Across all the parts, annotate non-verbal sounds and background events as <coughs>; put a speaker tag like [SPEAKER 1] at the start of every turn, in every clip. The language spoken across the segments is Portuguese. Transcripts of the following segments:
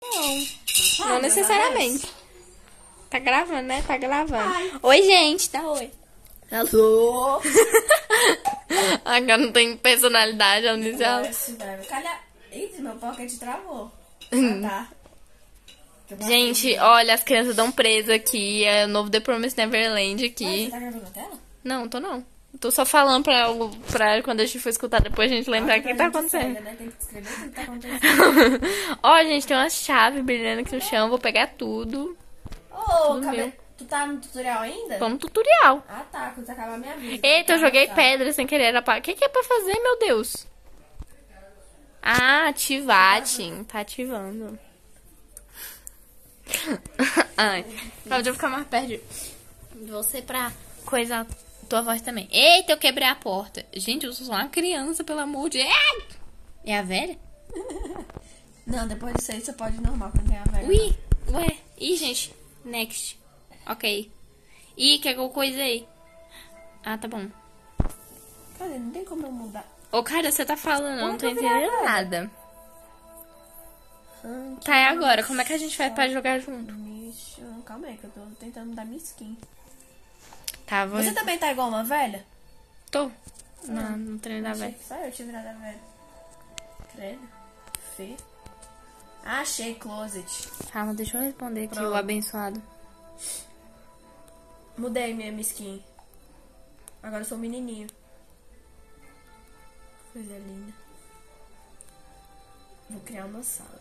[SPEAKER 1] Não.
[SPEAKER 2] Não necessariamente. Tá gravando, né? Tá gravando. Oi, gente.
[SPEAKER 1] É
[SPEAKER 2] Tá oi.
[SPEAKER 1] Alô?
[SPEAKER 2] <laughs> Agora não tem personalidade, ela disse ela.
[SPEAKER 1] Nossa, velho. Calha. Ih, meu pocket travou.
[SPEAKER 2] Hum.
[SPEAKER 1] Ah, tá. Que bacana.
[SPEAKER 2] Gente, olha, as crianças estão presas aqui. É o novo The Promised Neverland
[SPEAKER 1] Ué, Você
[SPEAKER 2] aqui.
[SPEAKER 1] tá gravando a tela?
[SPEAKER 2] Não, tô não. Tô só falando pra, o- pra quando a gente for escutar depois a gente lembrar o que tá acontecendo. <laughs>
[SPEAKER 1] Né? Tem que descrever tudo que tá acontecendo.
[SPEAKER 2] Ó, gente, tem uma chave brilhando aqui no chão. Vou pegar tudo.
[SPEAKER 1] Ô,
[SPEAKER 2] Tudo
[SPEAKER 1] cabe...
[SPEAKER 2] meu.
[SPEAKER 1] tu tá no tutorial ainda?
[SPEAKER 2] Tô no tutorial.
[SPEAKER 1] Ah, tá. Quando você acabar minha vida.
[SPEAKER 2] Eita, eu
[SPEAKER 1] Tá,
[SPEAKER 2] joguei
[SPEAKER 1] tá.
[SPEAKER 2] pedra sem querer. Era pra... O que, que é pra fazer, meu Deus? Ah, ativar, Tim. Tá ativando. <laughs> Ai, Cláudia, eu vou ficar mais perto de você pra coisa tua voz também. Eita, eu quebrei a porta. Gente, eu sou só uma criança, pelo amor de... Ai! É a velha?
[SPEAKER 1] Não, depois disso aí você pode ir normal quando tem a velha.
[SPEAKER 2] Ui, ué. Ih, gente. Next. Ok. Ih, que alguma coisa aí. Ah, tá bom.
[SPEAKER 1] Cadê? Não tem como eu mudar.
[SPEAKER 2] Ô, cara, você tá falando, eu não tô
[SPEAKER 1] Como que eu virar
[SPEAKER 2] entendendo nada.
[SPEAKER 1] Hum,
[SPEAKER 2] Tá, e agora? Como é que a gente faz pra jogar junto?
[SPEAKER 1] Bicho, um calma aí que eu tô tentando mudar minha skin.
[SPEAKER 2] Tá, vou...
[SPEAKER 1] Você também tá igual uma velha?
[SPEAKER 2] Tô. Não, não treino da
[SPEAKER 1] Achei
[SPEAKER 2] velha.
[SPEAKER 1] que só eu tinha virado a velha. Credo. Fê. Achei closet.
[SPEAKER 2] Calma, deixa eu responder aqui, o
[SPEAKER 1] Pronto.
[SPEAKER 2] abençoado.
[SPEAKER 1] Mudei minha minha skin. Agora eu sou um menininho. Coisa linda. Vou criar uma sala.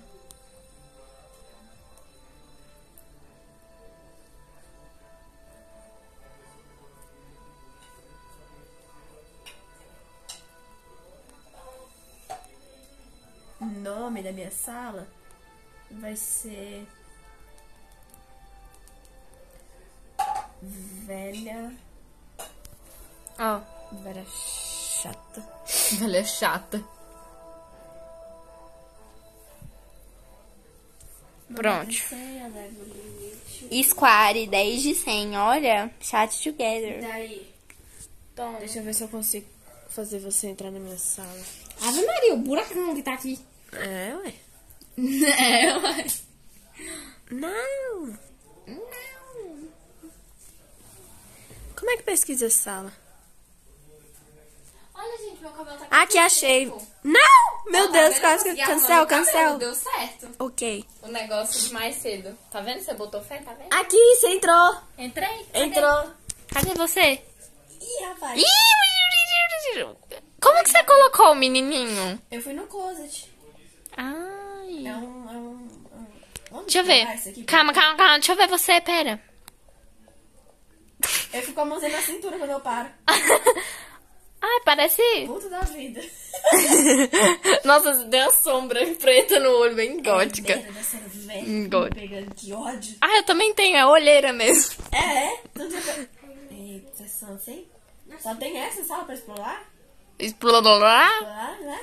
[SPEAKER 1] O nome da minha sala vai ser Velha.
[SPEAKER 2] <laughs> Ó,
[SPEAKER 1] Velha chata.
[SPEAKER 2] velha é chata. Pronto. Square 10 de 100, olha. Chat together.
[SPEAKER 1] Daí.
[SPEAKER 2] Toma.
[SPEAKER 1] Deixa eu ver se eu consigo fazer você entrar na minha sala.
[SPEAKER 2] Ave Maria, o buracão que tá aqui. <laughs>
[SPEAKER 1] É, ué.
[SPEAKER 2] É, mas...
[SPEAKER 1] Não!
[SPEAKER 2] Não.
[SPEAKER 1] Como é que pesquisa sala?
[SPEAKER 2] Olha, gente, meu cabelo tá aqui.
[SPEAKER 1] Aqui achei. Não! Meu
[SPEAKER 2] Tá
[SPEAKER 1] Deus,
[SPEAKER 2] vendo?
[SPEAKER 1] quase
[SPEAKER 2] Eu
[SPEAKER 1] que
[SPEAKER 2] consegui
[SPEAKER 1] cancela,
[SPEAKER 2] arrumar meu cabelo,
[SPEAKER 1] cancela.
[SPEAKER 2] Deu certo.
[SPEAKER 1] Ok.
[SPEAKER 2] O negócio de mais cedo. Tá vendo? Você botou fé, tá vendo?
[SPEAKER 1] Aqui, você entrou.
[SPEAKER 2] Entrei. Cadê?
[SPEAKER 1] Entrou.
[SPEAKER 2] Cadê você?
[SPEAKER 1] Ih, rapaz.
[SPEAKER 2] Ih! Como é que você colocou o menininho?
[SPEAKER 1] Eu fui no closet. É
[SPEAKER 2] Ai.
[SPEAKER 1] um. É um, um... Onde
[SPEAKER 2] Deixa eu
[SPEAKER 1] que
[SPEAKER 2] ver.
[SPEAKER 1] tá isso aqui?
[SPEAKER 2] Calma, calma, calma. Deixa eu ver você, pera.
[SPEAKER 1] Eu fico com a mãozinha na cintura quando eu paro.
[SPEAKER 2] <laughs> Ai, parece.
[SPEAKER 1] Puta da vida.
[SPEAKER 2] Nossa, deu uma sombra preta no olho, bem gótica.
[SPEAKER 1] Merda dessa velha.
[SPEAKER 2] Hum, God.
[SPEAKER 1] né, Pegando que ódio.
[SPEAKER 2] Ah, eu também tenho, é olheira mesmo.
[SPEAKER 1] É, é. Tudo de- Eita, Sansen. Só tem essa sala pra explorar?
[SPEAKER 2] <laughs> Explodorá.
[SPEAKER 1] Explorar, né?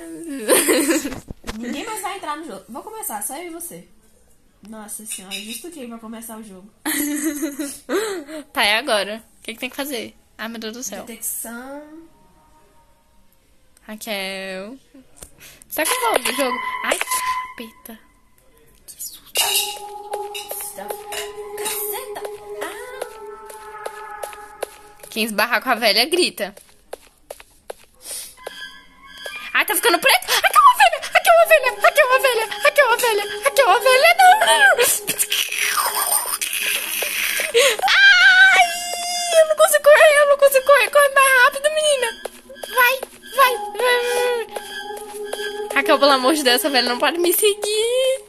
[SPEAKER 1] Ninguém mais vai entrar no jogo. Vou começar, só eu e você. Nossa senhora, justo que vai começar o jogo.
[SPEAKER 2] tá, é agora. O que, que tem que fazer? Ai, meu Deus do céu.
[SPEAKER 1] Detecção.
[SPEAKER 2] Raquel. Você tá com o jogo? Ai, capeta.
[SPEAKER 1] Stuff. Caceta. Ah,
[SPEAKER 2] Quem esbarrar com a velha grita. Ai, tá ficando preto. Aqui é uma velha, aqui é uma velha, aqui é uma velha, aqui é uma velha, aqui é uma velha. Não, Ai, eu não consigo correr, eu não consigo correr. Corre mais rápido, menina. Vai, vai, vai, vai. Raquel, pelo amor de Deus, essa velha não pode me seguir.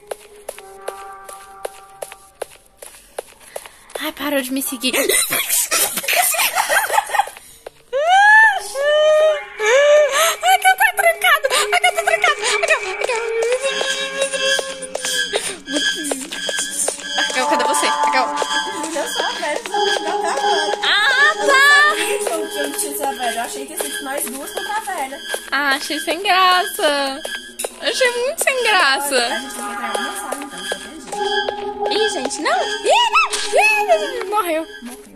[SPEAKER 2] Ai, parou de me seguir. Ai, que eu tô trancado! Ai, que eu tô trancado! Ai, que eu- ai, que eu- Raquel, cadê você? Raquel.
[SPEAKER 1] Ah, eu sou a velha, só vou jogar até agora.
[SPEAKER 2] Ah,
[SPEAKER 1] Eu não sabia que eu- que eu tinha sido a velha. Eu achei que ia ser mais duas contra a velha.
[SPEAKER 2] Ah, achei sem graça. Achei muito sem
[SPEAKER 1] A
[SPEAKER 2] graça.
[SPEAKER 1] gente tem que entrar na minha sala então, só tem jeito.
[SPEAKER 2] Ih, gente, não! Ih, não! Ih, morreu.
[SPEAKER 1] Morreu.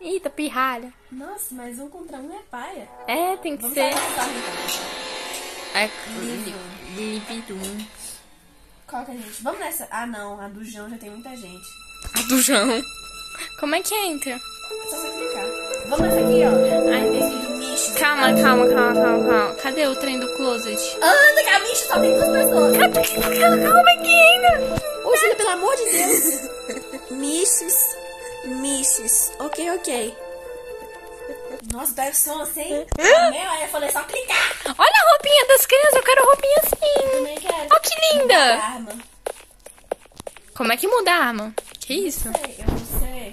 [SPEAKER 2] Eita, pirralha.
[SPEAKER 1] Nossa, mas um contra um é paia.
[SPEAKER 2] É, tem que
[SPEAKER 1] Vamos
[SPEAKER 2] ser.
[SPEAKER 1] sair da sala então.
[SPEAKER 2] É,
[SPEAKER 1] Livro.
[SPEAKER 2] livro.
[SPEAKER 1] Qual que a gente? Vamos nessa. Ah, não. A do João já tem muita gente.
[SPEAKER 2] A do João. Como é que entra?
[SPEAKER 1] É só você clicar. Vamos nessa aqui, ó. Ai, tem escrito Micho.
[SPEAKER 2] Calma, calma, calma, calma, calma. Cadê o trem do closet?
[SPEAKER 1] Anda, que a Micho
[SPEAKER 2] tá
[SPEAKER 1] só tem duas pessoas.
[SPEAKER 2] Calma aqui ainda.
[SPEAKER 1] Ô, Júlia, pelo amor de Deus.
[SPEAKER 2] <laughs>
[SPEAKER 3] Miches. Miches. Ok, ok.
[SPEAKER 1] Nossa, deve som assim. O Meu, aí eu falei só clicar.
[SPEAKER 2] Olha a roupinha das crianças, eu quero roupinha assim.
[SPEAKER 1] Também quero.
[SPEAKER 2] Ó que linda.
[SPEAKER 1] Arma.
[SPEAKER 2] Como é que muda a arma? Que isso?
[SPEAKER 1] Sei, Eu vou ser.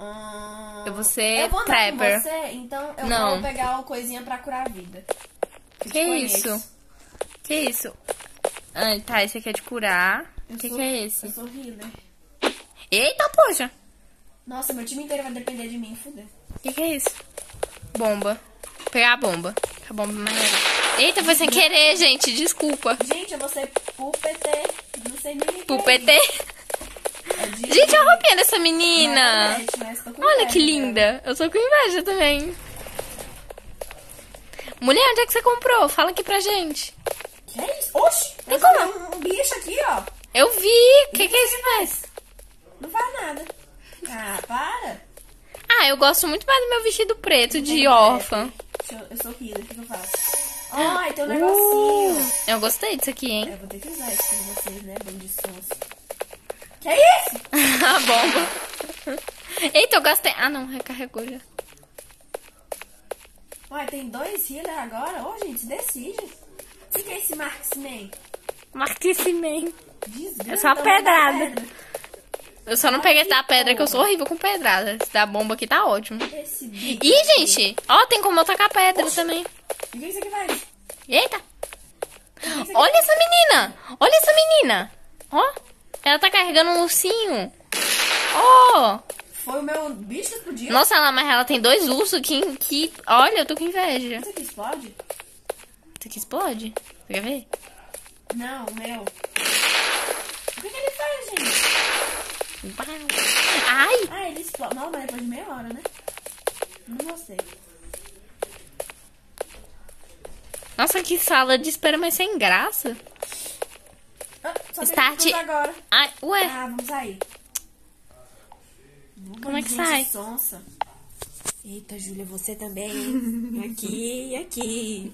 [SPEAKER 1] Ahn,
[SPEAKER 2] Eu vou ser
[SPEAKER 1] eu vou andar com
[SPEAKER 2] trapper.
[SPEAKER 1] você, então eu
[SPEAKER 2] Não.
[SPEAKER 1] vou pegar uma coisinha pra curar a vida. eu te
[SPEAKER 2] Que é
[SPEAKER 1] conheço.
[SPEAKER 2] isso? Que isso? Ah, tá, esse aqui é de curar. O
[SPEAKER 1] Eu
[SPEAKER 2] que,
[SPEAKER 1] sou-
[SPEAKER 2] que é
[SPEAKER 1] Eu
[SPEAKER 2] esse?
[SPEAKER 1] sou healer.
[SPEAKER 2] Eita, poxa.
[SPEAKER 1] Nossa, meu time inteiro vai depender de mim, fudeu.
[SPEAKER 2] O que, que é isso? Bomba. Vou pegar a bomba. A bomba é maneira. Eita, foi sem querer, gente. Desculpa.
[SPEAKER 1] Gente, eu vou ser pupete. Não sei nem o que
[SPEAKER 2] Pro
[SPEAKER 1] é
[SPEAKER 2] PT.
[SPEAKER 1] isso. É de-
[SPEAKER 2] Gente, olha a roupinha dessa menina.
[SPEAKER 1] Marionete, mas tô com
[SPEAKER 2] Olha
[SPEAKER 1] inveja
[SPEAKER 2] que
[SPEAKER 1] dela.
[SPEAKER 2] linda. Eu sou com inveja também. Mulher, onde é que você comprou? Fala aqui pra gente.
[SPEAKER 1] Que É isso? Oxi!
[SPEAKER 2] Tem
[SPEAKER 1] Tem
[SPEAKER 2] como?
[SPEAKER 1] como? Um, um bicho aqui, ó.
[SPEAKER 2] Eu vi. O que, que é isso mais?
[SPEAKER 1] Não faz nada. Ah, para.
[SPEAKER 2] Ah, eu gosto muito mais do meu vestido preto de
[SPEAKER 1] Tem
[SPEAKER 2] órfã. Uh.
[SPEAKER 1] Deixa eu, eu sou healer, o que que eu faço? Ai, tem um negocinho.
[SPEAKER 2] Eu gostei disso aqui,
[SPEAKER 1] <laughs>
[SPEAKER 2] hein?
[SPEAKER 1] Eu vou ter que usar isso com vocês, né, bando de sons. Que é isso?
[SPEAKER 2] A bomba. Eita, eu gastei. Ah, não, recarregou já.
[SPEAKER 1] Ué, tem dois healer agora? Ô, gente, decide. O que que é esse Marksman?
[SPEAKER 2] Marquecimento.
[SPEAKER 1] Desgrama.
[SPEAKER 2] É só
[SPEAKER 1] tamanho da
[SPEAKER 2] pedrada.
[SPEAKER 1] pedra.
[SPEAKER 2] Eu só não peguei da pedra, que eu sou horrível com pedrada. Esse da bomba aqui tá ótimo.
[SPEAKER 1] Esse bicho.
[SPEAKER 2] Ih, gente, ó, tem como eu tacar pedra também.
[SPEAKER 1] E o que isso aqui faz? O
[SPEAKER 2] Eita.
[SPEAKER 1] que que isso aqui-
[SPEAKER 2] Olha essa menina! Olha essa menina! Ó, ela tá carregando um ursinho. Ó!
[SPEAKER 1] Foi o meu bicho que explodiu?
[SPEAKER 2] Nossa, ela, mas ela tem dois ursos aqui que. Olha, eu tô com inveja.
[SPEAKER 1] Isso aqui explode?
[SPEAKER 2] Isso aqui explode? Você quer ver?
[SPEAKER 1] Não, o meu. O que, que ele faz, gente?
[SPEAKER 2] Uau. Ai!
[SPEAKER 1] Ah, ele explode. Não, mas depois de meia hora, né? Não gostei.
[SPEAKER 2] Nossa, que sala de espera, mas sem graça.
[SPEAKER 1] Ah, só
[SPEAKER 2] Start. É.
[SPEAKER 1] tem que explodir agora.
[SPEAKER 2] Ai, ué.
[SPEAKER 1] Ah, vamos sair.
[SPEAKER 2] Como é que sai?
[SPEAKER 1] Sonsa.
[SPEAKER 3] Eita, Júlia, você também. hein? aqui e aqui.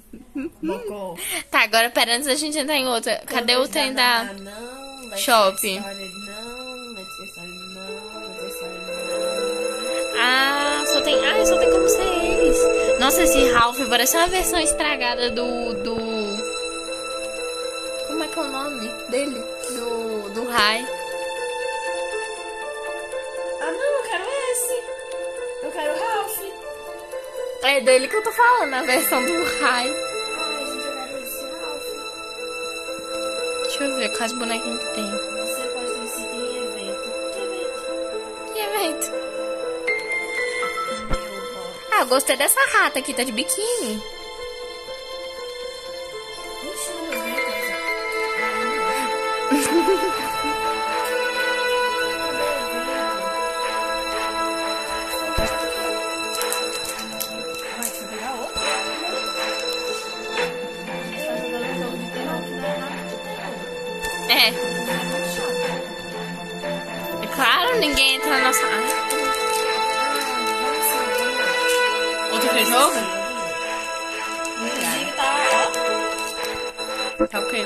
[SPEAKER 1] Bocó.
[SPEAKER 2] Tá, agora pera, antes da gente entrar em outra. Cadê o trem da.
[SPEAKER 1] Não, vai
[SPEAKER 2] Shopping.
[SPEAKER 1] ter história, Não, vai ter história, não, vai ter história, não.
[SPEAKER 2] Ah, só tem. Ah, só tem como ser eles. Nossa, esse Ralph parece uma versão estragada do. do. Como é que é o nome dele? Do. do Rai.
[SPEAKER 1] Ah, não, eu quero esse. Eu quero o Ralph.
[SPEAKER 2] É dele que eu tô falando, a versão do Rai.
[SPEAKER 1] Ai, gente, eu quero esse Ralph.
[SPEAKER 2] Deixa eu ver quais bonequinhos que tem.
[SPEAKER 1] Você pode ter esse em evento. Que evento?
[SPEAKER 2] Que evento.
[SPEAKER 1] Meu bom.
[SPEAKER 2] Ah, eu gostei dessa rata aqui, tá de biquíni.
[SPEAKER 1] Ixi, não vi coisa. Ah, não. Ai, deixa eu pegar outro. Gente, tá jogando um jogo de terror que não é nada de terror.
[SPEAKER 2] É,
[SPEAKER 1] É muito chato.
[SPEAKER 2] é claro, ninguém entra na nossa. Ah, outro jogo? Tá o quê?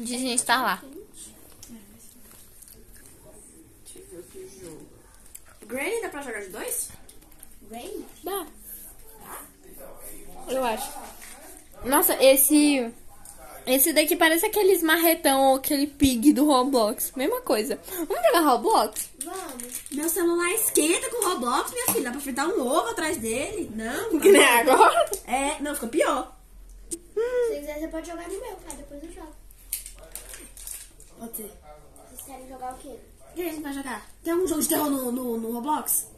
[SPEAKER 2] Dizem estar lá.
[SPEAKER 1] Granny dá pra jogar de dois? Granny?
[SPEAKER 2] Dá. Eu acho. Nossa, esse. Esse daqui parece aqueles marretão ou aquele pig do Roblox. Mesma coisa. Vamos jogar Roblox?
[SPEAKER 1] Vamos.
[SPEAKER 3] Meu celular esquenta com o Roblox, minha filha. Dá pra fritar um ovo atrás dele.
[SPEAKER 1] Não,
[SPEAKER 2] Que nem agora?
[SPEAKER 1] É, não, ficou pior.
[SPEAKER 4] Se quiser, você pode jogar no meu, cara. Depois eu jogo.
[SPEAKER 1] Pode ser.
[SPEAKER 4] Vocês querem jogar o quê?
[SPEAKER 1] O que a gente vai jogar? Tem algum jogo de terror no, no, no Roblox?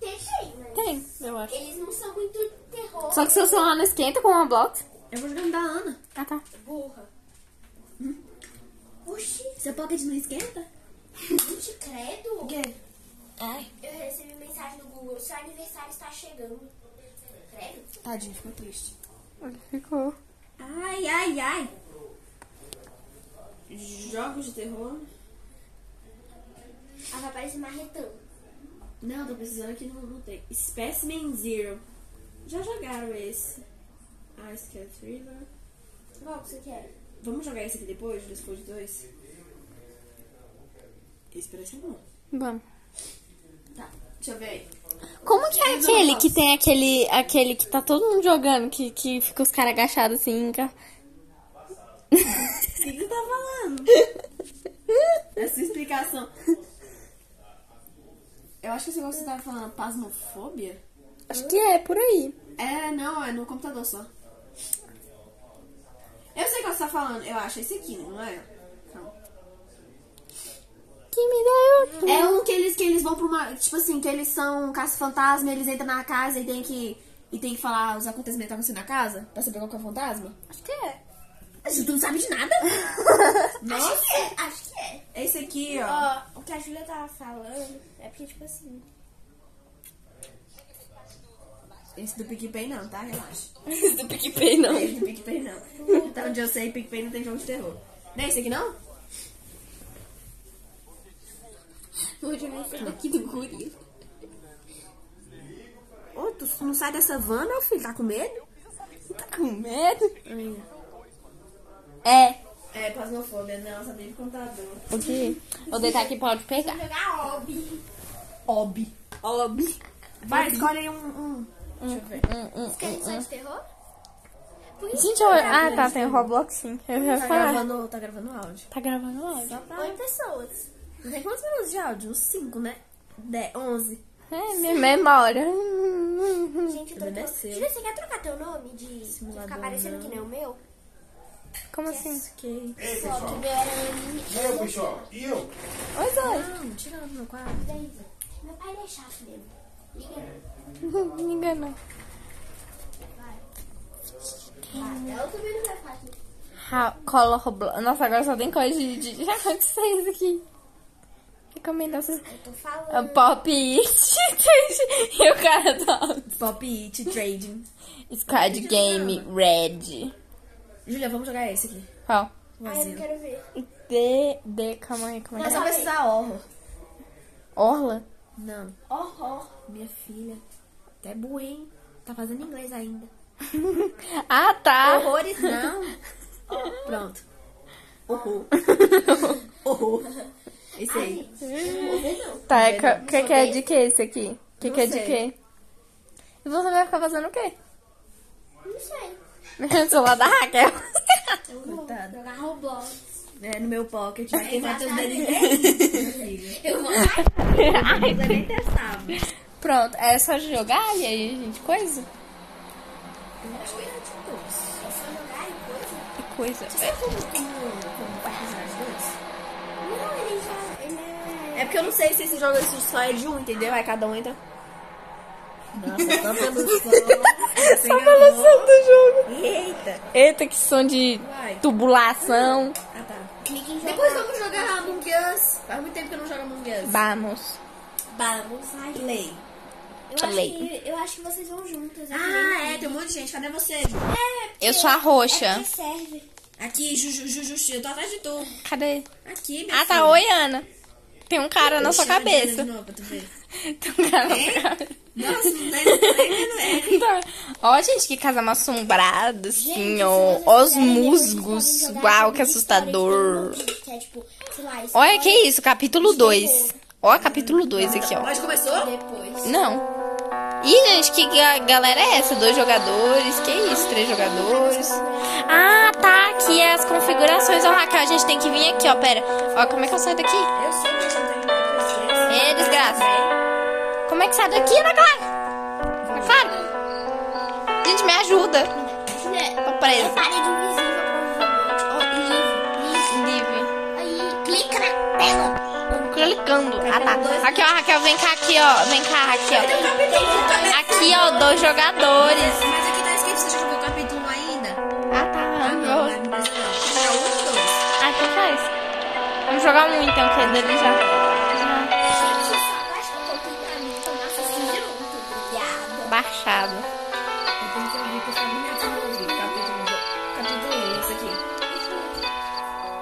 [SPEAKER 4] Deixa aí, mas
[SPEAKER 2] Tem, eu acho.
[SPEAKER 4] eles não são muito terror.
[SPEAKER 2] Só que seu celular não esquenta com o Roblox.
[SPEAKER 1] Eu vou jogar no da Ana.
[SPEAKER 2] Ah, tá.
[SPEAKER 4] Burra. Oxi,
[SPEAKER 1] Seu tá pocket não esquenta?
[SPEAKER 4] não te credo.
[SPEAKER 1] quê?
[SPEAKER 4] Eu recebi mensagem no Google, seu aniversário está chegando. Sério?
[SPEAKER 1] Tadinho, ficou triste.
[SPEAKER 2] Ficou.
[SPEAKER 1] Ai, ai, ai. Jogos de terror?
[SPEAKER 4] Ela Ah, vai parecer marretão.
[SPEAKER 1] Não, tô precisando que não, não tem. Specimen Zero. Já jogaram esse. Ah, esse aqui é Thriller.
[SPEAKER 4] Qual que você quer?
[SPEAKER 1] Vamos jogar esse aqui depois, depois de dois? Esse parece bom.
[SPEAKER 2] Vamos.
[SPEAKER 1] Tá, deixa eu ver aí.
[SPEAKER 2] Como que é aquele que tem aquele, aquele que tá todo mundo jogando, que, que fica os caras agachados assim? enca-
[SPEAKER 1] O que você tá falando? Essa explicação. Eu acho que esse negócio que você tava falando, pasmofobia?
[SPEAKER 2] Acho que é, por aí.
[SPEAKER 1] É, não, é no computador só. Eu sei o que você tá falando, eu acho esse aqui, não é? Calma.
[SPEAKER 2] Que me dá eu.
[SPEAKER 1] É um que eles, que eles vão pra uma. Tipo assim, que eles são caça-fantasma, eles entram na casa e tem que. E tem que falar os acontecimentos que aconteceram na casa pra saber qual que é o fantasma?
[SPEAKER 2] Acho que é.
[SPEAKER 1] A gente não sabe de
[SPEAKER 2] <laughs>
[SPEAKER 1] nada. Nossa!
[SPEAKER 4] É, acho que é.
[SPEAKER 1] Esse aqui, ó.
[SPEAKER 4] Ó, o que a Júlia tava falando é porque, tipo assim,
[SPEAKER 1] Esse do PicPay não, tá? Relaxa.
[SPEAKER 2] <laughs> Esse do PicPay não.
[SPEAKER 1] Esse do PicPay não. Até onde eu sei, PicPay não tem jogo de terror. Não é esse aqui não?
[SPEAKER 2] Vou jogar esse daqui do guri.
[SPEAKER 1] Ô, tu não sai dessa van, meu filho. Tá com medo?
[SPEAKER 2] Tá com medo? É.
[SPEAKER 1] É, pasmofobia. Não, só teve contador.
[SPEAKER 2] O que? Vou deitar aqui, pode pegar.
[SPEAKER 4] jogar hobby.
[SPEAKER 1] Tá, Ob.
[SPEAKER 2] Ob.
[SPEAKER 1] Vai, escolhe aí um. um.
[SPEAKER 2] Hum, hum.
[SPEAKER 4] Quer edição de terror?
[SPEAKER 2] Gente, eu... Ah, tá, tem o Roblox sim. Eu já ia falar.
[SPEAKER 1] tá gravando áudio.
[SPEAKER 2] Tá gravando áudio?
[SPEAKER 4] Oi, pessoas.
[SPEAKER 1] Não tem quantos minutos de áudio? Uns 5, né? 10, 11.
[SPEAKER 2] É, minha memória. <laughs> Hum, hum, hum.
[SPEAKER 4] Gente, eu tô...
[SPEAKER 1] Ele
[SPEAKER 4] Júlia,
[SPEAKER 1] desceu.
[SPEAKER 4] você quer trocar teu nome de...
[SPEAKER 1] Simulador,
[SPEAKER 4] ficar parecendo que nem o meu?
[SPEAKER 2] Como assim?
[SPEAKER 1] Que...
[SPEAKER 5] Ei,
[SPEAKER 4] Só que o
[SPEAKER 5] pessoal.
[SPEAKER 4] meu era Anne.
[SPEAKER 5] E eu, pessoal? E eu?
[SPEAKER 2] Oi, Zoe.
[SPEAKER 1] Não, tira ela do meu quarto.
[SPEAKER 4] Meu pai ele é chato mesmo. Liga.
[SPEAKER 2] <laughs> Me enganou.
[SPEAKER 4] Ah, eu também não vai falar aqui.
[SPEAKER 2] Ra- Cola Roblox. Nossa, agora só tem coisa de, de, de vocês aqui. Recomendações.
[SPEAKER 4] Eu tô falando.
[SPEAKER 2] A Pop <laughs> It. e o cara tá. <laughs> alto.
[SPEAKER 1] Pop It Trading.
[SPEAKER 2] Squad Game Red.
[SPEAKER 1] Julia, vamos jogar esse aqui.
[SPEAKER 2] Qual?
[SPEAKER 1] O
[SPEAKER 4] Ai, eu não
[SPEAKER 1] asilo.
[SPEAKER 4] quero ver.
[SPEAKER 2] D. D. Calma aí, calma
[SPEAKER 1] Mas
[SPEAKER 2] aí.
[SPEAKER 1] só precisar horror.
[SPEAKER 2] Orla?
[SPEAKER 1] Não.
[SPEAKER 4] Horror.
[SPEAKER 1] Minha filha. Até boa, hein? Tá fazendo inglês ainda.
[SPEAKER 2] Ah, tá.
[SPEAKER 1] Horrores <laughs> não. Pronto. Horror. <laughs> Horror. Esse aí.
[SPEAKER 2] Tá, é ca- que, que é de que esse aqui? Que
[SPEAKER 1] Não
[SPEAKER 2] que é de
[SPEAKER 1] sei.
[SPEAKER 2] que? E você vai ficar fazendo o quê? <laughs>
[SPEAKER 4] Não sei.
[SPEAKER 2] O celular da Raquel.
[SPEAKER 4] Eu vou
[SPEAKER 1] Coitada.
[SPEAKER 4] jogar Roblox.
[SPEAKER 1] É, no meu pocket. Vai queimar teus dedos.
[SPEAKER 4] Eu vou...
[SPEAKER 1] Eu nem testava.
[SPEAKER 2] Pronto, é só jogar e aí a gente coisa?
[SPEAKER 1] Acho que era de dois.
[SPEAKER 4] É só jogar e coisa?
[SPEAKER 2] Que coisa.
[SPEAKER 1] Sabe <laughs> como, como, como participar de dois?
[SPEAKER 4] Não, ele já... Ele é...
[SPEAKER 1] É porque eu não sei se esse jogo esse só é de um, entendeu? Aí cada um entra. Nossa, só pelo <laughs> som.
[SPEAKER 2] Só pelo som do jogo.
[SPEAKER 1] Eita!
[SPEAKER 2] Eita, que som de
[SPEAKER 1] Vai.
[SPEAKER 2] tubulação.
[SPEAKER 1] Ah, tá.
[SPEAKER 4] Ninguém joga.
[SPEAKER 1] Depois vamos jogar Among Us. Faz muito tempo que eu não jogo Among Us.
[SPEAKER 2] Vamos.
[SPEAKER 1] Vamos, vai. Play.
[SPEAKER 4] Eu acho,
[SPEAKER 2] Play.
[SPEAKER 4] que, eu acho que vocês vão juntas. eu
[SPEAKER 1] Ah,
[SPEAKER 4] também.
[SPEAKER 1] é, tem um monte de gente. Cadê você, Ju?
[SPEAKER 4] É, porque-
[SPEAKER 2] Eu sou a roxa.
[SPEAKER 4] É porque serve.
[SPEAKER 1] Aqui, Juju, Juju, Ju, eu tô atrás de tu.
[SPEAKER 2] Cadê?
[SPEAKER 1] Aqui, minha
[SPEAKER 2] Ah, tá.
[SPEAKER 1] filha.
[SPEAKER 2] Oi, Ana. Tem um cara na sua
[SPEAKER 1] Chama de
[SPEAKER 2] cabeça.
[SPEAKER 1] novo pra tu ver.
[SPEAKER 2] Tem um cara na sua cabeça.
[SPEAKER 1] Nossa, não tá entendendo, é.
[SPEAKER 2] Tá. Ó, gente, que casa mal assombrada,
[SPEAKER 4] Gente,
[SPEAKER 2] assim,
[SPEAKER 4] se
[SPEAKER 2] ó.
[SPEAKER 4] vocês
[SPEAKER 2] Ó Os
[SPEAKER 4] quiserem, depois
[SPEAKER 2] musgos.
[SPEAKER 4] vocês podem jogar
[SPEAKER 2] Uau, que
[SPEAKER 4] aquele
[SPEAKER 2] assustador.
[SPEAKER 4] história que tem no vídeo, que é, tipo, sei lá,
[SPEAKER 2] Olha
[SPEAKER 4] história
[SPEAKER 2] que isso, capítulo
[SPEAKER 4] de
[SPEAKER 2] 2.
[SPEAKER 4] terror.
[SPEAKER 2] Ó, capítulo 2 aqui, ó.
[SPEAKER 1] Mas começou?
[SPEAKER 4] Depois.
[SPEAKER 2] Não. Ih, gente, que ga- galera é essa? Dois jogadores, que isso? Três jogadores. Ah, tá. Aqui é as configurações. Ó, Raquel, a gente tem que vir aqui, ó. Pera. Ó, como é que eu saio daqui?
[SPEAKER 1] Eu sei que a gente não tem que
[SPEAKER 2] É, desgraça. Como é que sai daqui, Ana Clara? Ana Clara? Gente, me ajuda.
[SPEAKER 4] Júlia,
[SPEAKER 2] Tô presa.
[SPEAKER 4] é parede invisível, provavelmente. Ó, livro,
[SPEAKER 2] Livre.
[SPEAKER 4] livro. Aí, clica na tela.
[SPEAKER 2] Clicando. Ah, tá. Aqui, ó, Raquel, vem cá, aqui, ó. Vem cá, aqui, ó. Aqui, ó, dois jogadores.
[SPEAKER 1] Mas aqui tá escrito, você já jogou o capítulo 1 ainda?
[SPEAKER 2] Ah, tá.
[SPEAKER 1] Ah, não, não é impressão, não. É um ou dois?
[SPEAKER 2] Ah, então faz. Vamos jogar um então, que ele já
[SPEAKER 4] Gente, só basta um pouquinho pra mim tomar essa cinza junto. Obrigada.
[SPEAKER 2] tá
[SPEAKER 1] tá
[SPEAKER 2] baixado.
[SPEAKER 1] um.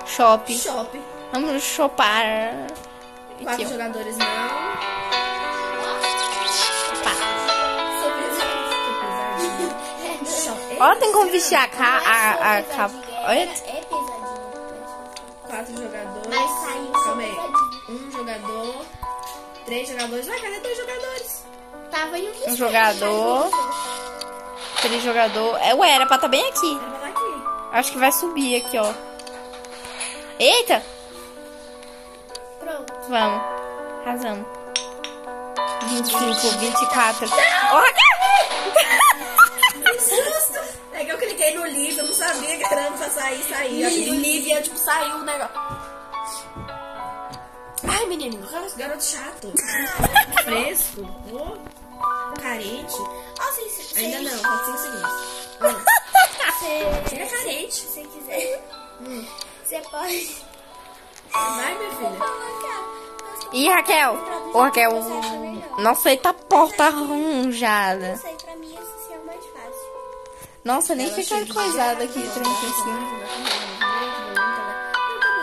[SPEAKER 2] shopping.
[SPEAKER 1] Shopping.
[SPEAKER 2] Vamos chopar.
[SPEAKER 1] Quatro
[SPEAKER 2] Aqui, ó.
[SPEAKER 1] jogadores não.
[SPEAKER 4] Pesadinha.
[SPEAKER 2] Ó, tem como vestir a ca... Tá, a, a,
[SPEAKER 4] É
[SPEAKER 2] capa.
[SPEAKER 4] pesadinha,
[SPEAKER 2] Olha,
[SPEAKER 4] É pesadinha.
[SPEAKER 1] Quatro jogadores.
[SPEAKER 4] Mas saiu
[SPEAKER 1] Calma aí.
[SPEAKER 4] pesadinho.
[SPEAKER 1] Um jogador. Três jogadores. Ué, cadê dois jogadores?
[SPEAKER 4] Tava em um
[SPEAKER 2] jogador. aquele jogador. É, ué, era pra estar bem aqui.
[SPEAKER 1] Tava lá aqui.
[SPEAKER 2] Acho que vai subir aqui, ó. Eita!
[SPEAKER 4] Pronto.
[SPEAKER 2] Vamos. Arrasamos. 25, 24. Ó,
[SPEAKER 1] Que susto! É que eu cliquei no livro, eu não sabia que era pra sair, sair. Eu cliquei no livro e eu, tipo, saiu o negócio. Ai, menino, nossa,
[SPEAKER 2] <laughs>
[SPEAKER 1] garoto chato. Fresco. Ô, carente.
[SPEAKER 4] Ó, se, se, se,
[SPEAKER 1] Ainda não, falta 5 segundos.
[SPEAKER 4] se-
[SPEAKER 1] Ele é carente.
[SPEAKER 4] se você quiser, você pode
[SPEAKER 1] Vai, minha filha.
[SPEAKER 4] colocar. Mas
[SPEAKER 2] Ih, Raquel! Ô, Raquel. um- Nossa, eita porta arranjada.
[SPEAKER 4] Não sei, pra mim esse é o mais fácil.
[SPEAKER 2] Nossa, nem fica coisada aqui, tranquilo assim.
[SPEAKER 1] Então tá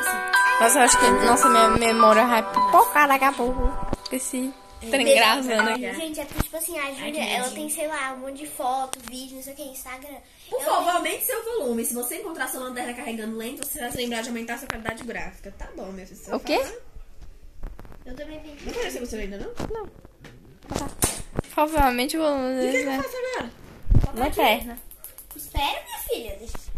[SPEAKER 1] assim.
[SPEAKER 2] Nossa, eu acho que nossa, minha memória vai pipocar daqui a pouco. Esse trem tá gravando aqui.
[SPEAKER 4] Gente, é porque, tipo assim, a Júlia, ela tem, sei lá, um monte de foto, vídeo, não sei o que, Instagram.
[SPEAKER 1] Por
[SPEAKER 4] Ela
[SPEAKER 1] favor, aumente seu volume. Se você encontrar sua lanterna carregando lento, você vai se lembrar de aumentar sua qualidade gráfica. Tá bom, minha filha. Você
[SPEAKER 2] O
[SPEAKER 1] vai
[SPEAKER 2] quê?
[SPEAKER 1] falar?
[SPEAKER 4] tem- Eu também tenho.
[SPEAKER 1] Não apareceu você ainda, não? O
[SPEAKER 2] Provavelmente o é volume
[SPEAKER 1] que, que
[SPEAKER 2] deles
[SPEAKER 1] eu
[SPEAKER 2] vai.
[SPEAKER 1] faço agora?
[SPEAKER 2] Lanterna.
[SPEAKER 4] Espera, minha filha. deixa-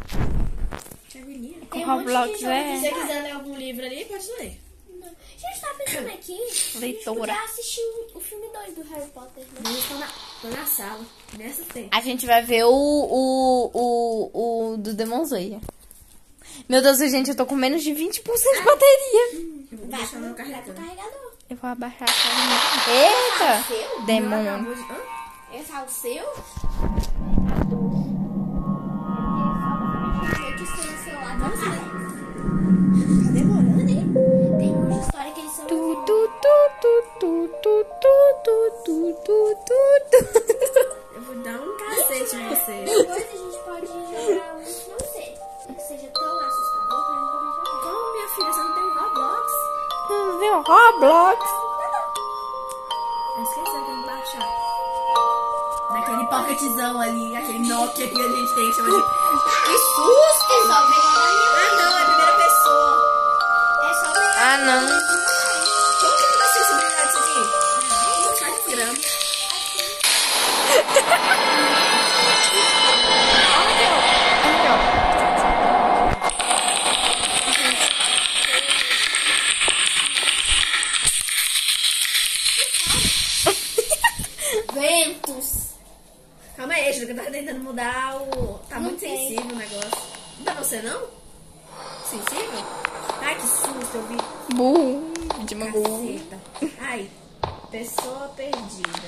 [SPEAKER 1] Que agonia.
[SPEAKER 4] Tem um monte de
[SPEAKER 2] Roblox né?
[SPEAKER 4] jogos.
[SPEAKER 1] Se
[SPEAKER 2] é
[SPEAKER 1] você quiser ler algum livro ali, pode ler.
[SPEAKER 4] Não. Gente, tava pensando aqui. <coughs>
[SPEAKER 2] leitora.
[SPEAKER 4] Já assistiu o filme 2 do Harry Potter, né?
[SPEAKER 1] Não, estou na, tô na sala. Nessa tem.
[SPEAKER 2] A gente vai ver o, o, o, o do Demon Slayer. Meu Deus, gente, eu tô com menos de 20% de bateria.
[SPEAKER 1] Eu vou deixar não carregando.
[SPEAKER 4] Carregador.
[SPEAKER 2] Eu vou abaixar um a câmera. Eita! Demônio.
[SPEAKER 1] Ah, Acabou de- Hã?
[SPEAKER 4] Esse é o seu?
[SPEAKER 1] Tá demorando.
[SPEAKER 4] Tem uma história que eles são.
[SPEAKER 2] Tu, tu, tu, tu, tu, tu, tu, tu, tu, tu, tu.
[SPEAKER 1] Eu vou dar um cacete em você.
[SPEAKER 4] Depois a gente pode jogar um. Não sei. Que seja tão assustador pra não poder jogar.
[SPEAKER 1] Como, minha filha? Você não tem um Roblox?
[SPEAKER 2] Vamos ver o Roblox.
[SPEAKER 1] Eu esqueci de baixar. Naquele pocketzão ali, aquele Nokia que a gente tem, chama de... Que susto!
[SPEAKER 4] É só pegar
[SPEAKER 1] Ah, não, é a primeira pessoa.
[SPEAKER 4] na É só pegar.
[SPEAKER 2] Ah, não.
[SPEAKER 1] Como que não dá sensibilidade isso tá aqui? Não faz grama.
[SPEAKER 4] Ventos.
[SPEAKER 1] Calma aí, Júlia, que eu tava tentando mudar o... Tá muito
[SPEAKER 4] tem.
[SPEAKER 1] sensível o negócio. Não dá pra você, não? Sensível? Ai, que susto, eu vi...
[SPEAKER 2] Burro. De mango.
[SPEAKER 1] Caceta. Ai, pessoa perdida.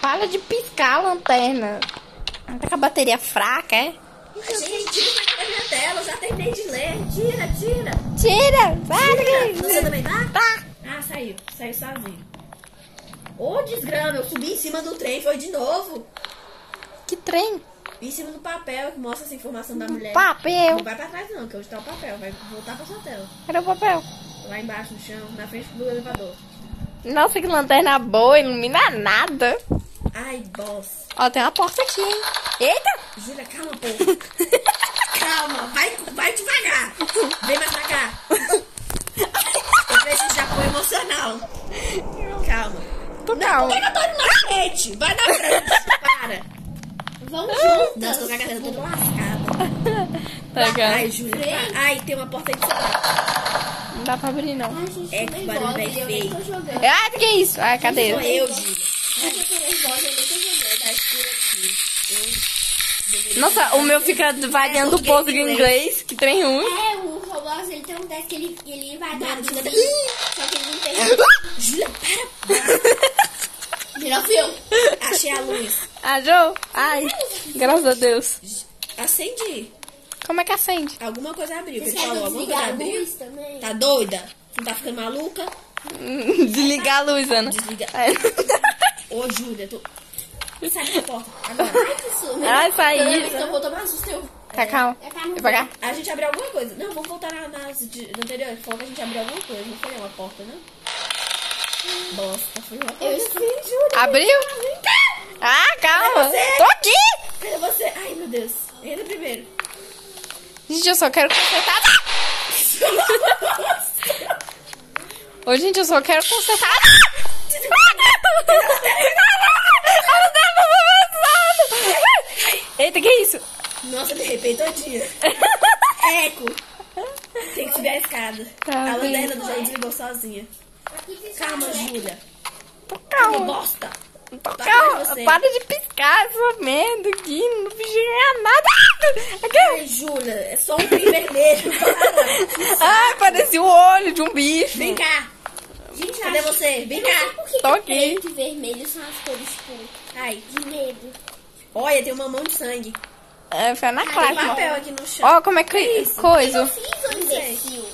[SPEAKER 2] Para de piscar a lanterna. Tá com a bateria fraca, é?
[SPEAKER 1] Gente, tira da minha tela, eu já terminei de ler. Tira, tira.
[SPEAKER 2] Tira!
[SPEAKER 1] Você
[SPEAKER 2] Para!
[SPEAKER 1] também tá?
[SPEAKER 2] Tá.
[SPEAKER 1] Ah, saiu. Saiu sozinho. Ô, desgrama, eu subi em cima do trem, foi de novo.
[SPEAKER 2] Que trem?
[SPEAKER 1] Em cima do papel que mostra essa informação da mulher. Não
[SPEAKER 2] Papel.
[SPEAKER 1] vai pra trás não, que hoje tá o papel. Vai voltar pra sua tela.
[SPEAKER 2] Cadê o papel?
[SPEAKER 1] Lá embaixo, no chão, na frente do elevador.
[SPEAKER 2] Nossa, que lanterna boa, ilumina nada.
[SPEAKER 1] Ai, boss.
[SPEAKER 2] Ó, tem uma porta aqui, hein? Eita!
[SPEAKER 1] Júlia, calma, pô. calma, vai, vai devagar. Vem mais pra cá. Eu preciso de apoio emocional. Calma.
[SPEAKER 2] Tu não. tá
[SPEAKER 1] Pega todo mundo na frente. Vai na frente. Para. Vamos juntos. Não, eu tô cagada, eu tô toda lascada.
[SPEAKER 2] Tá, cara.
[SPEAKER 1] Ai, Júlia. para. Ai, tem uma porta aí de celular.
[SPEAKER 2] Não dá pra abrir, não.
[SPEAKER 4] Ai, gente,
[SPEAKER 1] É
[SPEAKER 4] eu
[SPEAKER 1] que
[SPEAKER 4] nem
[SPEAKER 1] barulho
[SPEAKER 4] volto,
[SPEAKER 1] bem
[SPEAKER 4] e eu
[SPEAKER 1] feio.
[SPEAKER 4] nem tô jogando.
[SPEAKER 2] Ah, que é isso? Ah, cadê?
[SPEAKER 1] Sou eu, Júlia.
[SPEAKER 4] Mas eu tô nervosa, eu nem tô jogando. Tá escuro aqui.
[SPEAKER 2] Nossa, o meu fica variando um pouco de inglês. Que trem ruim.
[SPEAKER 1] Hum.
[SPEAKER 4] É, o Roblox, ele tem um teste que ele, ele vai dar tudo ali. Só que ele não
[SPEAKER 1] <laughs>
[SPEAKER 4] tem...
[SPEAKER 1] Júlia, para.
[SPEAKER 4] Virou fio.
[SPEAKER 1] Achei a luz.
[SPEAKER 2] Ah, Joe? Ai, graças a Deus.
[SPEAKER 1] Acendi.
[SPEAKER 2] Como é que acende? <laughs>
[SPEAKER 1] Alguma coisa abriu. que
[SPEAKER 4] Você
[SPEAKER 1] Ele
[SPEAKER 4] quer
[SPEAKER 1] falou, alguma coisa
[SPEAKER 4] desligar a
[SPEAKER 1] abriu.
[SPEAKER 4] luz também?
[SPEAKER 1] Tá doida? Não tá ficando maluca?
[SPEAKER 2] Desligar a luz, Ana.
[SPEAKER 1] Desliga.
[SPEAKER 2] Ai.
[SPEAKER 1] Ô, Júlia, tô... Sai da porta. Agora.
[SPEAKER 4] É. <laughs>
[SPEAKER 1] Então,
[SPEAKER 4] Ai, que susto.
[SPEAKER 2] Ai,
[SPEAKER 4] Toda
[SPEAKER 2] saí.
[SPEAKER 4] vez que eu vou tomar susto, eu...
[SPEAKER 2] Tá calmo. Devagar.
[SPEAKER 1] A gente abriu alguma coisa. Não, vamos voltar na, nas de- no anterior. Ele falou que a gente abriu alguma coisa. Não foi uma porta, não? Bosta, foi uma
[SPEAKER 4] Eu
[SPEAKER 1] coisa.
[SPEAKER 4] sim, juro.
[SPEAKER 2] Abriu? Ah, calma.
[SPEAKER 1] Você? é
[SPEAKER 2] Tô aqui.
[SPEAKER 1] Cadê você? Ai, meu Deus. Entra primeiro.
[SPEAKER 4] <laughs>
[SPEAKER 2] Gente, eu só quero consertar. Ah! Ô, gente, eu só quero consertar. Ah! Eita, que isso?
[SPEAKER 1] Nossa, de
[SPEAKER 2] <laughs>
[SPEAKER 1] repente todinha. Eco. Tem que subir a escada.
[SPEAKER 2] Tá
[SPEAKER 1] a
[SPEAKER 2] bem.
[SPEAKER 1] lanterna do João desligou sozinha.
[SPEAKER 4] Aqui fica
[SPEAKER 1] Calma,
[SPEAKER 4] né?
[SPEAKER 1] Júlia.
[SPEAKER 2] Tô
[SPEAKER 1] Que
[SPEAKER 2] calma.
[SPEAKER 1] bosta.
[SPEAKER 2] Tô
[SPEAKER 1] Tá
[SPEAKER 2] calma.
[SPEAKER 1] com você.
[SPEAKER 2] Para de piscar essa merda aqui. Não fiz ganhar nada. Ah! Aqui.
[SPEAKER 1] Ai, Júlia, é só um fim
[SPEAKER 2] <laughs>
[SPEAKER 1] vermelho. Para.
[SPEAKER 2] Ai, Ah, parecia o olho de um bicho.
[SPEAKER 1] Vem cá.
[SPEAKER 4] Gente, eu
[SPEAKER 1] Cadê
[SPEAKER 4] acho-
[SPEAKER 1] você? Vem
[SPEAKER 4] Eu não sei
[SPEAKER 1] cá.
[SPEAKER 4] por que
[SPEAKER 2] Tô
[SPEAKER 4] que
[SPEAKER 2] aqui.
[SPEAKER 4] preto e vermelho são as cores, tipo,
[SPEAKER 1] Ai.
[SPEAKER 4] de medo.
[SPEAKER 1] Olha, tem uma mão de sangue.
[SPEAKER 2] É, foi na
[SPEAKER 1] Ah, Tem um
[SPEAKER 2] classe.
[SPEAKER 1] papel aqui no chão.
[SPEAKER 2] Ó, como é que... Coisa.
[SPEAKER 4] Eu fiz um imbecil.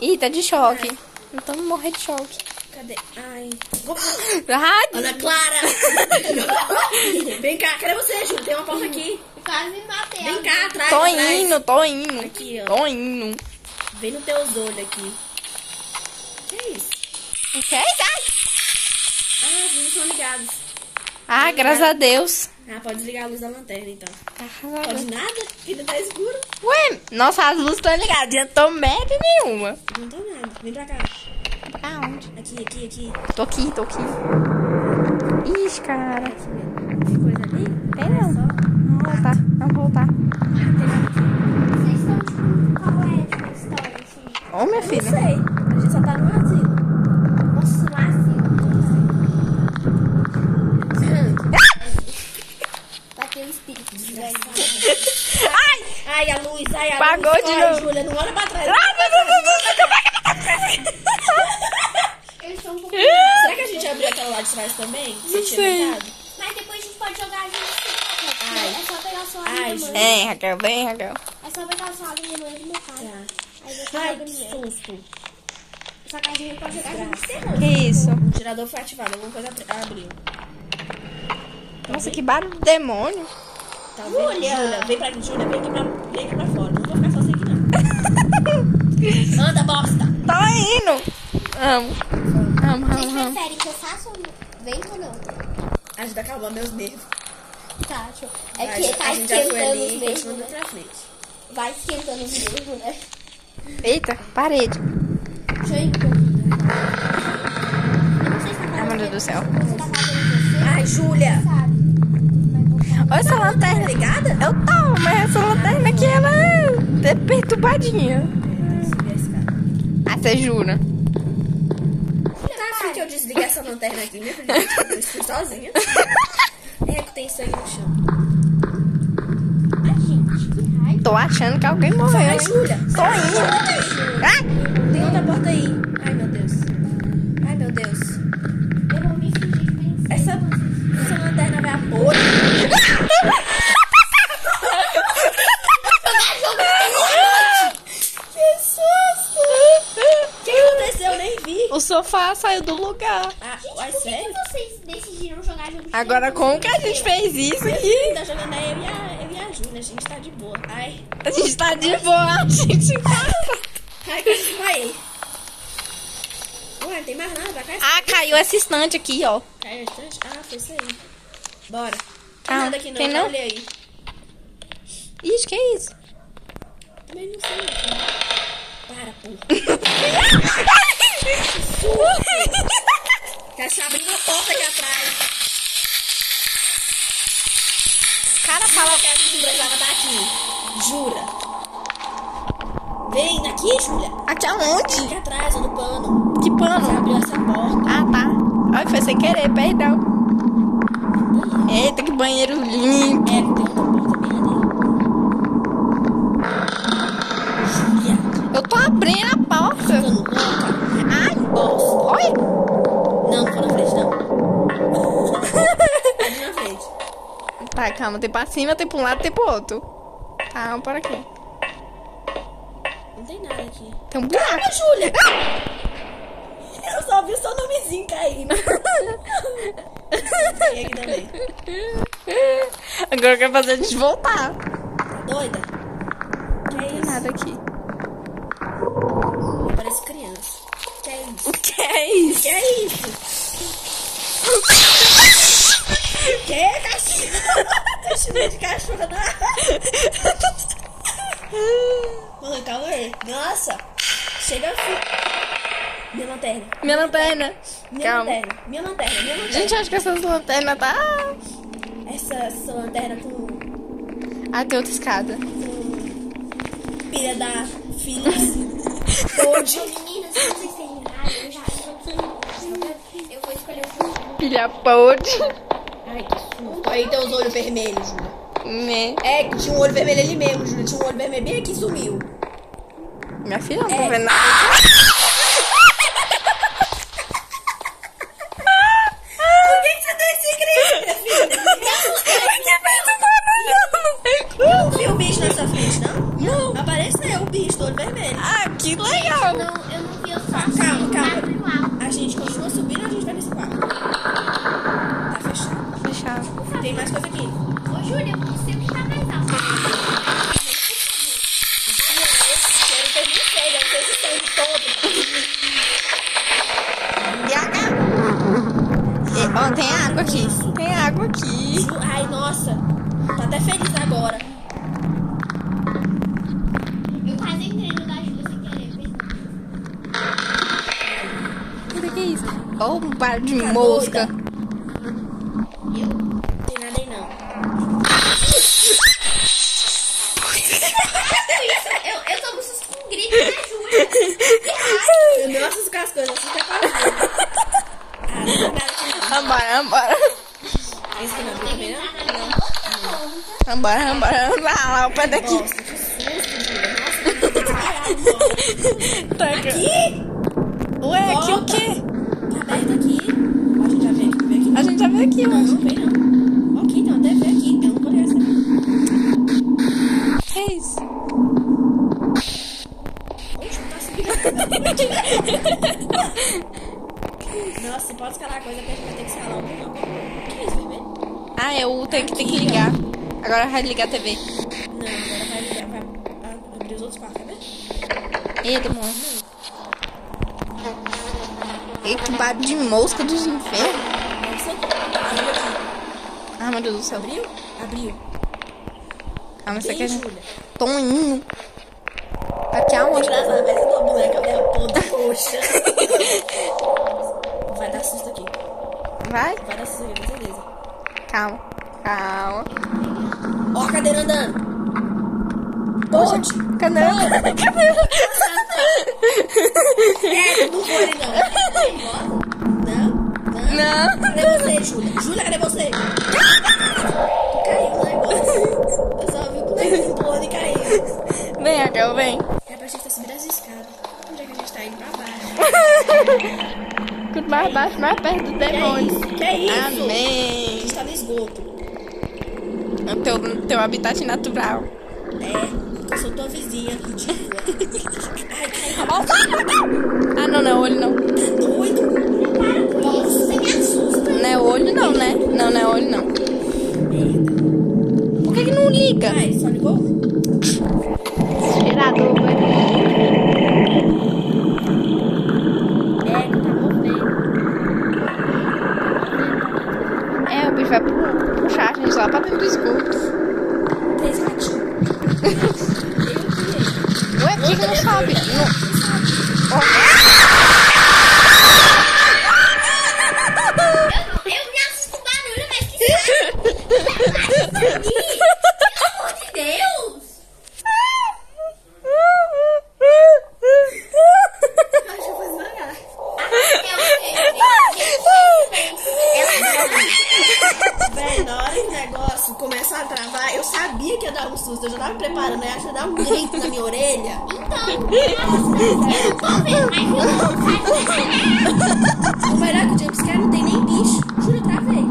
[SPEAKER 2] Ih, tá de choque. Então vou morrer de choque.
[SPEAKER 1] Cadê? Ai.
[SPEAKER 2] Ah, <laughs>
[SPEAKER 1] Ana Clara! Vem cá, cadê você, Ju? Tem uma porta aqui.
[SPEAKER 4] Quase me bateu.
[SPEAKER 1] Vem cá, atrás.
[SPEAKER 2] tô
[SPEAKER 1] atrás.
[SPEAKER 2] indo, tô indo.
[SPEAKER 1] Aqui, ó.
[SPEAKER 2] Tô indo.
[SPEAKER 1] Vem nos teus olhos aqui. Que isso?
[SPEAKER 2] O que é
[SPEAKER 1] tá.
[SPEAKER 2] isso?
[SPEAKER 1] Ah, os livros são ligados.
[SPEAKER 2] Ah, graças a Deus.
[SPEAKER 1] Ah, pode desligar a luz da lanterna, então.
[SPEAKER 2] Graças a
[SPEAKER 1] Pode
[SPEAKER 2] Deus.
[SPEAKER 1] nada, que ainda tá escuro.
[SPEAKER 2] Ué, nossa, as luzes estão ligadas. Eu não tô merda nenhuma.
[SPEAKER 1] Não tô nada. Vem pra cá.
[SPEAKER 2] Pra onde?
[SPEAKER 1] Aqui, aqui, aqui.
[SPEAKER 2] Tô aqui, tô aqui. Ixi, cara.
[SPEAKER 1] Tem coisa ali?
[SPEAKER 2] Tem não. Vamos voltar, vamos voltar.
[SPEAKER 4] Vocês estão, tipo, qual é tipo, a história, assim?
[SPEAKER 2] Ô, minha
[SPEAKER 1] Não
[SPEAKER 2] filha.
[SPEAKER 1] sei. A gente só tá no asilo.
[SPEAKER 4] Nossa, lá, assim, <coughs> bateu o espírito de velho.
[SPEAKER 2] Ai!
[SPEAKER 1] Ai, a luz, ai, a
[SPEAKER 2] Apagou
[SPEAKER 1] luz.
[SPEAKER 2] de
[SPEAKER 1] Ai,
[SPEAKER 2] novo. Ah!
[SPEAKER 1] Júlia, não olha pra trás.
[SPEAKER 2] Ai, meu Deus, meu Deus, meu Deus, como é que tá fazendo?
[SPEAKER 4] Eu estou um <coughs> pouco...
[SPEAKER 1] Será que a gente abriu aquela lá de trás também? Você tinha
[SPEAKER 2] sei.
[SPEAKER 1] ligado?
[SPEAKER 4] Mas depois a gente pode jogar junto. assim, tá bom?
[SPEAKER 1] Ai.
[SPEAKER 4] É só pegar sua
[SPEAKER 1] Ai,
[SPEAKER 4] arma,
[SPEAKER 1] gente.
[SPEAKER 4] mãe.
[SPEAKER 2] Vem, Raquel, vem, Raquel.
[SPEAKER 4] É só pegar sua arma, minha mãe e do meu pai. Aí você
[SPEAKER 1] Tá. Ai,
[SPEAKER 4] joga
[SPEAKER 1] que
[SPEAKER 4] no meu.
[SPEAKER 1] susto.
[SPEAKER 4] Só que a gente pode jogar junto.
[SPEAKER 1] Graças.
[SPEAKER 2] Que isso?
[SPEAKER 1] O gerador foi ativado, alguma coisa abri- abriu.
[SPEAKER 2] Nossa, que barulho do demônio.
[SPEAKER 1] Tá vendo? Júlia, vem pra Júlia, vem aqui pra, vem aqui pra fora. Não vou ficar sozinha aqui, não. Anda, bosta!
[SPEAKER 2] Tô indo. Amo. Amo,
[SPEAKER 4] Vocês
[SPEAKER 2] amo, amo.
[SPEAKER 4] preferem que eu faça ou não? Vem ou não?
[SPEAKER 1] Ajuda a calmar meus nervos.
[SPEAKER 4] Tá, tipo, é
[SPEAKER 1] Vai,
[SPEAKER 4] porque tá
[SPEAKER 1] a gente já foi
[SPEAKER 4] esquentando
[SPEAKER 1] ali
[SPEAKER 4] os
[SPEAKER 1] e continua
[SPEAKER 4] mesmos,
[SPEAKER 1] indo
[SPEAKER 4] né?
[SPEAKER 1] pra frente.
[SPEAKER 4] Vai esquentando os mesmos, né?
[SPEAKER 2] Eita, parede.
[SPEAKER 4] Deixa eu ir um pouquinho. Eu não sei se tá
[SPEAKER 2] Ai, meu Deus do céu.
[SPEAKER 4] fazendo- Você tá fazendo
[SPEAKER 1] Ai, Júlia!
[SPEAKER 4] você, sabe? Mas não tá.
[SPEAKER 2] Olha essa lanterna.
[SPEAKER 1] Ligada?
[SPEAKER 2] Eu tô, mas essa lanterna aqui, ela é- é perturbadinha.
[SPEAKER 1] Subir a escada.
[SPEAKER 2] Ah, você jura?
[SPEAKER 1] Tá afim que eu desligue essa lanterna aqui, minha filha? Eu estou
[SPEAKER 4] <laughs>
[SPEAKER 1] sozinha. É que tem sangue no chão.
[SPEAKER 4] Ai, gente, que raiva.
[SPEAKER 2] Tô achando que alguém morreu,
[SPEAKER 1] Ai,
[SPEAKER 2] <laughs> hein?
[SPEAKER 1] Júlia!
[SPEAKER 2] Tô indo. Ai,
[SPEAKER 1] Tem outra porta aí. Ai, meu Deus. Ai, meu Deus.
[SPEAKER 4] Eu vou me fingir de princesa.
[SPEAKER 1] Essa, essa lanterna vai a
[SPEAKER 4] <laughs>
[SPEAKER 1] porra.
[SPEAKER 2] que susto.
[SPEAKER 1] O que aconteceu? Eu nem vi.
[SPEAKER 2] O sofá saiu do lugar.
[SPEAKER 1] Ah,
[SPEAKER 4] Gente,
[SPEAKER 1] ai,
[SPEAKER 4] por que que
[SPEAKER 1] sério?
[SPEAKER 4] vocês decidiram jogar jogo de
[SPEAKER 2] Agora,
[SPEAKER 4] tempo?
[SPEAKER 2] como que a gente fez isso aqui?
[SPEAKER 1] Tá jogando aí eu e a, eu e a Júlia, a gente tá de boa. Ai,
[SPEAKER 2] A gente tá de boa, a gente tá...
[SPEAKER 1] ai que eu desmaiei. Ué, não tem mais nada pra cá?
[SPEAKER 2] Ah, caiu essa estante aqui, ó.
[SPEAKER 1] Caiu a estante? Ah, foi isso aí. Bora. Tem
[SPEAKER 2] Ah,
[SPEAKER 1] nada aqui não,
[SPEAKER 2] tem não?
[SPEAKER 1] olha aí.
[SPEAKER 2] Ixi, que isso?
[SPEAKER 1] Também não sei. Para,
[SPEAKER 2] <laughs>
[SPEAKER 1] porra. Tá se abrindo a porta aqui atrás.
[SPEAKER 2] cara fala.
[SPEAKER 1] Que a gente precisava estar aqui. Jura. Vem daqui, Júlia.
[SPEAKER 2] Aqui aonde?
[SPEAKER 1] Aqui atrás, ó, no pano.
[SPEAKER 2] Que
[SPEAKER 1] Você
[SPEAKER 2] pano?
[SPEAKER 1] abriu essa porta.
[SPEAKER 2] Ah, tá. Ai, foi sem querer, perdão. Eita, que banheiro lindo.
[SPEAKER 1] É, tem outra porta bem ali. Júlia.
[SPEAKER 2] Eu tô abrindo a porta.
[SPEAKER 1] Ficando louca.
[SPEAKER 2] Ai, oi.
[SPEAKER 1] Não, não foi na frente, não. Ali na frente.
[SPEAKER 2] Tá, calma, tem pra cima, tem pra um lado, tem pro outro. Tá, vamos por aqui.
[SPEAKER 1] Não tem nada aqui.
[SPEAKER 2] Tem um buraco.
[SPEAKER 1] Júlia! <laughs> Eu só vi o seu nomezinho <laughs> caindo. Tem aqui também.
[SPEAKER 2] Agora eu quero fazer a gente voltar.
[SPEAKER 1] Doida? Que
[SPEAKER 2] Tem
[SPEAKER 1] isso?
[SPEAKER 2] nada aqui.
[SPEAKER 1] Parece criança. Que é isso?
[SPEAKER 2] O que é isso?
[SPEAKER 1] Que é isso? que cachorro? Tô chamando de cachorro né? não. Mano, calma aí. Nossa. Chega a fi... Minha lanterna.
[SPEAKER 2] Minha lanterna.
[SPEAKER 1] Minha
[SPEAKER 2] Calma.
[SPEAKER 1] lanterna. Minha lanterna. Minha lanterna.
[SPEAKER 2] Gente, eu acho que essas lanternas tá.
[SPEAKER 1] Essa, essa lanterna com...
[SPEAKER 2] Ah, tem outra escada.
[SPEAKER 1] Filha da Philips.
[SPEAKER 4] Ô, Meninas, se vocês terminarem, eu já eu vou escolher o filme.
[SPEAKER 2] Pilha podre.
[SPEAKER 1] Ai, que susto. Aí tem os olhos vermelhos, Júlia.
[SPEAKER 2] Né?
[SPEAKER 1] É, que tinha um olho vermelho ali mesmo, Júlia. Tinha um olho vermelho bem aqui e sumiu.
[SPEAKER 2] Minha filha não
[SPEAKER 1] É.
[SPEAKER 2] tá vendo nada.
[SPEAKER 1] Por que que você tem esse grito, minha filha?
[SPEAKER 2] Que fez um barulhão,
[SPEAKER 1] Não vi o bicho na sua frente, não? Não. Apareceu o bicho do olho vermelho.
[SPEAKER 2] Ah, que legal.
[SPEAKER 4] Não, eu não vi, eu só
[SPEAKER 1] Calma, calma.
[SPEAKER 4] abri o álbum.
[SPEAKER 1] A gente continua subindo ou a gente vai nesse quarto? Tá fechado.
[SPEAKER 2] Fechar.
[SPEAKER 1] Tem mais coisa aqui.
[SPEAKER 4] Ô, Júlia, você que tá mais alto.
[SPEAKER 1] Quero ter muito cheiro, eu sei que tem todo.
[SPEAKER 2] BH. É, Ó, tem água aqui. Tem água aqui.
[SPEAKER 1] Ju- Ai, nossa. Tá até feliz agora.
[SPEAKER 4] Eu quase entrei no da Júlia sem querer, perdão.
[SPEAKER 2] O que que é isso? Ó, um par de
[SPEAKER 1] Tá
[SPEAKER 2] mosca.
[SPEAKER 1] doida? Não tem nada aí, não.
[SPEAKER 4] Eu, eu tô com um susto com o grito da Júlia.
[SPEAKER 1] Eu não assusto com as coisas, eu assusto com a palavra. Ah, não tem nada aqui, não.
[SPEAKER 2] Ambara, ambara.
[SPEAKER 1] Ah, isso aqui não,
[SPEAKER 4] Tem que
[SPEAKER 1] também não.
[SPEAKER 4] entrar na minha outra
[SPEAKER 2] Ambara, ambara. Lá, lá, o pé daqui.
[SPEAKER 1] Nossa, que susto, Júlia. Nossa, que susto. Caralho, mano.
[SPEAKER 2] Tá aqui.
[SPEAKER 1] Ih,
[SPEAKER 2] Ué, aqui É o
[SPEAKER 1] Volta.
[SPEAKER 2] quê?
[SPEAKER 1] Tá aberto aqui. Ó, A gente já veio aqui, veio aqui.
[SPEAKER 2] A gente já veio aqui,
[SPEAKER 1] Não,
[SPEAKER 2] mano.
[SPEAKER 1] não vem não. Ok, então até vem aqui, eu não tô nessa.
[SPEAKER 2] Que é isso?
[SPEAKER 1] Oxe, tá subindo. Nossa, se pode escalar a coisa que a gente vai ter que escalar algum não. Que isso, vermelho?
[SPEAKER 2] Ah, é o tem que tem que ligar. Agora vai ligar a TV.
[SPEAKER 1] Não, agora vai ligar, vai ah, abrir os outros quartos, tá vendo?
[SPEAKER 2] Ele, mano. E que um barulho de mosca dos infernos.
[SPEAKER 1] Nossa, abriu aqui.
[SPEAKER 2] Ah, meu Deus do céu.
[SPEAKER 1] Abriu? Abriu.
[SPEAKER 2] Ah, mas isso aqui
[SPEAKER 1] Quem,
[SPEAKER 2] é gente...
[SPEAKER 1] Júlia?
[SPEAKER 2] Toninho. Aqui aonde?
[SPEAKER 1] Engraçado, mas essa boneca dela toda
[SPEAKER 2] <laughs>
[SPEAKER 1] roxa. Vai dar susto aqui.
[SPEAKER 2] Vai?
[SPEAKER 1] Vai dar susto aqui, com certeza.
[SPEAKER 2] Calma. Calma.
[SPEAKER 1] Ó a cadeira andando. tipo, Pode.
[SPEAKER 2] Canela. Canela.
[SPEAKER 1] É, não foi ele não. Não, não.
[SPEAKER 2] <laughs> Não.
[SPEAKER 1] Cadê você, Júlia? Júlia, cadê você? Caiu o negócio. Eu só vi é o bonequinho pulando e caiu.
[SPEAKER 2] Vem, Raquel, vem.
[SPEAKER 1] É pra gente tá subindo as escadas. Onde é que a gente tá indo pra baixo?
[SPEAKER 2] Quanto mais baixo, mais perto do demônio.
[SPEAKER 1] Que é isso? A
[SPEAKER 2] Amém.
[SPEAKER 1] gente tá no esgoto.
[SPEAKER 2] O Teu, teu habitat natural.
[SPEAKER 1] É, eu sou tua vizinha, ridícula. Ai, que
[SPEAKER 2] Ó, vai, Raquel. Ah, não, não é olho, não.
[SPEAKER 1] tá doido.
[SPEAKER 4] Para com isso, você me assusta.
[SPEAKER 2] Não é olho, não, né? Não, não é olho, não. Por que, que não liga?
[SPEAKER 1] Ai, só ligou?
[SPEAKER 2] Gerador, né? tá
[SPEAKER 4] É, tá bom, velho.
[SPEAKER 2] É, o bicho vai pu- puxar a gente lá pra dentro do esgoto.
[SPEAKER 1] Três gatinhos.
[SPEAKER 2] Ué, por que, que não sobe? Não.
[SPEAKER 4] Eu, eu me assusto com um barulho, mas que saco. Pelo amor de Deus.
[SPEAKER 1] Véi, na hora que o negócio começou a travar, eu sabia que ia dar um susto. Eu já tava me preparando. Eu acho que ia dar um grito na minha orelha. O melhor que o jumpscare não tem nem bicho. Juro, eu travei.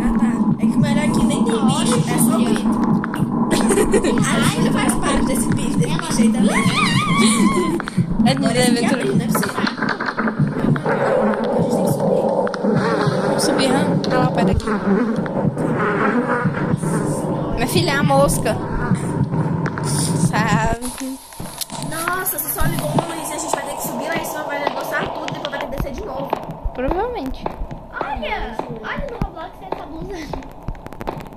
[SPEAKER 1] Ah, tá. É que o melhor que nem tem bicho, é só grito. A Júlia faz parte desse bicho, desse né? bicho aí também.
[SPEAKER 2] É de
[SPEAKER 1] Parece que
[SPEAKER 2] aventura.
[SPEAKER 1] abriu, não é possível. A gente tem que subir.
[SPEAKER 2] Subir, hã? Olha tá lá o pé daqui. Minha filha, é a mosca. tá.
[SPEAKER 1] Nossa, se só ligou uma luz, a gente vai ter que subir lá em cima, vai negociar tudo, depois vai ter que descer de novo.
[SPEAKER 2] Provavelmente.
[SPEAKER 4] Olha! Olha no Roblox é essa blusa.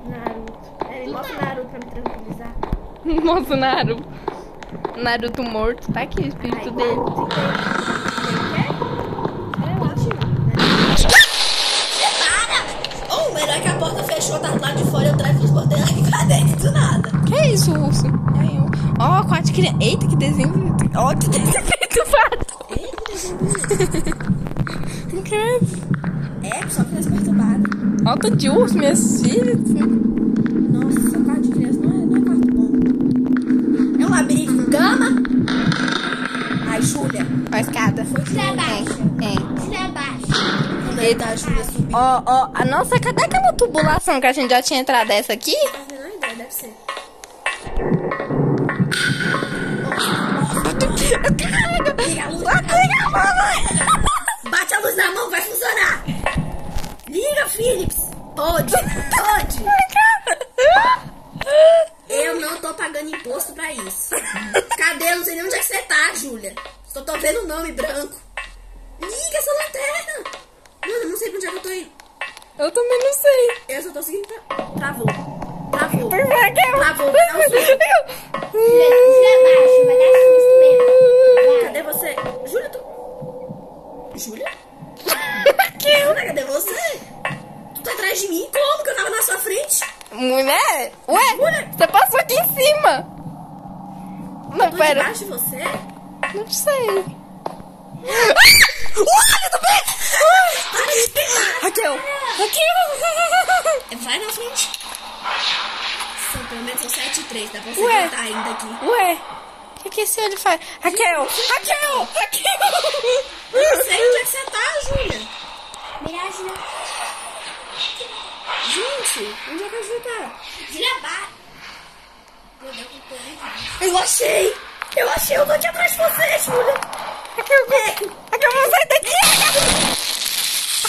[SPEAKER 1] Naruto. É, ele mostra o Naruto pra
[SPEAKER 2] <laughs>
[SPEAKER 1] me tranquilizar.
[SPEAKER 2] Nossa, Naruto. Naruto morto. Tá aqui o espírito dele.
[SPEAKER 1] Para! Ou melhor que a porta fechou, tá do lado de fora, eu transportei lá aqui pra dentro do nada.
[SPEAKER 2] Que isso, urso? Ai, eu- Ó, quatro crianças. Eita, que desenho. bonito. Ó, que desenho <laughs> feito fato. Incrível.
[SPEAKER 1] É, só criança perturbada.
[SPEAKER 2] Ó, o tanto de urso, minhas filhas.
[SPEAKER 1] Nossa, quarto de criança não é, não é quarto bom. É um labirinto com cama. Ai, Júlia.
[SPEAKER 2] Ó, a escada.
[SPEAKER 4] Pra baixo.
[SPEAKER 2] É.
[SPEAKER 4] Pra baixo.
[SPEAKER 1] Quando é que tá a Júlia subindo?
[SPEAKER 2] Ó, ó, a nossa, cadê aquela tubulação que a gente já tinha entrado essa
[SPEAKER 1] <laughs>
[SPEAKER 2] aqui?
[SPEAKER 1] Não tenho a menor ideia, é deve ser.
[SPEAKER 2] Caraca!
[SPEAKER 1] Liga a luz.
[SPEAKER 2] Liga a mamãe!
[SPEAKER 1] Bate a luz na mão, vai funcionar. Liga, Philips.
[SPEAKER 2] Tá,
[SPEAKER 1] Pode, pode. Eu não tô pagando imposto pra isso. Cadê? Não sei nem onde é que você tá, Júlia. Só tô vendo o nome branco. Liga essa lanterna. Mano, eu não sei pra onde é que eu tô indo.
[SPEAKER 2] Eu também não sei.
[SPEAKER 1] Eu só tô seguindo pra... Travou. Travou.
[SPEAKER 2] Por favor, que <laughs> eu-
[SPEAKER 1] Travou, vai dar um
[SPEAKER 4] baixo, vai dar susto mesmo.
[SPEAKER 1] Cadê você? Júlia, tu... Júlia?
[SPEAKER 2] <laughs> Que-
[SPEAKER 1] Júlia, cadê você? Tu tá atrás de mim? Como que eu tava na sua frente?
[SPEAKER 2] Mulher? Ué, você passou aqui em cima. Não,
[SPEAKER 1] Tô
[SPEAKER 2] pera.
[SPEAKER 1] debaixo de você?
[SPEAKER 2] Não sei. Ah! Uai, eu tô bem!
[SPEAKER 1] Para de pegar!
[SPEAKER 2] Raquel! Raquel!
[SPEAKER 1] Vai na frente. São pelo menos são 7 e 3, dá pra você
[SPEAKER 2] Ué.
[SPEAKER 1] voltar ainda aqui.
[SPEAKER 2] Ué, o que que esse olho faz? Raquel! Raquel!
[SPEAKER 1] Eu não
[SPEAKER 2] Raquel!
[SPEAKER 1] sei onde é que você tá, Júlia.
[SPEAKER 4] Virar, girar.
[SPEAKER 1] Gente, onde é que a Júlia tá?
[SPEAKER 4] Gira baixo. Meu Deus, que porra.
[SPEAKER 1] Eu achei! Eu achei, eu tô aqui atrás de você, Júlia!
[SPEAKER 2] Raquel, Raquel, vamos sair daqui!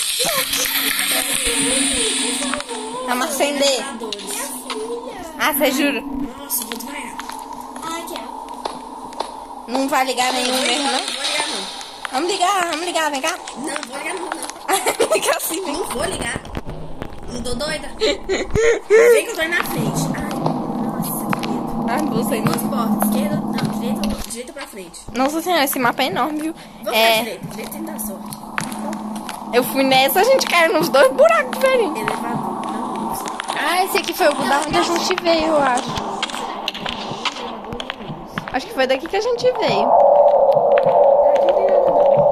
[SPEAKER 2] Vamos acender. Ah, você jura?
[SPEAKER 1] Nossa, eu vou desmaiar.
[SPEAKER 4] Ai, que é. ó.
[SPEAKER 2] Não vai ligar nenhum
[SPEAKER 1] Não,
[SPEAKER 2] mesmo,
[SPEAKER 1] não
[SPEAKER 2] não?
[SPEAKER 1] vou ligar, não.
[SPEAKER 2] Vamos ligar, vamos ligar, vem cá.
[SPEAKER 1] Não, vou ligar, não, não.
[SPEAKER 2] Liga assim, <laughs> vem.
[SPEAKER 1] Não vou ligar. Não tô doida? Vem que eu tô aí na frente. Ai, nossa, que medo.
[SPEAKER 2] Ai, Ah, não vou sair, não.
[SPEAKER 1] Duas portas, esquerda, não, direita, direita pra frente.
[SPEAKER 2] Nossa senhora, esse mapa é enorme, viu?
[SPEAKER 1] Vamos pra
[SPEAKER 2] É,
[SPEAKER 1] direita, direita tem que dar sorte.
[SPEAKER 2] eu fui nessa, a gente caiu nos dois buracos diferentes.
[SPEAKER 1] Elevador, não, não.
[SPEAKER 2] Ah, esse aqui foi o da onde a gente veio, eu acho. Acho que foi daqui que a gente veio.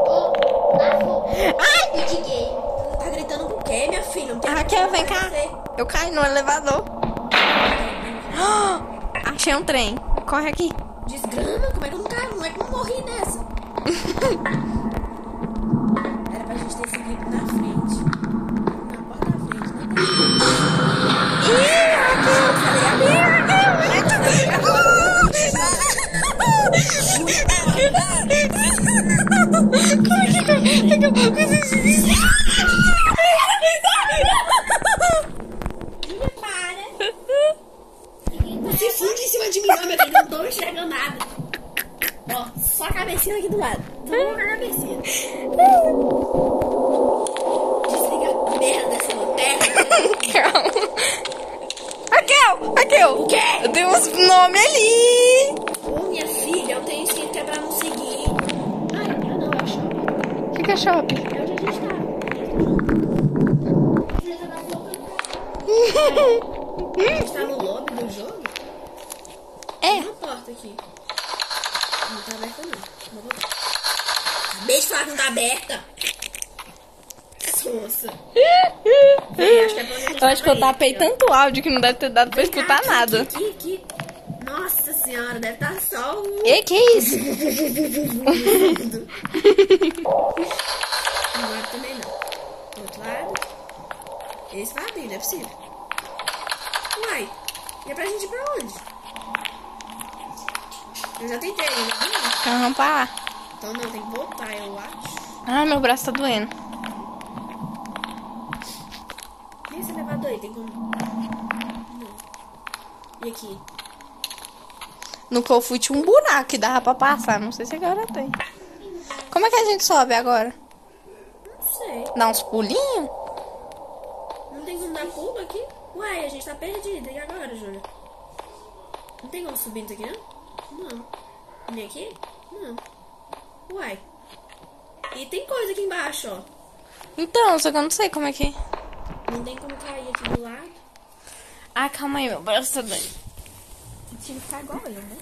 [SPEAKER 4] Ô, lá foi.
[SPEAKER 2] Ai!
[SPEAKER 4] Eu diguei.
[SPEAKER 1] Tá gritando com quem, minha filha? tá Não tem
[SPEAKER 2] Raquel, vem cá.
[SPEAKER 1] Você.
[SPEAKER 2] Eu caí no elevador. <gasps> Ah, Achei um trem. Corre aqui.
[SPEAKER 1] Desgrama? Como é que eu não caio? Como é que eu não morri <laughs> nessa? Era pra gente ter seguido na frente. Na porta da frente, né?
[SPEAKER 4] Júlia, para.
[SPEAKER 1] Se funde em cima de mim, não, meu filho. Eu não tô enxergando nada. Ó, só a cabecinha aqui do lado. Tô com a cabecinha. Desliga a merda dessa lanterna.
[SPEAKER 2] Calma. Raquel, Raquel.
[SPEAKER 1] O quê?
[SPEAKER 2] Eu tenho uns nomes ali.
[SPEAKER 1] Ô, minha filha, eu tenho que é pra não seguir.
[SPEAKER 4] Ai, eu não, eu choro.
[SPEAKER 2] Fica shopping.
[SPEAKER 4] É onde a gente tá. Júlia, tá na boca.
[SPEAKER 1] A gente tá no lobby do jogo.
[SPEAKER 2] É.
[SPEAKER 1] Tem uma porta aqui. Não tá aberta, não. Não vou botar. Acabei de falar que não tá aberta. Sonsa. É, acho que é pra você
[SPEAKER 2] Eu acho que eu
[SPEAKER 1] escutar aí,
[SPEAKER 2] tapei
[SPEAKER 1] ó.
[SPEAKER 2] tanto áudio que não deve ter dado pra escutar
[SPEAKER 1] Aqui,
[SPEAKER 2] nada.
[SPEAKER 1] Aqui, aqui, aqui. Nossa senhora, deve estar só o...
[SPEAKER 2] E que isso?
[SPEAKER 1] Não abre também, não. Do outro lado. Esse vai abrir, não é possível. Uai, e é pra gente ir pra onde? Eu já tentei, né? não abriu, não.
[SPEAKER 2] Calma pra lá.
[SPEAKER 1] Então não, tem que voltar, eu acho.
[SPEAKER 2] Ah, meu braço tá doendo.
[SPEAKER 1] E é esse elevador aí, tem como... Não. E aqui?
[SPEAKER 2] No Cofut tinha um buraco que dava pra passar. Não sei se agora tem. Como é que a gente sobe agora?
[SPEAKER 1] Não sei.
[SPEAKER 2] Dá uns pulinhos?
[SPEAKER 1] Não tem como dar pulo aqui? Uai, a gente tá perdida. E agora, Júlia? Não tem como subir isso aqui, não? Não. Nem aqui? Não. Uai. E tem coisa aqui embaixo, ó.
[SPEAKER 2] Então, só que eu não sei como é que.
[SPEAKER 1] Não tem como cair aqui do lado.
[SPEAKER 2] Ah, calma aí, meu braço tá doendo.
[SPEAKER 3] Tinha que ficar igual eu, né?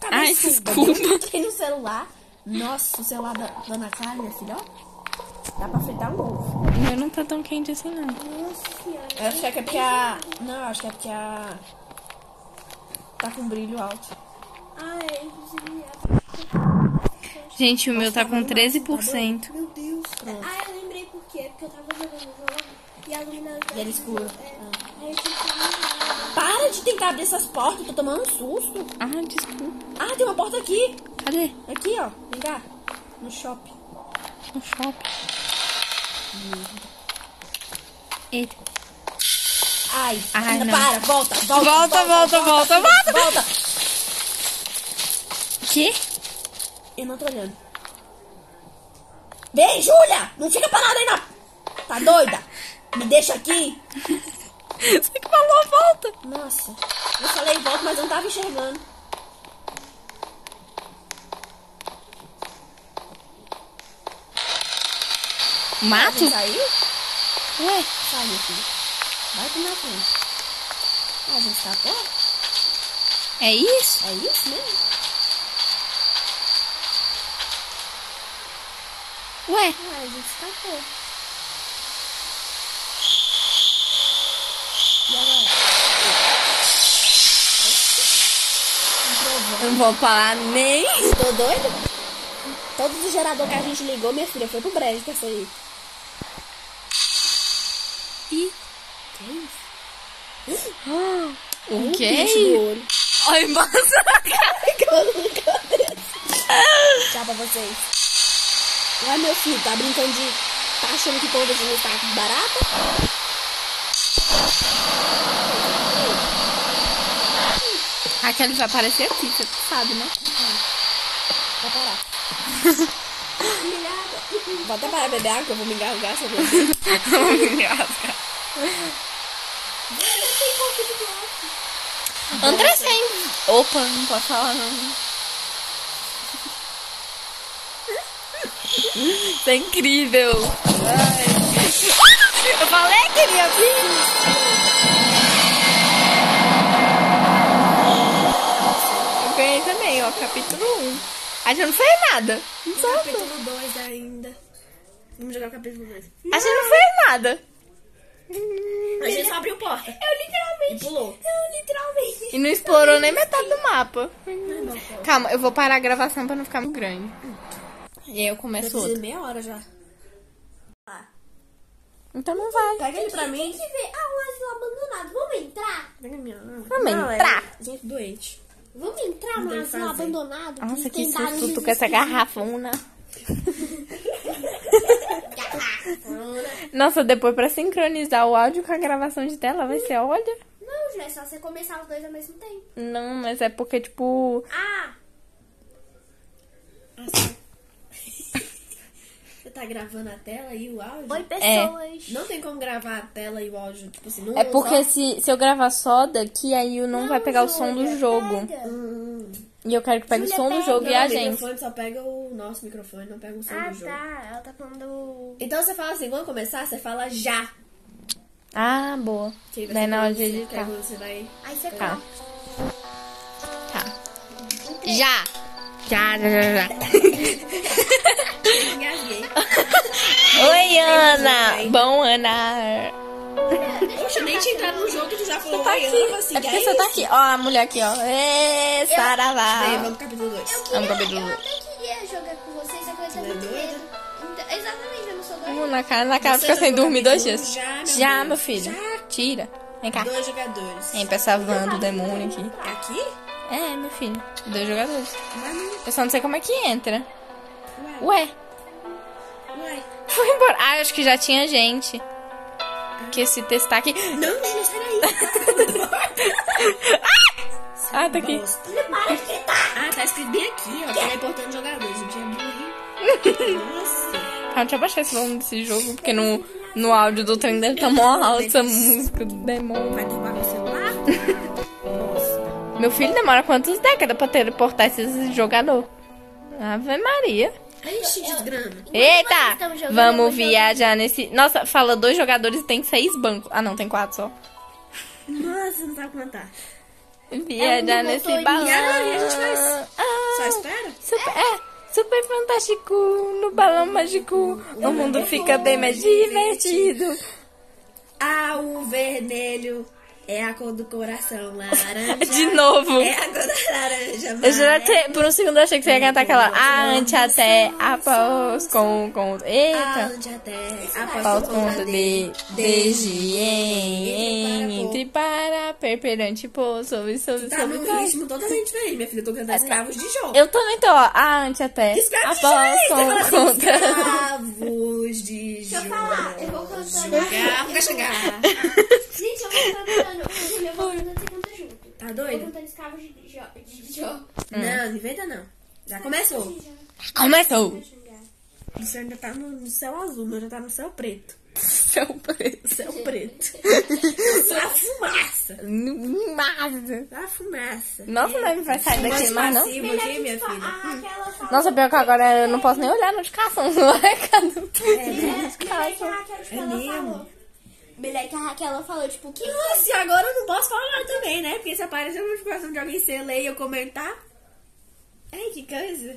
[SPEAKER 1] Tá
[SPEAKER 2] Ai,
[SPEAKER 3] <laughs>
[SPEAKER 2] desculpa.
[SPEAKER 3] Fiquei no celular. Nossa, o celular da da Ana Clara, minha filha, ó. Dá pra fritar um ovo.
[SPEAKER 2] Eu não tá tão quente assim, não.
[SPEAKER 4] Nossa senhora.
[SPEAKER 3] Eu acho que é porque a... Não, eu acho que é porque a... Tá com brilho alto.
[SPEAKER 4] Ai, inclusive. é.
[SPEAKER 2] Gente, o meu tá com 13%.
[SPEAKER 4] Meu Deus. Ah, eu lembrei por quê. Porque eu tava jogando o jogo e a lâmina.
[SPEAKER 3] E era escuro.
[SPEAKER 4] É. Aí eu tive que.
[SPEAKER 3] Para de tentar abrir essas portas, tô tomando um susto.
[SPEAKER 2] Ah, desculpa.
[SPEAKER 3] Ah, tem uma porta aqui.
[SPEAKER 2] Cadê?
[SPEAKER 3] Aqui, ó. Vem cá. No shopping.
[SPEAKER 2] No shopping. Eita.
[SPEAKER 3] Ai,
[SPEAKER 2] Ai,
[SPEAKER 3] ainda
[SPEAKER 2] não.
[SPEAKER 3] para, volta, volta.
[SPEAKER 2] Volta, volta, volta, volta.
[SPEAKER 3] Volta!
[SPEAKER 2] Que?
[SPEAKER 3] Eu não tô olhando. Vem, Júlia! Não fica parada aí, não! Tá doida? Me deixa aqui!
[SPEAKER 2] <laughs> Você que falou, volta.
[SPEAKER 3] Nossa, eu falei volta, mas eu não tava enxergando.
[SPEAKER 2] Mato?
[SPEAKER 3] Você saiu?
[SPEAKER 2] Ué.
[SPEAKER 3] Sai, meu filho. Vai pro meu frente. Ah, a gente escapou?
[SPEAKER 2] É isso?
[SPEAKER 3] É isso mesmo?
[SPEAKER 2] Ué.
[SPEAKER 3] É,
[SPEAKER 4] Ai, a gente
[SPEAKER 3] tá
[SPEAKER 4] escapou.
[SPEAKER 3] E agora?
[SPEAKER 2] Eu não vou falar nem.
[SPEAKER 3] Tô doida? Todos os geradores que a gente ligou, minha filha, foi pro brejo que essa aí.
[SPEAKER 2] Ih.
[SPEAKER 3] é <gasps>
[SPEAKER 2] Ah, O
[SPEAKER 3] Pinche Um do
[SPEAKER 2] que?
[SPEAKER 3] olho.
[SPEAKER 2] Olha, embaçou a cara.
[SPEAKER 3] Tchau pra vocês. Ué, meu filho, tá brincando de... Tá achando que todas as tá barata?
[SPEAKER 2] A Kelly vai aparecer aqui, você sabe, né?
[SPEAKER 1] <laughs>
[SPEAKER 3] Vai parar.
[SPEAKER 4] Obrigada.
[SPEAKER 3] Vou até parar de beber água, que eu vou me engasgar. sabe?
[SPEAKER 4] Eu sei qual que de bloco.
[SPEAKER 2] André sem. Opa, não pode falar não. Isso é incrível. Ai. Eu falei que ele ia vir. Eu ganhei também, ó, capítulo 1. A gente não fez nada. Não
[SPEAKER 1] E
[SPEAKER 2] sabe.
[SPEAKER 1] capítulo 2 ainda. Vamos jogar o capítulo 2.
[SPEAKER 2] A gente não fez nada.
[SPEAKER 1] A gente só abriu porta.
[SPEAKER 2] Eu literalmente
[SPEAKER 1] E pulou.
[SPEAKER 4] Eu literalmente.
[SPEAKER 2] E não explorou nem metade do mapa. Calma, eu vou parar a gravação pra não ficar muito grande. E aí eu começo
[SPEAKER 1] Fazer
[SPEAKER 2] outro.
[SPEAKER 1] meia hora já.
[SPEAKER 2] Então não vai.
[SPEAKER 1] Pega ele pra mim.
[SPEAKER 4] Tem que ver. Ah, um asilo abandonado. Vamos entrar?
[SPEAKER 1] Pega minha arma.
[SPEAKER 2] Vamos
[SPEAKER 1] Não, é
[SPEAKER 2] entrar.
[SPEAKER 1] Gente doente.
[SPEAKER 4] Vamos entrar
[SPEAKER 1] tem
[SPEAKER 4] no
[SPEAKER 1] o que
[SPEAKER 4] asilo
[SPEAKER 1] fazer.
[SPEAKER 4] abandonado?
[SPEAKER 2] Nossa, que
[SPEAKER 4] Tentar nos
[SPEAKER 2] susto com essa garrafona. Nossa, depois pra sincronizar o áudio com a gravação de tela, vai ser, olha.
[SPEAKER 4] Não, Ju, é só você começar os dois ao mesmo tempo.
[SPEAKER 2] Não, mas é porque, tipo.
[SPEAKER 4] Ah,
[SPEAKER 1] Você tá gravando a tela e o áudio?
[SPEAKER 2] É.
[SPEAKER 4] oi pessoas.
[SPEAKER 1] Não tem como gravar a tela e o áudio, tipo assim, não
[SPEAKER 2] É porque
[SPEAKER 1] só-
[SPEAKER 2] se, se eu gravar só daqui, aí eu não, vai pegar o som do
[SPEAKER 4] Júlia,
[SPEAKER 2] jogo.
[SPEAKER 4] pega.
[SPEAKER 1] Hum,
[SPEAKER 2] E eu quero que pegue o
[SPEAKER 4] Júlia,
[SPEAKER 2] som do
[SPEAKER 4] pega.
[SPEAKER 2] jogo e a
[SPEAKER 1] o
[SPEAKER 2] gente.
[SPEAKER 1] microfone só pega o nosso microfone, não pega o som
[SPEAKER 4] Ah,
[SPEAKER 1] do jogo.
[SPEAKER 4] tá. Ela tá falando.
[SPEAKER 1] Então você fala assim, vamos começar? Você fala já.
[SPEAKER 2] Ah, boa.
[SPEAKER 1] Que aí vai
[SPEAKER 2] Daí
[SPEAKER 1] ser
[SPEAKER 2] na hora de
[SPEAKER 1] quando você- assim, que aí
[SPEAKER 2] editar.
[SPEAKER 1] Você vai...
[SPEAKER 4] Aí você
[SPEAKER 2] Tá.
[SPEAKER 4] corta.
[SPEAKER 2] Tá. Já. Já, já, já, já.
[SPEAKER 1] Engasguei.
[SPEAKER 2] Oi, É Ana. Bom, Ana.
[SPEAKER 1] Poxa, nem te entrar no jogo, tu já falou.
[SPEAKER 2] Tá
[SPEAKER 1] "Oi,
[SPEAKER 2] aqui.
[SPEAKER 1] Ana", assim,
[SPEAKER 2] É porque
[SPEAKER 1] que
[SPEAKER 2] você
[SPEAKER 1] é
[SPEAKER 2] tá
[SPEAKER 1] isso?
[SPEAKER 2] aqui. Ó, a mulher aqui, ó. Ê,
[SPEAKER 1] Aí,
[SPEAKER 2] saravá.
[SPEAKER 1] vamos pro capítulo 2.
[SPEAKER 4] Eu,
[SPEAKER 2] Vamos,
[SPEAKER 4] queria,
[SPEAKER 2] Gabi,
[SPEAKER 4] eu até queria jogar com vocês, só que eu tenho muito medo. Então, exatamente, eu não sou doida.
[SPEAKER 2] Vamos na cara, na cara.
[SPEAKER 1] Você
[SPEAKER 2] Fica sem
[SPEAKER 1] jogou
[SPEAKER 2] dormir dois
[SPEAKER 1] capítulo
[SPEAKER 2] dias.
[SPEAKER 1] já, meu
[SPEAKER 2] Já,
[SPEAKER 1] Deus.
[SPEAKER 2] meu filho.
[SPEAKER 1] Já.
[SPEAKER 2] Tira. Vem cá.
[SPEAKER 1] Tá. Dois jogadores. Tá
[SPEAKER 2] Vem pra essa van do demônio aqui.
[SPEAKER 1] Aqui?
[SPEAKER 2] É, meu filho. Dois jogadores.
[SPEAKER 1] Mas não...
[SPEAKER 2] Eu só não sei como é que entra.
[SPEAKER 1] Ué,
[SPEAKER 2] Ué,
[SPEAKER 1] ué.
[SPEAKER 2] foi embora. Ah, eu acho que já tinha gente. Que se testar tá aqui.
[SPEAKER 1] Não, não, não, peraí.
[SPEAKER 2] Ah, tá aqui.
[SPEAKER 1] Bosta.
[SPEAKER 4] Não para de gritar.
[SPEAKER 1] Ah, tá escrito bem aqui, ó. Tá importando jogadores. O dia é burro, <laughs> hein? Nossa.
[SPEAKER 2] Ah, deixa eu baixar esse volume desse jogo, porque no, no áudio do trem deve tá mó alta essa música do demônio.
[SPEAKER 1] Vai derrubar meu celular? Nossa.
[SPEAKER 2] Meu filho demora quantas décadas pra teleportar esses jogador? Ave Maria.
[SPEAKER 1] Ixi, desgrama.
[SPEAKER 4] nós
[SPEAKER 2] Eita!
[SPEAKER 4] estamos jogando, eu vou
[SPEAKER 2] Vamos
[SPEAKER 4] jogar.
[SPEAKER 2] viajar nesse. Nossa, fala dois jogadores e tem seis bancos. Ah, não, tem quatro só.
[SPEAKER 1] Nossa, não sabe contar.
[SPEAKER 2] Viajar
[SPEAKER 4] um
[SPEAKER 2] nesse
[SPEAKER 4] motor
[SPEAKER 2] balão.
[SPEAKER 1] E agora, a gente faz? Só
[SPEAKER 2] Ah,
[SPEAKER 1] espera?
[SPEAKER 2] super, é, super fantástico. No balão mágico, o mundo fica bem mais divertido.
[SPEAKER 1] Ah, o vermelho é a cor do coração. Laranja
[SPEAKER 2] <laughs> De novo.
[SPEAKER 1] é a cor da laranja.
[SPEAKER 2] Eu já
[SPEAKER 1] amarelo.
[SPEAKER 2] até, por um segundo eu achei que você ia cantar aquela ante até após com com eita um
[SPEAKER 1] Aonde até a
[SPEAKER 2] após
[SPEAKER 1] pausa
[SPEAKER 2] conta de desde em entre para perperante pô sobre sobre
[SPEAKER 1] Tá
[SPEAKER 2] sobre É.
[SPEAKER 1] num ritmo totalmente diferente, minha filha. Eu tô cantando escravos de jogo.
[SPEAKER 2] eu também tô ó, ante até
[SPEAKER 1] Escravos de
[SPEAKER 2] após
[SPEAKER 1] jogo.
[SPEAKER 2] com conta
[SPEAKER 1] Escravos assim, de jogo.
[SPEAKER 4] Deixa eu falar. Eu vou cantando.
[SPEAKER 1] Jogar, nunca chegar.
[SPEAKER 4] Gente, eu vou cantando. Eu vou cantando, você canta junto.
[SPEAKER 1] Tá
[SPEAKER 4] Eu vou
[SPEAKER 1] doido?
[SPEAKER 4] cantando escravos de jo- de jogo.
[SPEAKER 2] Hum.
[SPEAKER 1] Não, não inventa não. Já começou.
[SPEAKER 2] começou
[SPEAKER 1] Você ainda tá no, no céu azul, mas já tá no céu preto.
[SPEAKER 2] seu preço
[SPEAKER 1] Céu
[SPEAKER 4] <laughs>
[SPEAKER 1] preto. Só a fumaça.
[SPEAKER 2] Nossa.
[SPEAKER 1] Só a fumaça.
[SPEAKER 2] nossa não vai sair daqui
[SPEAKER 1] Fumaça
[SPEAKER 2] mais não
[SPEAKER 1] passiva aqui, minha filha.
[SPEAKER 4] Ah, aquela sala.
[SPEAKER 2] nossa pior que agora eu não posso nem olhar a notificação <laughs> é, no recado
[SPEAKER 4] É, Melhor que a Raquel, tipo,
[SPEAKER 1] É
[SPEAKER 4] ela
[SPEAKER 1] mesmo?
[SPEAKER 4] falou. Melhor que a Raquel, ela falou, tipo, que
[SPEAKER 1] Nossa, e agora eu não posso falar também, né? Porque se aparecer uma notificação de alguém sem ler e eu comentar. Ai, que coisa.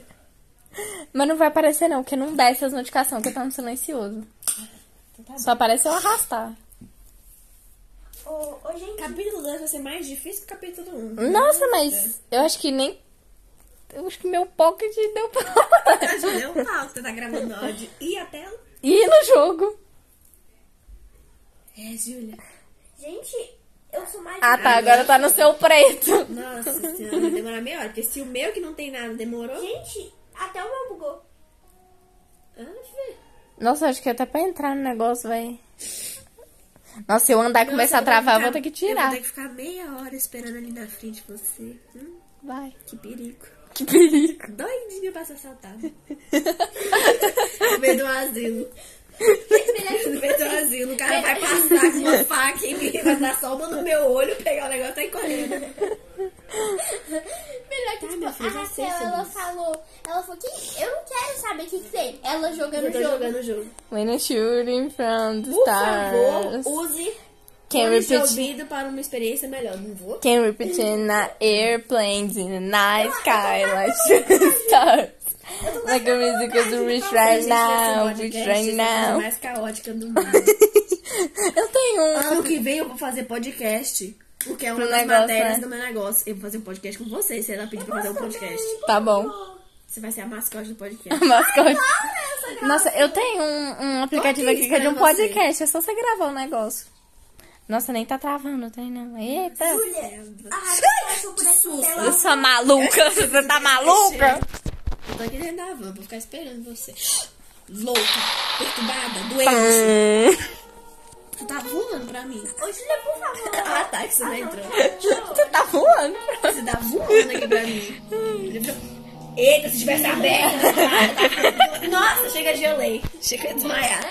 [SPEAKER 2] Mas não vai aparecer não, porque não dá essas notificações, porque tá no silencioso. Só aparece eu arrastar.
[SPEAKER 4] Ô, ô, gente,
[SPEAKER 1] Capítulo 2 vai ser mais difícil que o capítulo 1. Um.
[SPEAKER 2] Nossa, mas eu acho que nem... Eu acho que meu pocket deu pra... <laughs>
[SPEAKER 1] Deu falta, tá gravando áudio e a tela.
[SPEAKER 2] E no jogo.
[SPEAKER 1] É, Júlia.
[SPEAKER 4] gente, eu sou mais.
[SPEAKER 2] Ah tá, agora tá no seu preto.
[SPEAKER 1] Nossa senhora, vai demorar meia hora, porque se o meu que não tem nada demorou.
[SPEAKER 4] Gente, até o meu bugou.
[SPEAKER 1] <laughs> Ah, filha.
[SPEAKER 2] Nossa, acho que até pra entrar no negócio, véi. Nossa, se eu andar e começar a travar, eu vou ter que
[SPEAKER 1] Eu
[SPEAKER 2] tirar.
[SPEAKER 1] vou ter que ficar meia hora esperando ali na frente você. Hum,
[SPEAKER 2] Vai.
[SPEAKER 1] que perigo.
[SPEAKER 2] Que perigo.
[SPEAKER 1] <laughs> Doidinha pra ser assaltada. no meio do asilo. No meio do asilo, o
[SPEAKER 2] É.
[SPEAKER 1] cara vai passar com uma faca em mim, vai dar só uma no meu olho, pegar o negócio e sair correndo. Tá,
[SPEAKER 4] Melhor que tipo,
[SPEAKER 1] meu filho,
[SPEAKER 4] a
[SPEAKER 1] já sei
[SPEAKER 4] Raquel,
[SPEAKER 1] sobre
[SPEAKER 4] ela
[SPEAKER 1] isso.
[SPEAKER 4] falou, ela falou que eu não quero saber o que que tem. Ela jogando o
[SPEAKER 1] Eu tô
[SPEAKER 4] jogo.
[SPEAKER 1] jogando o jogo.
[SPEAKER 2] When you're shooting from the
[SPEAKER 1] Por
[SPEAKER 2] stars.
[SPEAKER 1] favor, use
[SPEAKER 2] Can
[SPEAKER 1] fone de
[SPEAKER 2] repeat.
[SPEAKER 1] ouvido para uma experiência melhor. Não vou?
[SPEAKER 2] Can repeat in the airplanes in the night sky like shooting stars. Like a music is rich right
[SPEAKER 1] Gente, tá
[SPEAKER 2] now,
[SPEAKER 1] esse
[SPEAKER 2] rich
[SPEAKER 1] podcast é
[SPEAKER 2] right
[SPEAKER 1] a coisa
[SPEAKER 2] now.
[SPEAKER 1] mais caótica do mundo.
[SPEAKER 2] Eu tenho um.
[SPEAKER 1] Ano que vem eu vou fazer podcast. Porque é uma
[SPEAKER 2] Pro
[SPEAKER 1] das
[SPEAKER 2] negócio,
[SPEAKER 1] matérias
[SPEAKER 2] né?
[SPEAKER 1] do meu negócio. Eu vou fazer um podcast com você, se ela pedir pra fazer um podcast.
[SPEAKER 2] Tá bom. <laughs>
[SPEAKER 1] Você vai ser a mascote do podcast.
[SPEAKER 2] Mascote.
[SPEAKER 4] Ah, Essa gra-
[SPEAKER 2] Nossa, eu tenho um, um aplicativo
[SPEAKER 1] Conta
[SPEAKER 2] aqui
[SPEAKER 1] isso
[SPEAKER 2] que é de
[SPEAKER 1] pra
[SPEAKER 2] um
[SPEAKER 1] você.
[SPEAKER 2] podcast. É só você gravar o negócio. Nossa, nem tá travando, tem não. Eita.
[SPEAKER 4] Mulher, a
[SPEAKER 1] <laughs>
[SPEAKER 4] Raquel passou por essa tela.
[SPEAKER 2] Eu sou maluca. Você tá maluca?
[SPEAKER 1] Eu tô aqui dentro da van, tá ah, vou ficar esperando você. Louca, perturbada, doente.
[SPEAKER 2] Hum.
[SPEAKER 1] Tu tá voando pra mim.
[SPEAKER 4] Ô, Julia, por favor.
[SPEAKER 1] <laughs> Ah, tá, que você não entrou.
[SPEAKER 2] Você tá voando?
[SPEAKER 1] Você tá voando aqui pra mim. Eita, se tivesse aberto. né, Nossa, chega de gelei. Chega de desmaiar.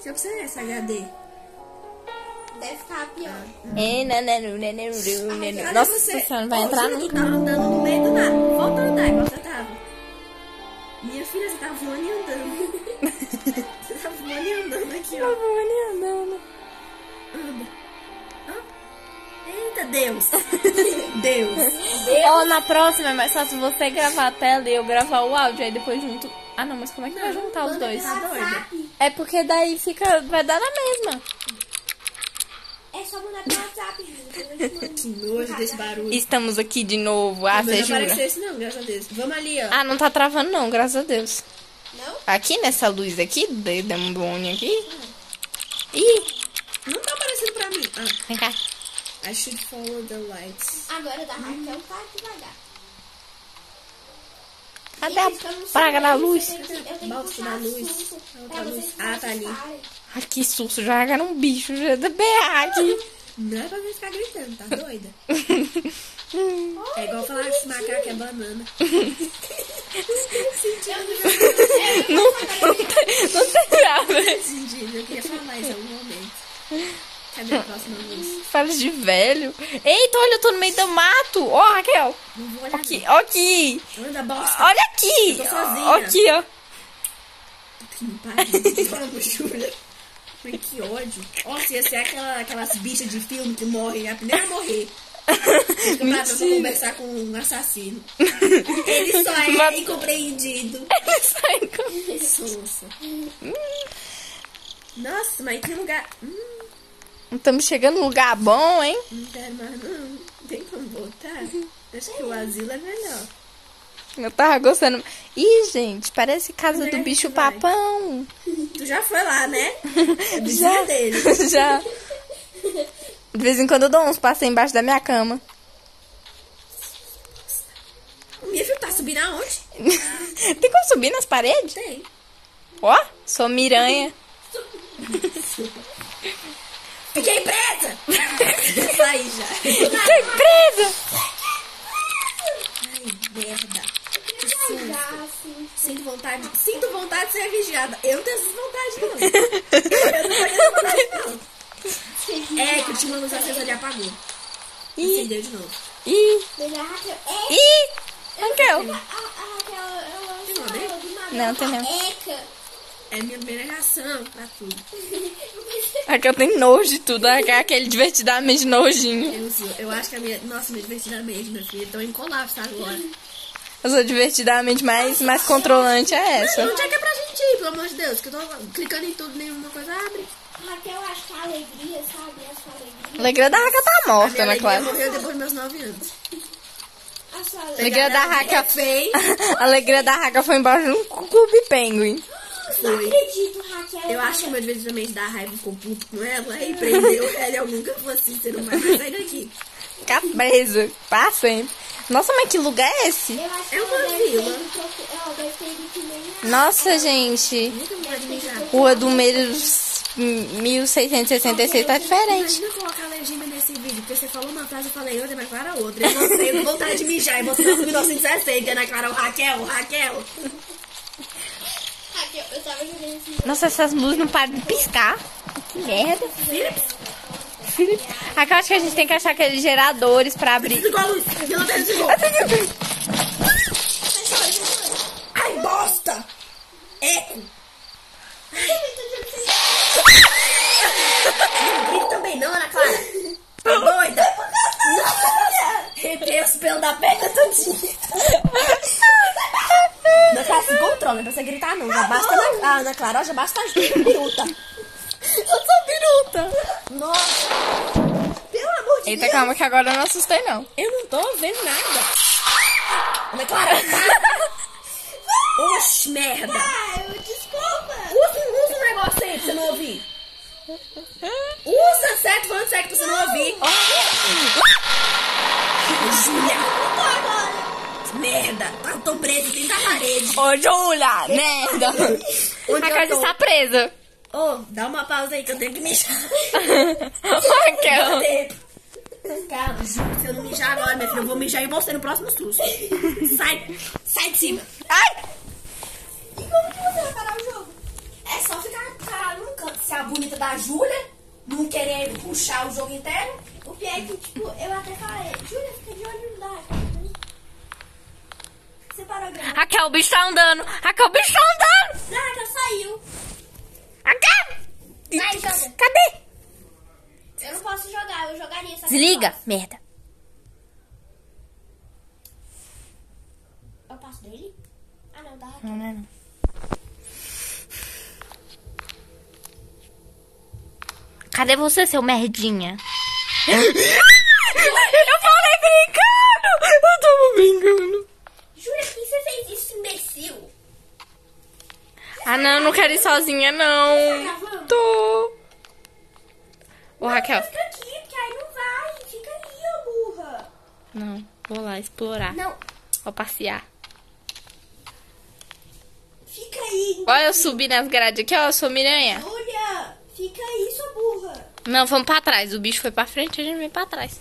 [SPEAKER 1] Se eu precisar essa HD.
[SPEAKER 4] Deve ficar pior.
[SPEAKER 2] Eh, nananu, nananu, nananu.
[SPEAKER 1] Olha
[SPEAKER 2] Nossa,
[SPEAKER 1] você,
[SPEAKER 2] você não vai entrar
[SPEAKER 1] não.
[SPEAKER 2] nunca.
[SPEAKER 1] Tu tá andando no meio do nada. Volta a andar igual você tava. Minha filha, você tá voando e andando.
[SPEAKER 2] <laughs>
[SPEAKER 1] você tá voando e andando aqui, ó.
[SPEAKER 2] Eu vou nem Tá andando.
[SPEAKER 1] Anda. Hã? Eita,
[SPEAKER 2] <laughs>
[SPEAKER 1] Deus. Deus.
[SPEAKER 2] Ou na próxima é mais fácil você gravar a tela e eu gravar o áudio, aí depois junto. Ah não, mas como é que vai juntar os dois?
[SPEAKER 1] Tá doida?
[SPEAKER 2] É porque daí fica. Vai dar na mesma.
[SPEAKER 4] É só mandar pelo WhatsApp, Julia.
[SPEAKER 1] <laughs> Que
[SPEAKER 4] um
[SPEAKER 1] nojo desse barulho.
[SPEAKER 2] Estamos aqui de novo. Ah, você
[SPEAKER 1] Mas não apareceu
[SPEAKER 2] jura?
[SPEAKER 1] isso não, graças a Deus. Vamos ali, ó.
[SPEAKER 2] Ah, não tá travando não, graças a Deus.
[SPEAKER 4] Não?
[SPEAKER 2] Aqui nessa luz aqui, de demônio aqui. Ih,
[SPEAKER 1] Não tá aparecendo pra mim. Ah,
[SPEAKER 2] vem cá.
[SPEAKER 1] I should follow the lights.
[SPEAKER 4] Agora da
[SPEAKER 1] Uhum.
[SPEAKER 4] Raquel tá devagar.
[SPEAKER 1] Tá
[SPEAKER 2] Cadê a praga da luz?
[SPEAKER 4] Eu tenho que
[SPEAKER 1] Balsa
[SPEAKER 4] puxar
[SPEAKER 1] da
[SPEAKER 4] a
[SPEAKER 1] luz.
[SPEAKER 4] susto
[SPEAKER 1] Outra
[SPEAKER 4] pra
[SPEAKER 1] luz.
[SPEAKER 4] vocês <laughs>
[SPEAKER 1] Ah, tá ali.
[SPEAKER 4] participarem.
[SPEAKER 2] <laughs> Ai, que susto, jogaram um bicho já da BA aqui.
[SPEAKER 1] Não é pra você ficar gritando, tá
[SPEAKER 2] <laughs>
[SPEAKER 1] doida? é igual falar que esse macaco é banana.
[SPEAKER 2] Não, não, tem- não tem nada.
[SPEAKER 1] Entendi, eu queria falar mais em algum momento. Cadê a próxima luz?
[SPEAKER 2] Fala de velho. Eita, olha, eu tô no meio do mato. Ó, Raquel.
[SPEAKER 1] Não vou olhar.
[SPEAKER 2] Aqui, ó aqui.
[SPEAKER 1] Anda, bosta.
[SPEAKER 2] Olha aqui.
[SPEAKER 1] Eu tô sozinha.
[SPEAKER 2] Ó aqui, ó.
[SPEAKER 1] Que me pariu. Fala pro Júlia. Ai, que ódio. Nossa, ia ser é aquela, aquelas bichas de filme que morrem, é a primeira
[SPEAKER 2] <laughs>
[SPEAKER 1] a morrer. Fica pra pra conversar com
[SPEAKER 2] <laughs>
[SPEAKER 1] um assassino. Ele só é
[SPEAKER 2] Mas-
[SPEAKER 1] incompreendido.
[SPEAKER 2] Ele sai com-
[SPEAKER 1] Nossa. Nossa, mas que lugar. Hum,
[SPEAKER 2] <laughs> Estamos chegando num lugar bom, hein?
[SPEAKER 1] não quero mais, não. Tem como voltar? Acho
[SPEAKER 2] Hum.
[SPEAKER 1] que o asilo é melhor.
[SPEAKER 2] Eu tava gostando. Ih, gente, parece casa
[SPEAKER 1] Onde é
[SPEAKER 2] do
[SPEAKER 1] que
[SPEAKER 2] bicho
[SPEAKER 1] vai?
[SPEAKER 2] papão. <laughs>
[SPEAKER 1] Tu já foi lá, <laughs> né? É vizinha dele.
[SPEAKER 2] Já. De vez em quando eu dou uns passeios embaixo da minha cama. <laughs>
[SPEAKER 1] Minha filha tá subindo aonde?
[SPEAKER 2] Tem como subir nas paredes?
[SPEAKER 1] Tem.
[SPEAKER 2] Ó, sou miranha.
[SPEAKER 1] Fiquei presa! <laughs> Saí Tá já.
[SPEAKER 2] Fiquei presa!
[SPEAKER 1] Ai, merda.
[SPEAKER 4] Já, assim.
[SPEAKER 1] Sinto vontade. Sinto vontade de ser vigiada. Eu não tenho essa vontade, não. Eu não tenho essa vontade, não. <laughs> É, que o Timão nos acessou de apagou.
[SPEAKER 2] Ih,
[SPEAKER 1] Acendeu de novo.
[SPEAKER 2] ih,
[SPEAKER 4] Beijar a Raquel. É,
[SPEAKER 2] ih! Raquel!
[SPEAKER 4] a, a Raquel, eu acho
[SPEAKER 1] Tem uma
[SPEAKER 4] que
[SPEAKER 1] vez?
[SPEAKER 4] ela do nada.
[SPEAKER 2] Não, tem não.
[SPEAKER 4] Eca. <laughs>
[SPEAKER 1] É minha primeira reação pra tudo.
[SPEAKER 2] Raquel tem nojo de tudo. né? Aquele divertidamente nojinho.
[SPEAKER 1] Eu, eu acho que a minha. Nossa, me divertidamente, minha filha. Estão em colapso agora.
[SPEAKER 2] Eu sou divertidamente mais, mais controlante é essa.
[SPEAKER 1] Onde é que é pra gente ir, pelo amor de Deus? Que eu tô clicando em tudo, nenhuma coisa abre.
[SPEAKER 4] Raquel, acho que é a alegria, sabe? A sua alegria.
[SPEAKER 2] Alegria da Raquel tá morta,
[SPEAKER 1] Minha
[SPEAKER 2] né,
[SPEAKER 1] alegria
[SPEAKER 2] claro?
[SPEAKER 1] morreu depois dos meus 9 anos.
[SPEAKER 4] A sua alegria.
[SPEAKER 2] Alegria da
[SPEAKER 1] É
[SPEAKER 2] Raquel.
[SPEAKER 1] feio.
[SPEAKER 2] A alegria da Raquel foi embaixo de um clube penguin.
[SPEAKER 4] Não acredito, Raquel.
[SPEAKER 1] Eu acho que o meu divertidamente da raiva ficou puto com ela e prendeu ela. Eu nunca vou assim, você não vai mais sair daqui.
[SPEAKER 2] Ficar presa. Pra sempre. Nossa, mas que lugar é esse?
[SPEAKER 4] Eu acho que
[SPEAKER 1] É uma
[SPEAKER 4] ela deve ter
[SPEAKER 1] vila.
[SPEAKER 4] ido procu- ela deve ter ido que nem a-
[SPEAKER 2] Nossa, gente.
[SPEAKER 1] Nunca vou admirar.
[SPEAKER 2] Rua do Meiro 1666 tá diferente.
[SPEAKER 1] Imagina colocar a legenda nesse vídeo, porque você falou uma frase, eu falei outra, mas para outra. Eu não sei, eu vou vontade de mijar. E você tá em 1960, Ana Clara, o Raquel, o Raquel.
[SPEAKER 4] Raquel, eu tava jogando esse jogo.
[SPEAKER 2] Nossa, essas luzes não param de piscar. Que merda.
[SPEAKER 1] Philips,
[SPEAKER 2] Raquel, acho que a gente tem que achar aqueles geradores pra abrir.
[SPEAKER 1] desligou a luz. Meu Deus, desligou. Ai, bosta. Eco. Não grita também não, Ana Clara. Tá doida? Arrepiei os pelos da perna todinha. Ana Clara, se controla, não precisa gritar não. Já basta a Ana Clara, ó, já basta a biruta.
[SPEAKER 2] Eu sou biruta.
[SPEAKER 1] Nossa. Pelo amor de
[SPEAKER 2] Eita,
[SPEAKER 1] Deus.
[SPEAKER 2] calma que agora eu não assustei, não.
[SPEAKER 1] Eu não tô vendo nada. Ana Clara. <laughs> Oxe, tá? merda.
[SPEAKER 4] Ah, eu desculpa.
[SPEAKER 1] Usa, usa um negócio aí pra você não ouvir. Usa certo, falando certo pra você não ouvir. Júlia,
[SPEAKER 4] Agora.
[SPEAKER 1] merda. tá Eu tô presa dentro da assim parede.
[SPEAKER 2] Ô, Júlia, merda.
[SPEAKER 1] <laughs> Onde eu
[SPEAKER 2] Raquel
[SPEAKER 1] tô?
[SPEAKER 2] está presa.
[SPEAKER 1] Ô, dá uma pausa aí que eu tenho que mijar.
[SPEAKER 2] Raquel.
[SPEAKER 1] Calma, Júlia, se eu não mijar agora, minha filha, eu vou mijar em você no próximo susto. Sai, sai de cima.
[SPEAKER 2] Ai,
[SPEAKER 4] E como que você vai parar o jogo?
[SPEAKER 1] É só ficar parado no canto. Se a bonita da Júlia não querer puxar o jogo inteiro,
[SPEAKER 4] O pior é que, tipo, eu até falei, Júlia, fica de olho lá. Você parou de olhar.
[SPEAKER 2] Raquel, o bicho tá andando. Raquel, o bicho tá andando. é
[SPEAKER 4] Nada, saiu.
[SPEAKER 2] Raquel.
[SPEAKER 4] Sai,
[SPEAKER 1] então.
[SPEAKER 4] joga.
[SPEAKER 2] Cadê?
[SPEAKER 4] Eu não posso jogar, eu jogaria essa
[SPEAKER 2] Desliga, merda.
[SPEAKER 4] Eu passo dele? Ah, não, dá.
[SPEAKER 2] Não, não é não. Cadê você, seu merdinha? <laughs> Eu falei brincando! Eu tava brincando.
[SPEAKER 4] Júlia, por que você fez isso, imbecil?
[SPEAKER 2] Ah, não, eu não quero ir sozinha,
[SPEAKER 4] Tá
[SPEAKER 2] não. Tô. Ô, Raquel.
[SPEAKER 4] Fica aqui, porque aí não vai. Fica aí, ô burra.
[SPEAKER 2] Não, vou lá explorar.
[SPEAKER 4] Não,
[SPEAKER 2] Vou passear.
[SPEAKER 4] fica aí,
[SPEAKER 2] Olha eu subi nas grades aqui, ó. Eu sou miranha.
[SPEAKER 4] Júlia. Fica aí, sua burra.
[SPEAKER 2] Não, vamos pra trás. O bicho foi pra frente, a gente vem pra trás.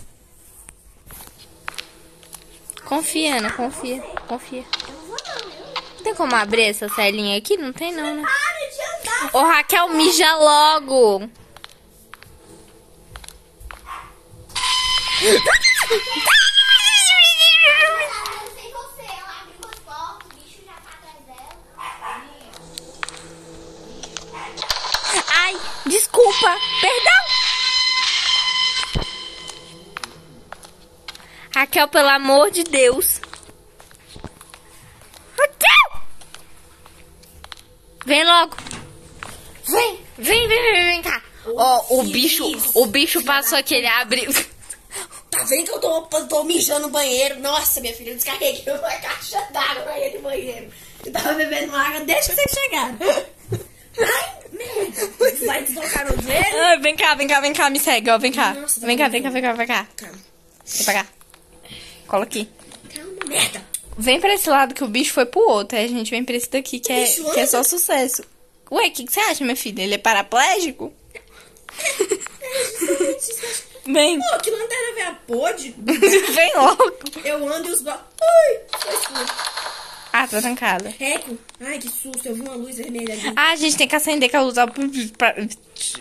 [SPEAKER 2] Confia, Ana, confia, confia. Tem como abrir essa celinha aqui? Não tem não, né?
[SPEAKER 4] Para de andar.
[SPEAKER 2] Ô, Raquel, mija logo!
[SPEAKER 4] Ela não sei você, ela abre uma porta, o bicho já tá atrás dela.
[SPEAKER 2] Ai, desculpa, perdão! Raquel, pelo amor de Deus! Raquel! Vem logo! Vem, vem, vem, vem, vem cá! Ó, o bicho, o bicho passou aqui, ele abre.
[SPEAKER 1] Tá vendo que eu tô, tô mijando no banheiro? Nossa, minha filha, eu descarreguei <laughs> uma caixa d'água pra ir no banheiro. Eu tava bebendo água desde que vocês chegaram. Ai, <laughs> merda. Vai deslocar o joelho?
[SPEAKER 2] Ai, Ah, vem cá, vem cá, vem cá, me segue, ó, vem cá.
[SPEAKER 1] Nossa, tá
[SPEAKER 2] Vem cá,
[SPEAKER 1] bom.
[SPEAKER 2] vem cá, vem cá, vem cá.
[SPEAKER 1] Calma,
[SPEAKER 2] Vem pra cá. Cola aqui.
[SPEAKER 1] calma, <laughs> merda.
[SPEAKER 2] Vem pra esse lado que o bicho foi pro outro. Aí a gente vem pra esse daqui que é,
[SPEAKER 1] Bicho, olha.
[SPEAKER 2] que é só sucesso. Ué, o que, que você acha, minha filha? Ele é paraplégico? vem,
[SPEAKER 1] Pô, que lanterna veio a pôde?
[SPEAKER 2] <laughs> vem logo.
[SPEAKER 1] Eu ando e os blocos... Ui, foi escuro.
[SPEAKER 2] Ah, tá trancada.
[SPEAKER 1] Eco. Ai, que susto, eu vi uma luz vermelha ali.
[SPEAKER 2] Ah, a gente tem que acender que ela usar o pra-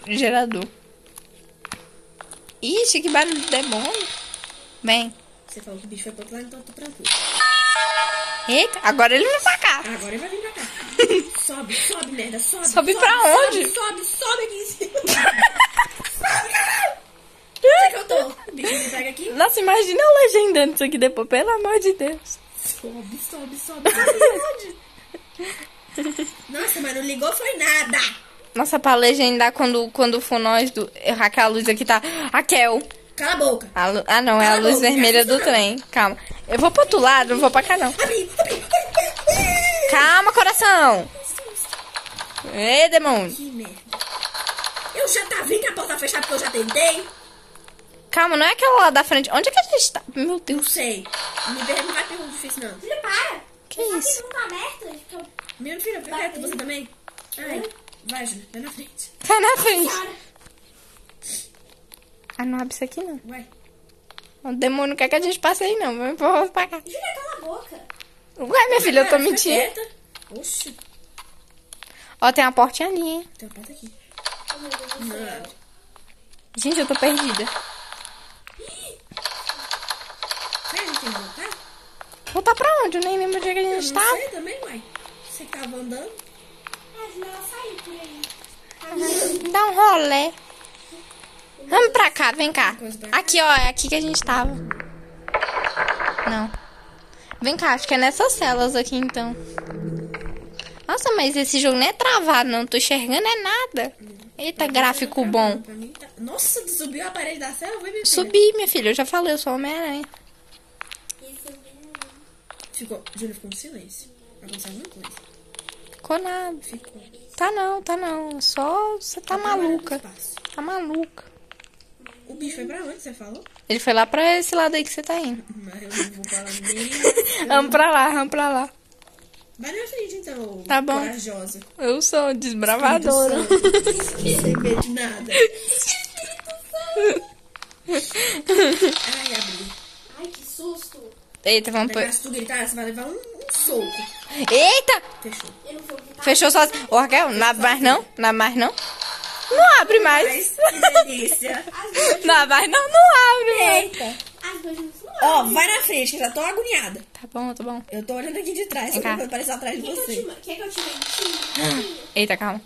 [SPEAKER 2] gerador. Ixi, que barulho de demônio. Vem.
[SPEAKER 1] Você falou que o bicho foi pro outro lado, então eu tô tranquilo. Ah,
[SPEAKER 2] Eita, agora ele não tá cá.
[SPEAKER 1] Agora ele vai vir pra cá. Sobe, sobe, merda, sobe.
[SPEAKER 2] Sobe pra onde?
[SPEAKER 1] Sobe, sobe, sobe aqui em cima. sobe, caralho. Onde é que eu tô? O bicho me pega aqui.
[SPEAKER 2] Nossa, imagina eu legendando isso aqui depois, pelo amor de Deus.
[SPEAKER 1] Sobe, sobe, sobe, sobe pra onde? Nossa, mas não ligou foi nada.
[SPEAKER 2] Nossa, pra legendar quando, quando for nós do. Raquel, a luz aqui tá. Raquel.
[SPEAKER 1] Cala a boca.
[SPEAKER 2] A lu- Ah, não, é a
[SPEAKER 1] Cala a
[SPEAKER 2] luz
[SPEAKER 1] boca,
[SPEAKER 2] vermelha do
[SPEAKER 1] não.
[SPEAKER 2] trem. Calma. Eu vou pro outro lado, não vou pra cá, não.
[SPEAKER 1] Abri, abri.
[SPEAKER 2] Calma, coração. Ê, demônio.
[SPEAKER 1] Que merda. Eu já tá vendo que a porta fechada porque eu já tentei.
[SPEAKER 2] Calma, não é aquela lá da frente. Onde é que a gente tá? Meu
[SPEAKER 1] Não
[SPEAKER 2] Deus,
[SPEAKER 1] sei. Me ver- não vai perguntar difícil, não.
[SPEAKER 4] Filha, para.
[SPEAKER 2] que
[SPEAKER 4] Eu
[SPEAKER 2] é
[SPEAKER 4] só
[SPEAKER 2] isso?
[SPEAKER 4] fiz um aberto, que eu-
[SPEAKER 1] Minha filha, pergunta você também. Ai, vai, Júlia, vai na frente.
[SPEAKER 2] Tá na frente. Ah, não abre isso aqui, não.
[SPEAKER 1] Vai.
[SPEAKER 2] O demônio não quer que a gente passe aí, não. Vamos- Vamos pra cá.
[SPEAKER 4] Júlia, cala a boca.
[SPEAKER 2] Ué, minha filha, eu tô tá
[SPEAKER 1] Cara, fica
[SPEAKER 2] mentindo.
[SPEAKER 1] quieta. Oxi,
[SPEAKER 2] Ó, tem uma portinha ali, hein?
[SPEAKER 1] tem uma porta aqui.
[SPEAKER 4] Oh, meu Deus do céu.
[SPEAKER 2] Gente, eu tô perdida.
[SPEAKER 1] Será que a gente tem que voltar?
[SPEAKER 2] Voltar pra onde? Eu nem lembro onde é que a
[SPEAKER 1] tá? Eu
[SPEAKER 2] gente
[SPEAKER 1] não
[SPEAKER 2] tá.
[SPEAKER 1] sei também, uai. Você que tava andando.
[SPEAKER 4] Mas não, saiu por aí.
[SPEAKER 2] Dá um rolê. Vamos pra cá, vem cá.
[SPEAKER 1] Coisa pra cá.
[SPEAKER 2] Aqui, ó, é aqui que a gente tava. Não. Vem cá, acho que é nessas celas aqui então. Nossa, mas esse jogo não é travado, não. Tô enxergando é nada. Eita, gráfico Tá, bom.
[SPEAKER 1] Pra mim tá... Nossa, subiu a parede da cela? Foi, minha filha?
[SPEAKER 2] Subi, minha filha, eu já falei, eu sou Homem-Aranha.
[SPEAKER 4] Isso mesmo.
[SPEAKER 1] Ficou. Júlia ficou em silêncio. Aconteceu alguma coisa.
[SPEAKER 2] Ficou nada.
[SPEAKER 1] Ficou.
[SPEAKER 2] Tá não, tá não. Só você tá maluca. Tá maluca.
[SPEAKER 1] O bicho foi pra onde você falou?
[SPEAKER 2] Ele foi lá pra esse lado aí que você tá indo.
[SPEAKER 1] Mas eu não vou
[SPEAKER 2] <laughs>
[SPEAKER 1] falar nem.
[SPEAKER 2] Vamos pra lá, vamos pra lá.
[SPEAKER 1] Vai na frente então.
[SPEAKER 2] Tá bom.
[SPEAKER 1] Corajosa.
[SPEAKER 2] Eu sou desbravadora.
[SPEAKER 1] Sem ver de nada. Ai, abri.
[SPEAKER 4] Ai, que susto.
[SPEAKER 2] Eita, vamos
[SPEAKER 1] Daqui a
[SPEAKER 2] pôr.
[SPEAKER 1] se tu gritar, você vai levar um, um soco.
[SPEAKER 2] Eita!
[SPEAKER 1] Fechou.
[SPEAKER 4] Eu não vou gritar.
[SPEAKER 2] Fechou só. Ô, Raquel, não abre mais não? Não abre mais não? Não abre <laughs> mais.
[SPEAKER 1] Mas que delícia.
[SPEAKER 4] As duas,
[SPEAKER 2] Não abre mais não, não abre mais.
[SPEAKER 4] as duas juntas não
[SPEAKER 1] Ó,
[SPEAKER 4] abrem.
[SPEAKER 1] vai na frente, que eu já tô agoniada.
[SPEAKER 2] Tá bom, tá bom.
[SPEAKER 1] Eu tô olhando aqui de trás,
[SPEAKER 2] Vem cá.
[SPEAKER 1] só pra aparecer atrás de
[SPEAKER 4] Quer que eu te
[SPEAKER 1] você.
[SPEAKER 4] ma- Quer que eu te ventile?
[SPEAKER 2] Eita, calma.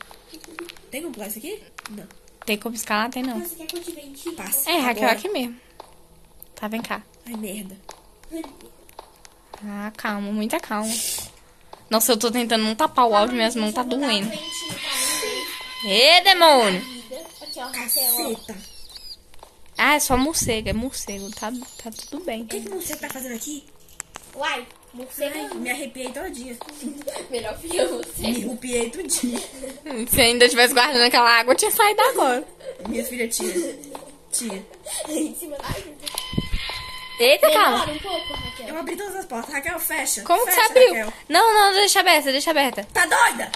[SPEAKER 1] Tem como pular isso aqui? Não.
[SPEAKER 2] Tem como escalar? Tem não.
[SPEAKER 4] Você quer que eu te ventile?
[SPEAKER 1] Passa.
[SPEAKER 2] É, Raquel,
[SPEAKER 1] Agora.
[SPEAKER 2] aqui mesmo. Tá, vem cá.
[SPEAKER 1] Ai, merda.
[SPEAKER 2] Ah, calma, muita calma. Nossa, eu tô tentando não tapar o áudio, minhas mãos tá doendo. Ê, demônio!
[SPEAKER 4] Aqui, é ó, Raquel, ó.
[SPEAKER 1] Caceta.
[SPEAKER 2] Ah, é só morcego, é morcego. Tá, tá tudo bem.
[SPEAKER 1] O que que você tá fazendo aqui?
[SPEAKER 4] Uai,
[SPEAKER 1] Ai,
[SPEAKER 4] morcego.
[SPEAKER 1] me arrepiei todinha.
[SPEAKER 4] <laughs> Melhor que eu, você.
[SPEAKER 1] Me arrepiei todinha.
[SPEAKER 2] Se ainda estivesse guardando aquela água, eu tinha saído agora.
[SPEAKER 1] Minha filha tia. Tia.
[SPEAKER 4] em cima da ajuda.
[SPEAKER 2] Eita, calma.
[SPEAKER 4] Melhora um pouco, Raquel.
[SPEAKER 1] Eu abri todas as portas. Raquel, Tá fecha.
[SPEAKER 2] Como É, que você
[SPEAKER 1] Fecha,
[SPEAKER 2] abriu?
[SPEAKER 1] Raquel.
[SPEAKER 2] Não, não, deixa aberta, deixa aberta.
[SPEAKER 1] Tá doida?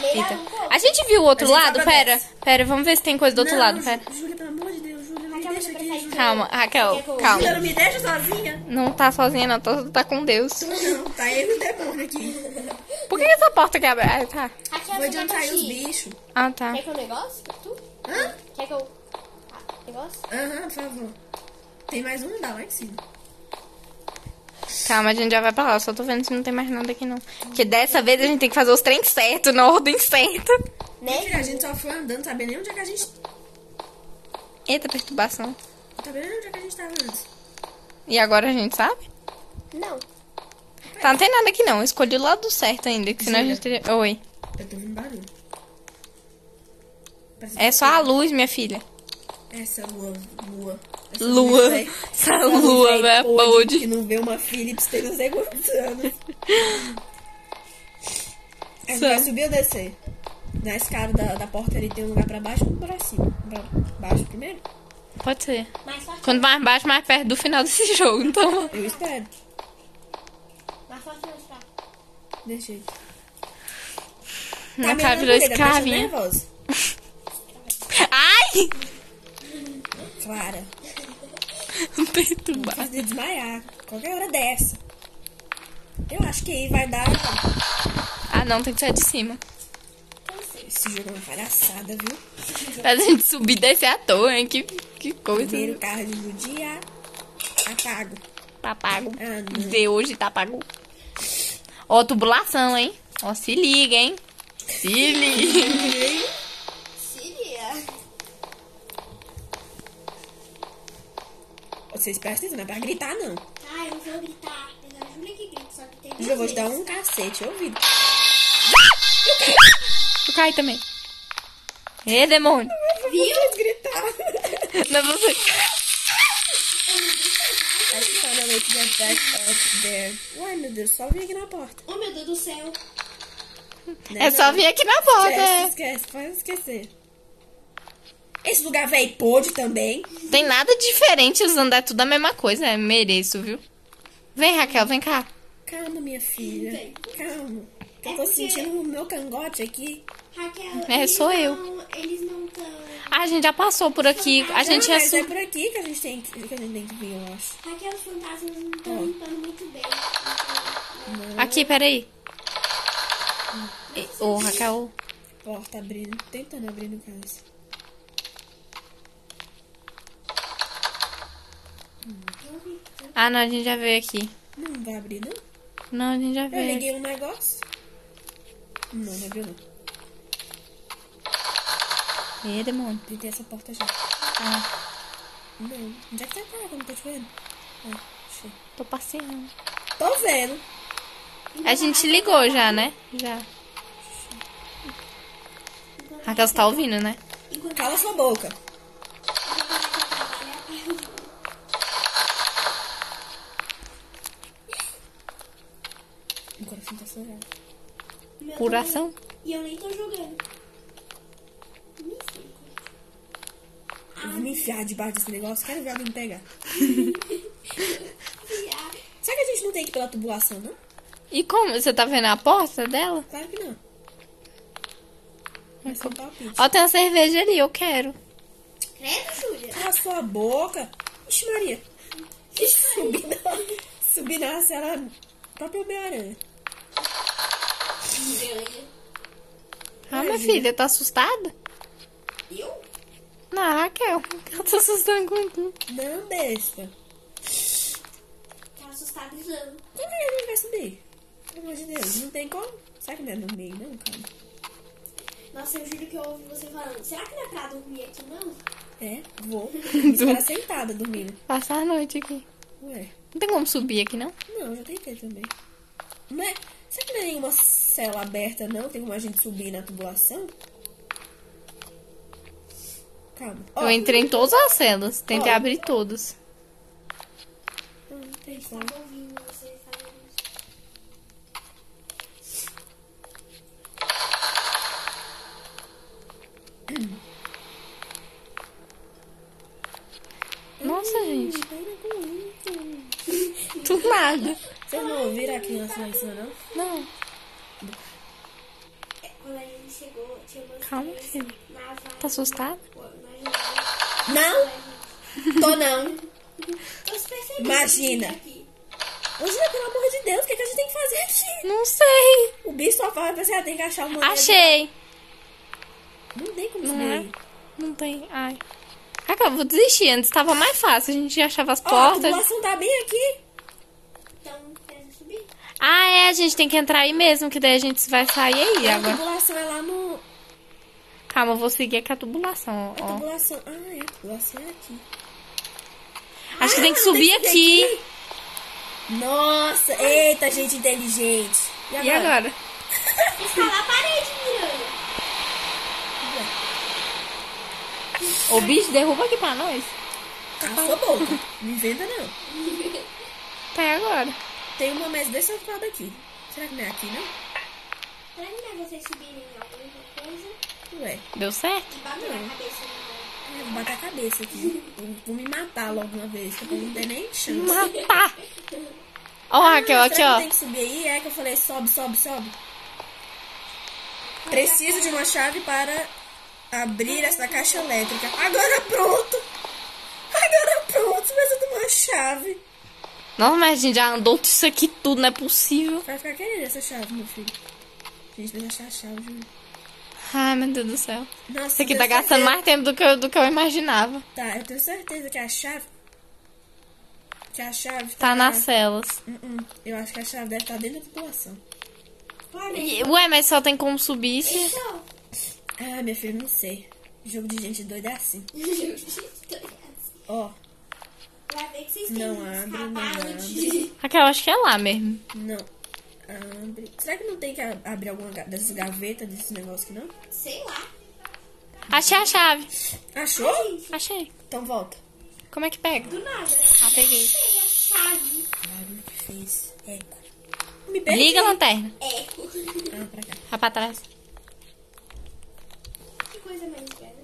[SPEAKER 4] Melhor
[SPEAKER 2] Eita.
[SPEAKER 4] um pouco.
[SPEAKER 2] A gente viu o outro
[SPEAKER 1] A gente
[SPEAKER 2] lado?
[SPEAKER 1] só
[SPEAKER 2] Pera,
[SPEAKER 1] agradece.
[SPEAKER 2] pera, vamos ver se tem coisa do outro
[SPEAKER 1] Não,
[SPEAKER 2] lado. é.
[SPEAKER 1] Ju-
[SPEAKER 2] Pera.
[SPEAKER 1] Júlia, pelo amor de Deus, Júlia, não me deixa aqui, Júlia.
[SPEAKER 2] Calma, Raquel,
[SPEAKER 1] Júlia,
[SPEAKER 2] calma.
[SPEAKER 1] não me deixa sozinha.
[SPEAKER 2] Não tá sozinha, não. Tá, tá com Deus.
[SPEAKER 1] Não, tá eu e o demônio aqui.
[SPEAKER 2] Por que essa porta que abre? Ah, tá.
[SPEAKER 4] Aqui
[SPEAKER 1] Vou
[SPEAKER 4] é o
[SPEAKER 1] adiantar aí os
[SPEAKER 4] negócio.
[SPEAKER 1] bichos.
[SPEAKER 2] Ah, tá.
[SPEAKER 4] Quer que eu negócio? Tu?
[SPEAKER 1] Hã?
[SPEAKER 4] Quer que eu. Ah, Negócio?
[SPEAKER 1] Aham, por favor. Tem mais um? Dá lá em cima.
[SPEAKER 2] Calma, a gente já vai pra lá. Eu só tô vendo se não tem mais nada aqui, não. Porque dessa vez a gente tem que fazer os trem certo, na ordem certa.
[SPEAKER 4] Né?
[SPEAKER 1] Filha, A gente só foi andando, sabia nem onde é que a gente.
[SPEAKER 2] Eita, perturbação.
[SPEAKER 1] Sabia nem onde é que a gente tava antes.
[SPEAKER 2] E agora a gente sabe?
[SPEAKER 4] Não.
[SPEAKER 2] Tá, não tem nada aqui, não. Eu Escolhi o lado certo ainda, que senão a
[SPEAKER 1] Júlia.
[SPEAKER 2] gente teria... Oi.
[SPEAKER 1] Eu tô ouvindo barulho. Parece
[SPEAKER 2] É só a luz, minha filha.
[SPEAKER 1] Essa é lua, lua. Essa
[SPEAKER 2] Lua.
[SPEAKER 1] véi.
[SPEAKER 2] Essa lua, é
[SPEAKER 1] véi
[SPEAKER 2] velho.
[SPEAKER 1] Que
[SPEAKER 2] Pode.
[SPEAKER 1] não vê uma Philips tem não sei quantos anos. A gente
[SPEAKER 2] Só.
[SPEAKER 1] vai subir ou descer? Na escada da, da porta ali tem um lugar pra baixo ou pra cima? Pra baixo primeiro?
[SPEAKER 2] Pode ser.
[SPEAKER 4] Mais forte.
[SPEAKER 2] Quanto mais baixo, mais perto do final desse <laughs> jogo. Então,
[SPEAKER 1] Eu espero.
[SPEAKER 4] Mais forte ou mais fraco?
[SPEAKER 1] Deixa aí.
[SPEAKER 2] na
[SPEAKER 1] Tá né?
[SPEAKER 2] cara virou escravinha. Ai! <laughs>
[SPEAKER 1] Clara,
[SPEAKER 2] Perturbado.
[SPEAKER 1] faz de desmaiar. Qualquer hora dessa. Eu acho que aí vai dar.
[SPEAKER 2] Ah, não. Tem que sair de cima.
[SPEAKER 1] Esse jogo é uma palhaçada, viu?
[SPEAKER 2] Pra gente subir e descer à toa, hein? Que, que coisa.
[SPEAKER 1] Primeiro carro do dia. Apago.
[SPEAKER 2] Tá pago.
[SPEAKER 1] Ah, não.
[SPEAKER 2] De hoje tá pago. Ó, tubulação, hein? Ó, se liga, hein? Se liga.
[SPEAKER 4] Seria.
[SPEAKER 1] Vocês prestem atenção, não é pra gritar, não.
[SPEAKER 4] Ai, eu vou gritar. Mas a Júlia que grita, só que tem.
[SPEAKER 1] Júlia, eu vou te dar um cacete, eu ouvi.
[SPEAKER 2] Eu caí também. Ê, demônio.
[SPEAKER 1] Viu? gritar.
[SPEAKER 2] Não é você.
[SPEAKER 1] I found a way to get back up there. Uai, meu Deus, só vim aqui na porta.
[SPEAKER 4] Oh, meu Deus do céu.
[SPEAKER 1] Né?
[SPEAKER 2] É só vir aqui na porta.
[SPEAKER 1] Esquece,
[SPEAKER 2] é.
[SPEAKER 1] esquece, pode esquecer. Esse lugar, véi, pôde também.
[SPEAKER 2] é. Tem nada diferente usando, é tudo a mesma coisa. É, mereço, viu? Vem, Raquel, vem cá.
[SPEAKER 1] Calma, minha filha. Calma.
[SPEAKER 2] É
[SPEAKER 1] Eu tô sentindo o meu cangote aqui.
[SPEAKER 4] Raquel.
[SPEAKER 2] É,
[SPEAKER 4] eles
[SPEAKER 2] sou eu.
[SPEAKER 4] não- Eles não estão.
[SPEAKER 2] Ah, A gente já passou por aqui. A gente
[SPEAKER 1] ah,
[SPEAKER 2] já
[SPEAKER 1] mas é
[SPEAKER 2] subiu.
[SPEAKER 1] por aqui que a gente tem que, que, a gente tem que vir, eu acho.
[SPEAKER 4] Raquel, os fantasmas não
[SPEAKER 2] Hum.
[SPEAKER 4] estão limpando muito bem. Então, né?
[SPEAKER 2] Aqui, peraí. E- Ô, Raquel.
[SPEAKER 1] Porta abrindo, tentando abrir no caso.
[SPEAKER 4] Eu vi.
[SPEAKER 2] Ah, não, a gente já veio aqui.
[SPEAKER 1] Não vai abrir, não?
[SPEAKER 2] Não, a gente já
[SPEAKER 1] Eu
[SPEAKER 2] veio. aqui.
[SPEAKER 1] liguei um negócio. Não, não abriu, não.
[SPEAKER 2] Ê, demônio.
[SPEAKER 1] Tentei essa porta já.
[SPEAKER 2] Ah.
[SPEAKER 1] Não. Onde é que você tá? Eu não tô te vendo. Ah, achei.
[SPEAKER 2] Tô passeando.
[SPEAKER 1] Tô vendo.
[SPEAKER 2] A gente ligou já, né? Já. Raquel, você tá ouvindo, né?
[SPEAKER 1] Cala sua boca. O coração tá acelerado.
[SPEAKER 4] Meu
[SPEAKER 2] Coração.
[SPEAKER 4] também. E eu nem tô jogando. Nem sei.
[SPEAKER 1] Eu vou me enfiar debaixo desse negócio. Quero ver alguém me pegar.
[SPEAKER 4] Viado.
[SPEAKER 1] Será que a gente não tem que ir pela tubulação, não?
[SPEAKER 2] E como? Você tá vendo a porta dela?
[SPEAKER 1] Claro que não. Mas tem um palpite.
[SPEAKER 2] Ó, tem uma cerveja ali, eu quero.
[SPEAKER 4] Credo, Júlia.
[SPEAKER 1] Cala sua boca. Ixi, Maria. <laughs> Subi na... Subi na senhora... Própria Homem-Aranha.
[SPEAKER 2] Ah, minha filha, tá assustada?
[SPEAKER 4] Eu?
[SPEAKER 2] Não, Raquel. Ela tá assustando comigo.
[SPEAKER 1] Não, besta.
[SPEAKER 4] Tá assustada usando.
[SPEAKER 1] Por que a gente vai subir? Pelo amor de Deus, não tem como. Será que não é no meio, não, calma.
[SPEAKER 4] Nossa, eu juro que eu ouvi você falando. Será que não é pra dormir aqui, não?
[SPEAKER 1] É, <laughs> vou. Estar sentada dormindo.
[SPEAKER 2] Passar a noite aqui.
[SPEAKER 1] Ué,
[SPEAKER 2] Não tem como subir aqui, não?
[SPEAKER 1] não, já tentei também. Mas será que não é nenhuma cela aberta, não? Tem como a gente subir na tubulação? Calma. Ó,
[SPEAKER 2] Eu entrei em todas as celas. Tentei
[SPEAKER 1] Ó.
[SPEAKER 2] abrir todas.
[SPEAKER 1] Não, não tem como.
[SPEAKER 3] Tá.
[SPEAKER 4] Tava ouvindo você falando isso.
[SPEAKER 2] Nossa, gente. Do nada.
[SPEAKER 1] Vocês não ouviram aqui na silêncio, não?
[SPEAKER 2] Não.
[SPEAKER 4] É, Quando a gente
[SPEAKER 3] Calma, filho. Tá assustada?
[SPEAKER 1] Não? Tô não.
[SPEAKER 4] Você percebeu?
[SPEAKER 1] Imagina. Angela, pelo amor de Deus, o que, é que a gente tem que fazer aqui?
[SPEAKER 3] Não sei.
[SPEAKER 1] O bicho só fala pra você, ah, tem que achar uma.
[SPEAKER 3] Achei.
[SPEAKER 1] Não tem como
[SPEAKER 3] Não é?
[SPEAKER 1] sair.
[SPEAKER 3] Não tem. Ai.
[SPEAKER 2] Ah,
[SPEAKER 3] Acabou, vou desistir. Antes tava mais fácil. A gente achava as
[SPEAKER 1] Ó, a
[SPEAKER 3] portas.
[SPEAKER 1] população tá bem aqui.
[SPEAKER 4] Então, tenta subir.
[SPEAKER 3] Ah, é. A gente tem que entrar aí mesmo, que daí a gente vai sair aí
[SPEAKER 1] A
[SPEAKER 3] agora.
[SPEAKER 1] população é lá no.
[SPEAKER 3] Calma, eu vou seguir aqui a tubulação.
[SPEAKER 1] A
[SPEAKER 3] Ó.
[SPEAKER 1] população. Ah, é. A população é aqui.
[SPEAKER 3] Acho que tem que
[SPEAKER 1] Ah,
[SPEAKER 3] subir
[SPEAKER 1] tem que
[SPEAKER 3] aqui.
[SPEAKER 1] subir Nossa, eita, gente inteligente.
[SPEAKER 3] é E agora?
[SPEAKER 4] Escalar Tá a parede, Miranha.
[SPEAKER 3] O bicho derruba aqui pra nós.
[SPEAKER 1] Cala sua boca. Não inventa, não.
[SPEAKER 3] Tá, e agora?
[SPEAKER 1] Tem uma mesa desse outro lado aqui. Será que não é aqui, não?
[SPEAKER 4] Pra mim, é vocês subirem em alguma coisa
[SPEAKER 1] Não é.
[SPEAKER 3] Deu certo?
[SPEAKER 4] e bater na cabeça no
[SPEAKER 1] Eu Vou bater É, a cabeça aqui. Eu Vou me matar logo uma vez, porque eu não tenho nem chance. Ah,
[SPEAKER 3] Matar. Ó, Raquel, aqui,
[SPEAKER 1] Será que Tem
[SPEAKER 3] ó.
[SPEAKER 1] que subir aí? É que eu falei, sobe, sobe, sobe. Preciso de uma chave para abrir essa caixa elétrica. Agora pronto! Agora pronto, mas eu tenho uma chave.
[SPEAKER 3] Nossa, mas a gente já andou isso aqui tudo, não é possível.
[SPEAKER 1] Vai ficar querendo essa chave, meu filho. Gente, mas achar a chave, juro.
[SPEAKER 3] Ai, meu Deus do céu.
[SPEAKER 1] Nossa,
[SPEAKER 3] Isso aqui
[SPEAKER 1] eu
[SPEAKER 3] tá
[SPEAKER 1] tenho
[SPEAKER 3] gastando
[SPEAKER 1] certeza-
[SPEAKER 3] mais tempo do que eu, do que eu imaginava.
[SPEAKER 1] Tá, eu tenho certeza que a chave. Que a chave.
[SPEAKER 3] Tá nas celas.
[SPEAKER 1] Uh-uh. Eu acho que a chave deve estar dentro da população.
[SPEAKER 3] E- Ué, mas só tem como subir isso.
[SPEAKER 4] Então,
[SPEAKER 1] Ah, minha filha, não sei. Jogo de gente doida é assim.
[SPEAKER 4] <laughs>
[SPEAKER 1] Ó,
[SPEAKER 4] vai ver que vocês
[SPEAKER 1] Não
[SPEAKER 4] têm
[SPEAKER 1] abre,
[SPEAKER 4] escapado
[SPEAKER 1] não abre.
[SPEAKER 4] de...
[SPEAKER 3] Raquel, acho que é lá mesmo.
[SPEAKER 1] não. Abre. Será que não tem que a- abrir alguma ga- dessas gavetas, desse negócio aqui, não?
[SPEAKER 4] Sei lá.
[SPEAKER 3] Achei a chave.
[SPEAKER 1] Achou?
[SPEAKER 3] Achei.
[SPEAKER 1] Então volta.
[SPEAKER 3] Como é que pega?
[SPEAKER 4] Do nada.
[SPEAKER 3] Ah, peguei.
[SPEAKER 4] Tem a chave.
[SPEAKER 1] Barulho que fez eco. Me perdi.
[SPEAKER 3] Liga a lanterna.
[SPEAKER 4] É.
[SPEAKER 1] Ah, pra cá.
[SPEAKER 3] Vai pra trás.
[SPEAKER 4] que coisa mais estranha.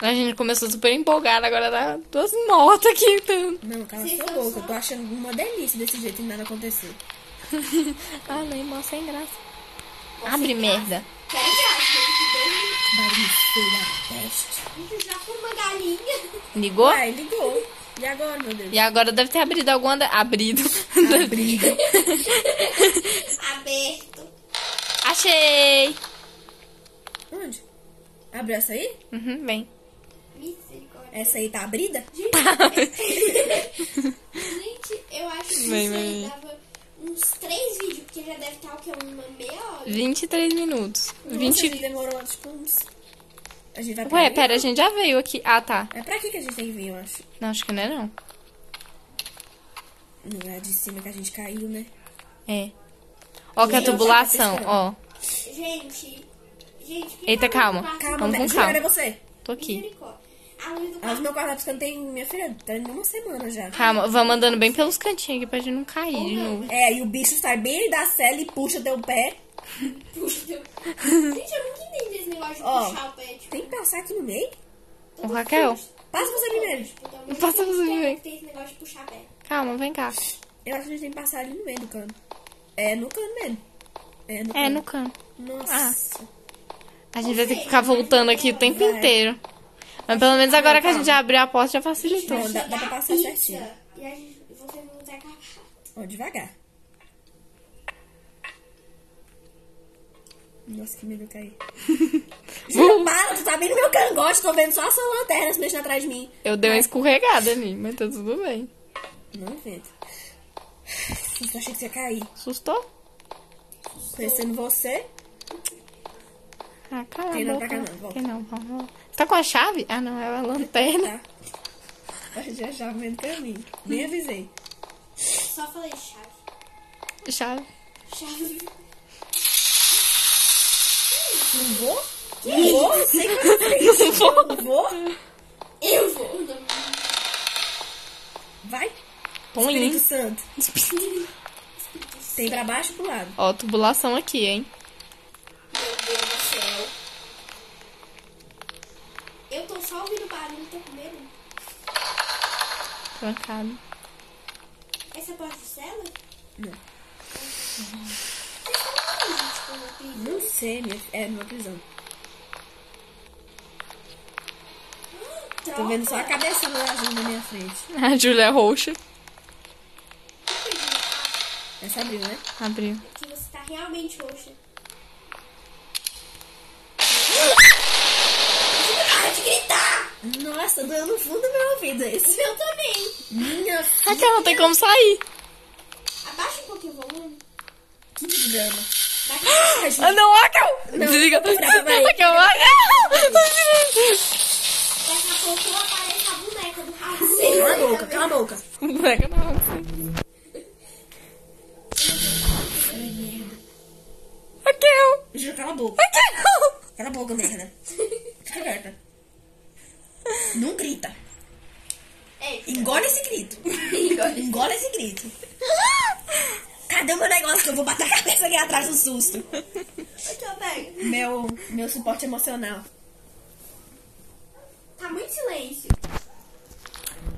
[SPEAKER 3] A gente começou super empolgada, agora tá duas mortas aqui. Então.
[SPEAKER 1] Não, cala
[SPEAKER 4] Vocês
[SPEAKER 1] sua
[SPEAKER 4] estão
[SPEAKER 1] boca.
[SPEAKER 4] só-
[SPEAKER 1] Eu tô achando uma delícia desse jeito e nada aconteceu.
[SPEAKER 3] ah, não, irmão, sem graça. Abre merda.
[SPEAKER 4] Quero ver.
[SPEAKER 1] Barulho feio da peste.
[SPEAKER 4] Gente, já com uma galinha.
[SPEAKER 3] Ligou?
[SPEAKER 1] Ai, ligou. E agora, meu Deus? Tá
[SPEAKER 3] E agora deve ter abrido alguma. da- Abrido. <laughs>
[SPEAKER 1] Briga.
[SPEAKER 4] Aberto.
[SPEAKER 3] Achei!
[SPEAKER 1] Onde? Abriu essa aí?
[SPEAKER 3] Uhum, vem.
[SPEAKER 4] Misericórdia.
[SPEAKER 1] Essa aí tá abrida?
[SPEAKER 4] Gente, eu acho que
[SPEAKER 3] Vem,
[SPEAKER 4] isso aí
[SPEAKER 3] vem.
[SPEAKER 4] dava uns três vídeos, porque já deve estar o que? Uma meia hora.
[SPEAKER 3] 23 minutos.
[SPEAKER 1] Nossa, a gente
[SPEAKER 3] 20.
[SPEAKER 1] demorou tipo uns. A gente vai pra
[SPEAKER 3] Ué,
[SPEAKER 1] ali?
[SPEAKER 3] pera, a gente já veio aqui. Ah, tá.
[SPEAKER 1] É pra aqui que a gente tem que vir, eu acho.
[SPEAKER 3] Não, acho que não é não.
[SPEAKER 1] Não é de cima que a gente caiu, né?
[SPEAKER 3] É. Ó, que a
[SPEAKER 1] Gente,
[SPEAKER 3] tubulação,
[SPEAKER 1] tá
[SPEAKER 3] ó.
[SPEAKER 4] Gente, gente, quem
[SPEAKER 3] Eita,
[SPEAKER 4] tá no
[SPEAKER 3] calma. um
[SPEAKER 4] quarto?
[SPEAKER 1] Calma,
[SPEAKER 3] Vamos
[SPEAKER 1] né?
[SPEAKER 3] com
[SPEAKER 1] Juliana,
[SPEAKER 3] calma.
[SPEAKER 1] é você.
[SPEAKER 3] Tô aqui.
[SPEAKER 4] Misericórdia. A luz do
[SPEAKER 1] Ah, o
[SPEAKER 4] quarto.
[SPEAKER 1] meu quarto tá piscando tem, minha filha, tá indo uma semana já.
[SPEAKER 3] Calma, vamos andando bem pelos cantinhos aqui pra gente não cair de novo.
[SPEAKER 1] É, e o bicho sai bem da cela e puxa teu pé.
[SPEAKER 4] Puxa, deu- Gente, eu nunca entendi esse negócio de
[SPEAKER 1] Ó.
[SPEAKER 4] puxar o pé. Tipo,
[SPEAKER 1] Tem que passar aqui no meio?
[SPEAKER 3] Ô, Raquel,
[SPEAKER 1] Passa você primeiro.
[SPEAKER 4] tipo, dá uma-
[SPEAKER 3] Passa você ver.
[SPEAKER 4] Tem esse negócio de puxar pé.
[SPEAKER 3] calma, vem cá.
[SPEAKER 1] Eu acho que a gente tem que passar ali no meio do cano. É no cano mesmo. É no
[SPEAKER 3] É,
[SPEAKER 1] cano.
[SPEAKER 3] no canto.
[SPEAKER 1] Nossa.
[SPEAKER 3] A gente vai ter que ficar voltando aqui o tempo inteiro. Mas pelo menos agora que a gente já abriu a porta, já facilitou.
[SPEAKER 1] Não, dá, dá pra passar
[SPEAKER 4] Pizza.
[SPEAKER 1] certinho.
[SPEAKER 4] E a gente, você não vai acabar.
[SPEAKER 1] Ó, devagar. Nossa, que medo eu
[SPEAKER 3] <laughs>
[SPEAKER 1] caí. Juro, para, tu tá bem no meu cangote, tô vendo só a sua lanterna se mexendo atrás de mim.
[SPEAKER 3] Eu dei uma escorregada ali, mas tá tudo bem.
[SPEAKER 1] Não inventa. Susto, achei que você ia cair.
[SPEAKER 3] Assustou?
[SPEAKER 1] Conhecendo você,
[SPEAKER 3] Ah, cala
[SPEAKER 1] Quem
[SPEAKER 3] a
[SPEAKER 1] não,
[SPEAKER 3] boca.
[SPEAKER 1] pra cá não, volta.
[SPEAKER 3] Quem não, vamos, vamos. Você tá com a chave? Ah, não, é a lanterna. <laughs>
[SPEAKER 1] tá? A gente já já vendo caminho. Nem avisei.
[SPEAKER 4] Só falei chave.
[SPEAKER 3] Chave.
[SPEAKER 4] Chave.
[SPEAKER 1] Não vou? Não vou? Sei que eu não vou. Não vou?
[SPEAKER 4] Eu vou. Não.
[SPEAKER 1] Vai,
[SPEAKER 3] Põe
[SPEAKER 1] Espírito
[SPEAKER 3] lindo.
[SPEAKER 1] Santo. Tem pra baixo e pro lado.
[SPEAKER 3] Ó, tubulação aqui, hein?
[SPEAKER 4] Meu Deus do céu. Eu tô só ouvindo barulho, tô com medo.
[SPEAKER 3] Trancado.
[SPEAKER 4] Essa é a porta de cela?
[SPEAKER 1] Não.
[SPEAKER 4] Vocês estão vendo, gente, como eu fiz? Hum,
[SPEAKER 1] Não sei, minha... É, numa prisão. Tô vendo só a cabeça do azul na minha frente.
[SPEAKER 2] <laughs> A Júlia é roxa.
[SPEAKER 1] Essa abriu, né?
[SPEAKER 2] Abriu.
[SPEAKER 4] que você tá realmente roxa. Para de gritar!
[SPEAKER 1] Nossa, doeu no fundo do meu ouvido
[SPEAKER 4] O
[SPEAKER 1] esse.
[SPEAKER 4] meu também.
[SPEAKER 1] Minha
[SPEAKER 2] Ah, cara, não tem como sair.
[SPEAKER 4] Abaixa um pouquinho o volume.
[SPEAKER 1] que drama.
[SPEAKER 4] Vai que
[SPEAKER 1] Ai, gente,
[SPEAKER 2] Ah, não, Raquel! Desliga. <laughs> ah,
[SPEAKER 1] vai.
[SPEAKER 2] Raquel, Raquel!
[SPEAKER 4] daqui a pouco aparece a boneca do
[SPEAKER 1] Cala a
[SPEAKER 4] Raul.
[SPEAKER 1] boca, cala a boca.
[SPEAKER 2] Boneca não. Raquel!
[SPEAKER 1] Juro, cala a boca.
[SPEAKER 2] Raquel!
[SPEAKER 1] Cala a boca, merda. Fica quieta. Não grita.
[SPEAKER 4] Ei,
[SPEAKER 1] Engole esse grito. Engole esse grito. Cadê o meu negócio que eu vou bater a cabeça aqui atrás do susto?
[SPEAKER 4] eu também.
[SPEAKER 1] Meu, meu suporte emocional.
[SPEAKER 4] Tá muito silêncio.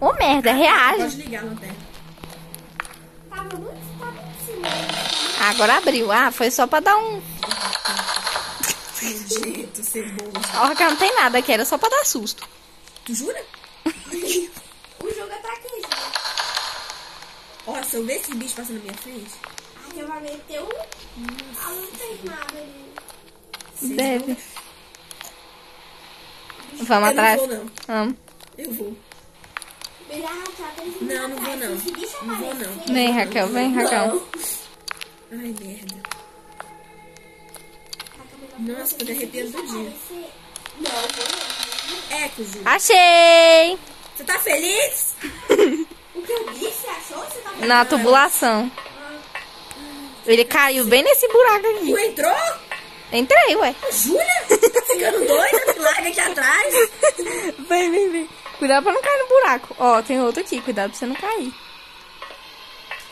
[SPEAKER 2] Ô, merda, é reage.
[SPEAKER 1] Pode ligar a lanterna.
[SPEAKER 4] Tá muito, tá muito silêncio.
[SPEAKER 2] Ah, Agora abriu. Ah, foi só pra dar um...
[SPEAKER 1] Acredito, é cebola.
[SPEAKER 2] Ó, Raquel, não tem nada aqui, era só pra dar susto.
[SPEAKER 1] Tu jura?
[SPEAKER 4] O jogo é pra quê, gente?
[SPEAKER 1] Ó, se eu ver esse bicho passando na minha frente,
[SPEAKER 4] Aqui vai meter um. A luta armada ali.
[SPEAKER 1] vocês
[SPEAKER 2] Deve.
[SPEAKER 1] vão-
[SPEAKER 2] Vamos
[SPEAKER 1] Eu não
[SPEAKER 2] atrás.
[SPEAKER 1] vou, não.
[SPEAKER 2] Vamos.
[SPEAKER 1] Eu vou.
[SPEAKER 4] Melhor arrasar pra eles
[SPEAKER 1] Não, não vou,
[SPEAKER 4] atrás.
[SPEAKER 1] não.
[SPEAKER 4] Se esse bicho
[SPEAKER 1] Não vou, não.
[SPEAKER 4] aparecer,
[SPEAKER 2] Vem, Raquel, vem, Raquel.
[SPEAKER 1] Ai, merda.
[SPEAKER 4] tá com a melhor
[SPEAKER 1] Nossa,
[SPEAKER 4] coisa.
[SPEAKER 1] tô me
[SPEAKER 4] Se esse bicho
[SPEAKER 1] arrepiando todinho.
[SPEAKER 4] aparecer- Não, vou
[SPEAKER 1] Eco, Ju.
[SPEAKER 2] Achei!
[SPEAKER 1] É, Você tá
[SPEAKER 2] <laughs>
[SPEAKER 1] feliz?
[SPEAKER 4] não. O que eu vi, você achou? Você tá falando?
[SPEAKER 2] Na tubulação. Ele caiu bem nesse buraco
[SPEAKER 1] Tu
[SPEAKER 2] aqui.
[SPEAKER 1] entrou?
[SPEAKER 2] Entrei, ué.
[SPEAKER 1] Júlia? Tá ficando doida? Me larga aqui atrás.
[SPEAKER 2] Vem, vem, vem. Cuidado pra não cair no buraco. Ó, tem outro aqui. Cuidado pra você não cair.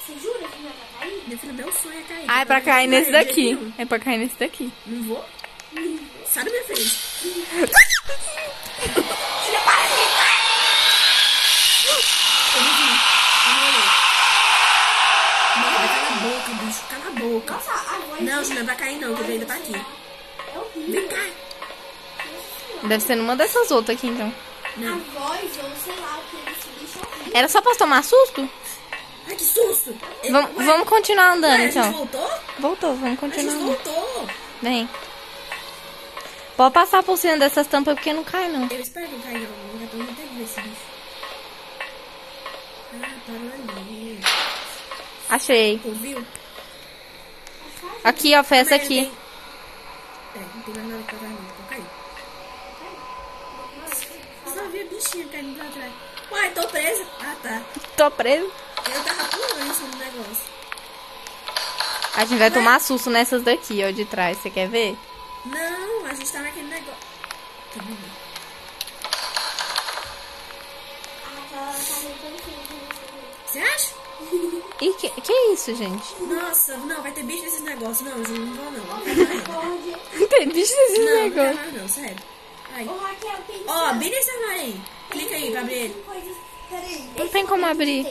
[SPEAKER 4] Você jura que não vai cair?
[SPEAKER 1] Meu filho, meu sonho é cair.
[SPEAKER 2] Ah, é pra cair
[SPEAKER 1] Não,
[SPEAKER 2] nesse
[SPEAKER 1] de jeito
[SPEAKER 2] daqui.
[SPEAKER 1] nenhum.
[SPEAKER 2] É pra cair nesse daqui.
[SPEAKER 1] Não vou? Sai da minha frente. Não, vai cala a boca, bicho. Cala a boca.
[SPEAKER 4] Nossa, a voz.
[SPEAKER 1] Não, Júlia, vai cair não, que ele ainda tá aqui.
[SPEAKER 4] É horrível.
[SPEAKER 1] Vem cá.
[SPEAKER 2] Deve ser numa dessas outras aqui, então.
[SPEAKER 4] A voz, ou sei lá o que é desse bicho é horrível.
[SPEAKER 2] Era só pra tomar susto?
[SPEAKER 1] Ai, que susto. Ele-
[SPEAKER 2] Vamos,
[SPEAKER 1] Ué,
[SPEAKER 2] vamos continuar
[SPEAKER 1] ué,
[SPEAKER 2] andando,
[SPEAKER 1] a gente
[SPEAKER 2] então.
[SPEAKER 1] voltou?
[SPEAKER 2] Voltou, vamos
[SPEAKER 1] A gente
[SPEAKER 2] continuar andando.
[SPEAKER 1] voltou.
[SPEAKER 2] Vem. Pode passar por cima dessas tampas porque não cai, não.
[SPEAKER 1] Eu espero que não caia em algum lugar pra eu não ter que ver esse bicho. Ah, parou ali.
[SPEAKER 2] Achei.
[SPEAKER 1] Ouviu?
[SPEAKER 2] Aqui, ó, foi essa
[SPEAKER 1] Mas
[SPEAKER 2] aqui.
[SPEAKER 1] tem- É, não tem mais nada pra dar não. Vou cair. então Eu só vi a bichinha caindo pra trás. Uai, tô presa. Ah, tá.
[SPEAKER 2] Tô preso.
[SPEAKER 1] Eu tava pulando isso no negócio.
[SPEAKER 2] A gente vai tomar susto nessas daqui, ó, de trás. Você quer ver?
[SPEAKER 1] Não, a gente tá naquele negócio. Tá bom, né?
[SPEAKER 4] Aquela tá arrepiando tudo.
[SPEAKER 1] Você acha?
[SPEAKER 2] Ih, que, que é isso, gente?
[SPEAKER 1] Nossa, não, vai ter bicho nesses negócios. Não, Ju, não vou não. Não quero mais não.
[SPEAKER 4] Misericórdia.
[SPEAKER 2] Não tem bicho nesse
[SPEAKER 1] Não, não quero
[SPEAKER 2] negócio.
[SPEAKER 1] mais não, sério. Aí.
[SPEAKER 4] Ô, Raquel, tem
[SPEAKER 1] Ó, bem nesse armário aí. Clica aí pra abrir ele.
[SPEAKER 4] coisas. Peraí.
[SPEAKER 2] Não tem como abrir.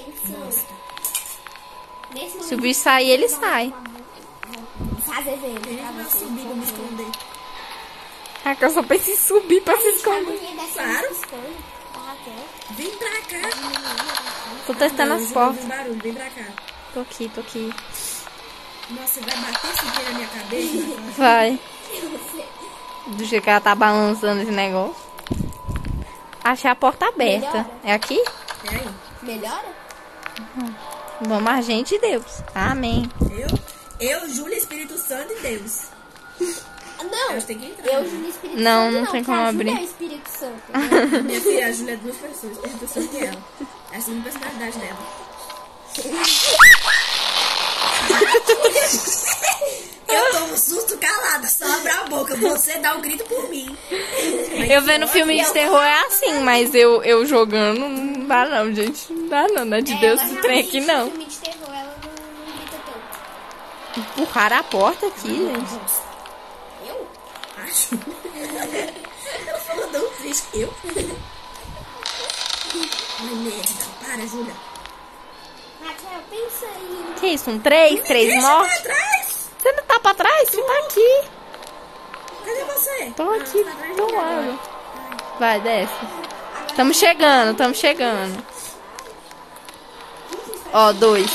[SPEAKER 4] Nesse
[SPEAKER 2] Se o
[SPEAKER 4] momento,
[SPEAKER 2] bicho sair, ele sai.
[SPEAKER 4] fazer ver.
[SPEAKER 1] Tem gente que vai subir pra me esconder.
[SPEAKER 2] Ah, que eu só pensei em subir pra se
[SPEAKER 4] A
[SPEAKER 2] esconder.
[SPEAKER 4] mulher dessa
[SPEAKER 1] Claro.
[SPEAKER 4] é esconder. A Raquel.
[SPEAKER 1] Vem pra cá.
[SPEAKER 2] Tô testando
[SPEAKER 1] Não,
[SPEAKER 2] as
[SPEAKER 1] Ju,
[SPEAKER 2] Tá portas.
[SPEAKER 1] ouvi um barulho, vem pra cá.
[SPEAKER 2] Tô aqui, tô aqui.
[SPEAKER 1] Nossa, vai bater esse dia na minha cabeça.
[SPEAKER 2] <laughs> Vai. Do jeito que ela tá balançando esse negócio. Achei a porta aberta. É aqui?
[SPEAKER 1] É aí.
[SPEAKER 4] Melhora?
[SPEAKER 2] Vamos a gente e Deus. Amém.
[SPEAKER 1] Eu, eu, Júlia, Espírito Santo e Deus.
[SPEAKER 4] Não.
[SPEAKER 1] Eu tenho que entrar.
[SPEAKER 4] Eu, Júlia Espírito
[SPEAKER 2] Não,
[SPEAKER 4] Santo,
[SPEAKER 2] não tem como
[SPEAKER 4] que a
[SPEAKER 2] abrir. Ah,
[SPEAKER 4] Júlia é o
[SPEAKER 2] <laughs>
[SPEAKER 4] Espírito Santo. né?
[SPEAKER 1] Minha filha, a Júlia é duas pessoas, Espírito Santo e ela. É a segunda personalidade dela. Eu tomo susto calada, só abre a boca. Você dá um grito por mim.
[SPEAKER 2] Eu vendo filme de terror é assim, mas eu, eu jogando não dá não, gente. Não dá não, não é de Deus
[SPEAKER 4] Ela
[SPEAKER 2] esse trem aqui
[SPEAKER 4] realmente,
[SPEAKER 2] não.
[SPEAKER 4] filme de terror, ela não, não grita tanto.
[SPEAKER 2] Empurraram a porta aqui, gente.
[SPEAKER 1] Nossa,
[SPEAKER 4] Eu?
[SPEAKER 1] acho. Ela falou tão triste. Eu? Ai, merda. Para, Júlia.
[SPEAKER 4] Raquel, pensa em...
[SPEAKER 2] Que isso, um três, três
[SPEAKER 1] Deixa
[SPEAKER 2] mortes?
[SPEAKER 1] pra trás.
[SPEAKER 2] Você não tá pra trás? Você tá aqui.
[SPEAKER 1] Cadê você?
[SPEAKER 2] Tô
[SPEAKER 1] Ah,
[SPEAKER 2] aqui,
[SPEAKER 1] tá atrás de
[SPEAKER 2] do
[SPEAKER 1] mim agora.
[SPEAKER 2] lado. Vai, desce.
[SPEAKER 4] Agora
[SPEAKER 2] Tamo chegando, tamo chegando. Ó, dois.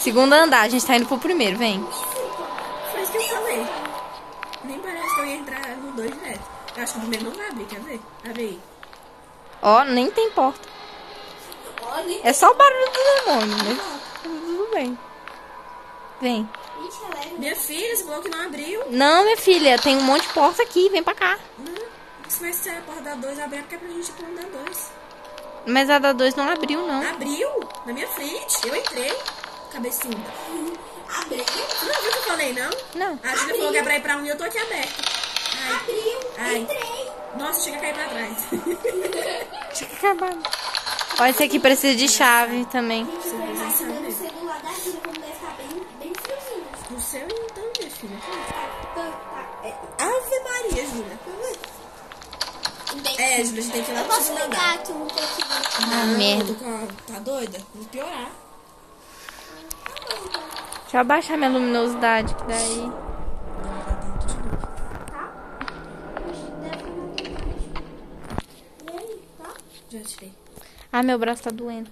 [SPEAKER 2] Segundo andar, a gente tá indo pro primeiro, vem.
[SPEAKER 1] Foi isso que eu falei. Nem parece que eu ia entrar no 2 direto. Eu acho que o primeiro não vai abrir, quer ver? Abre aí.
[SPEAKER 2] Ó, nem tem porta.
[SPEAKER 4] Olha,
[SPEAKER 2] É só o barulho do demônio, né? Tudo bem. Vem.
[SPEAKER 4] gente, ela é
[SPEAKER 1] Minha filha, esse bloco não abriu.
[SPEAKER 2] Não, minha filha, tem um monte de porta aqui, vem pra cá.
[SPEAKER 1] Não. Se vai ser a porta da 2 abrir, é porque é pra gente ir pro andar 2.
[SPEAKER 2] Mas a da 2 não abriu, não.
[SPEAKER 1] Abriu na minha frente. Eu entrei. Cabeçuda.
[SPEAKER 4] Abriu,
[SPEAKER 1] Tu não viu o que eu falei, não?
[SPEAKER 2] Não.
[SPEAKER 1] A Júlia falou que é pra ir pra 1 um, e eu tô aqui aberta. Ai.
[SPEAKER 4] abriu,
[SPEAKER 1] Ai.
[SPEAKER 4] entrei.
[SPEAKER 1] Nossa, chega a cair pra trás. <laughs>
[SPEAKER 2] Tinha que acabar. Ó, esse aqui precisa de chave também.
[SPEAKER 4] Gente, foi rápido no celular da Júlia, como deve estar bem, bem friozinho. né?
[SPEAKER 1] o seu então, minha filha.
[SPEAKER 4] Tá, tá, tá. É,
[SPEAKER 1] Ave Maria, Júlia.
[SPEAKER 4] um bem-
[SPEAKER 1] É, Júlia, a gente tem que ir lá
[SPEAKER 4] Eu
[SPEAKER 1] pra
[SPEAKER 4] posso
[SPEAKER 1] cima andar.
[SPEAKER 4] ligar aqui um pouquinho.
[SPEAKER 2] Ah,
[SPEAKER 1] Não,
[SPEAKER 2] merda.
[SPEAKER 1] tô com a- Tá doida? Vou piorar.
[SPEAKER 2] Deixa eu abaixar minha luminosidade, que daí.
[SPEAKER 4] então, tá?
[SPEAKER 1] Já tirei.
[SPEAKER 2] Ah, meu braço tá doendo.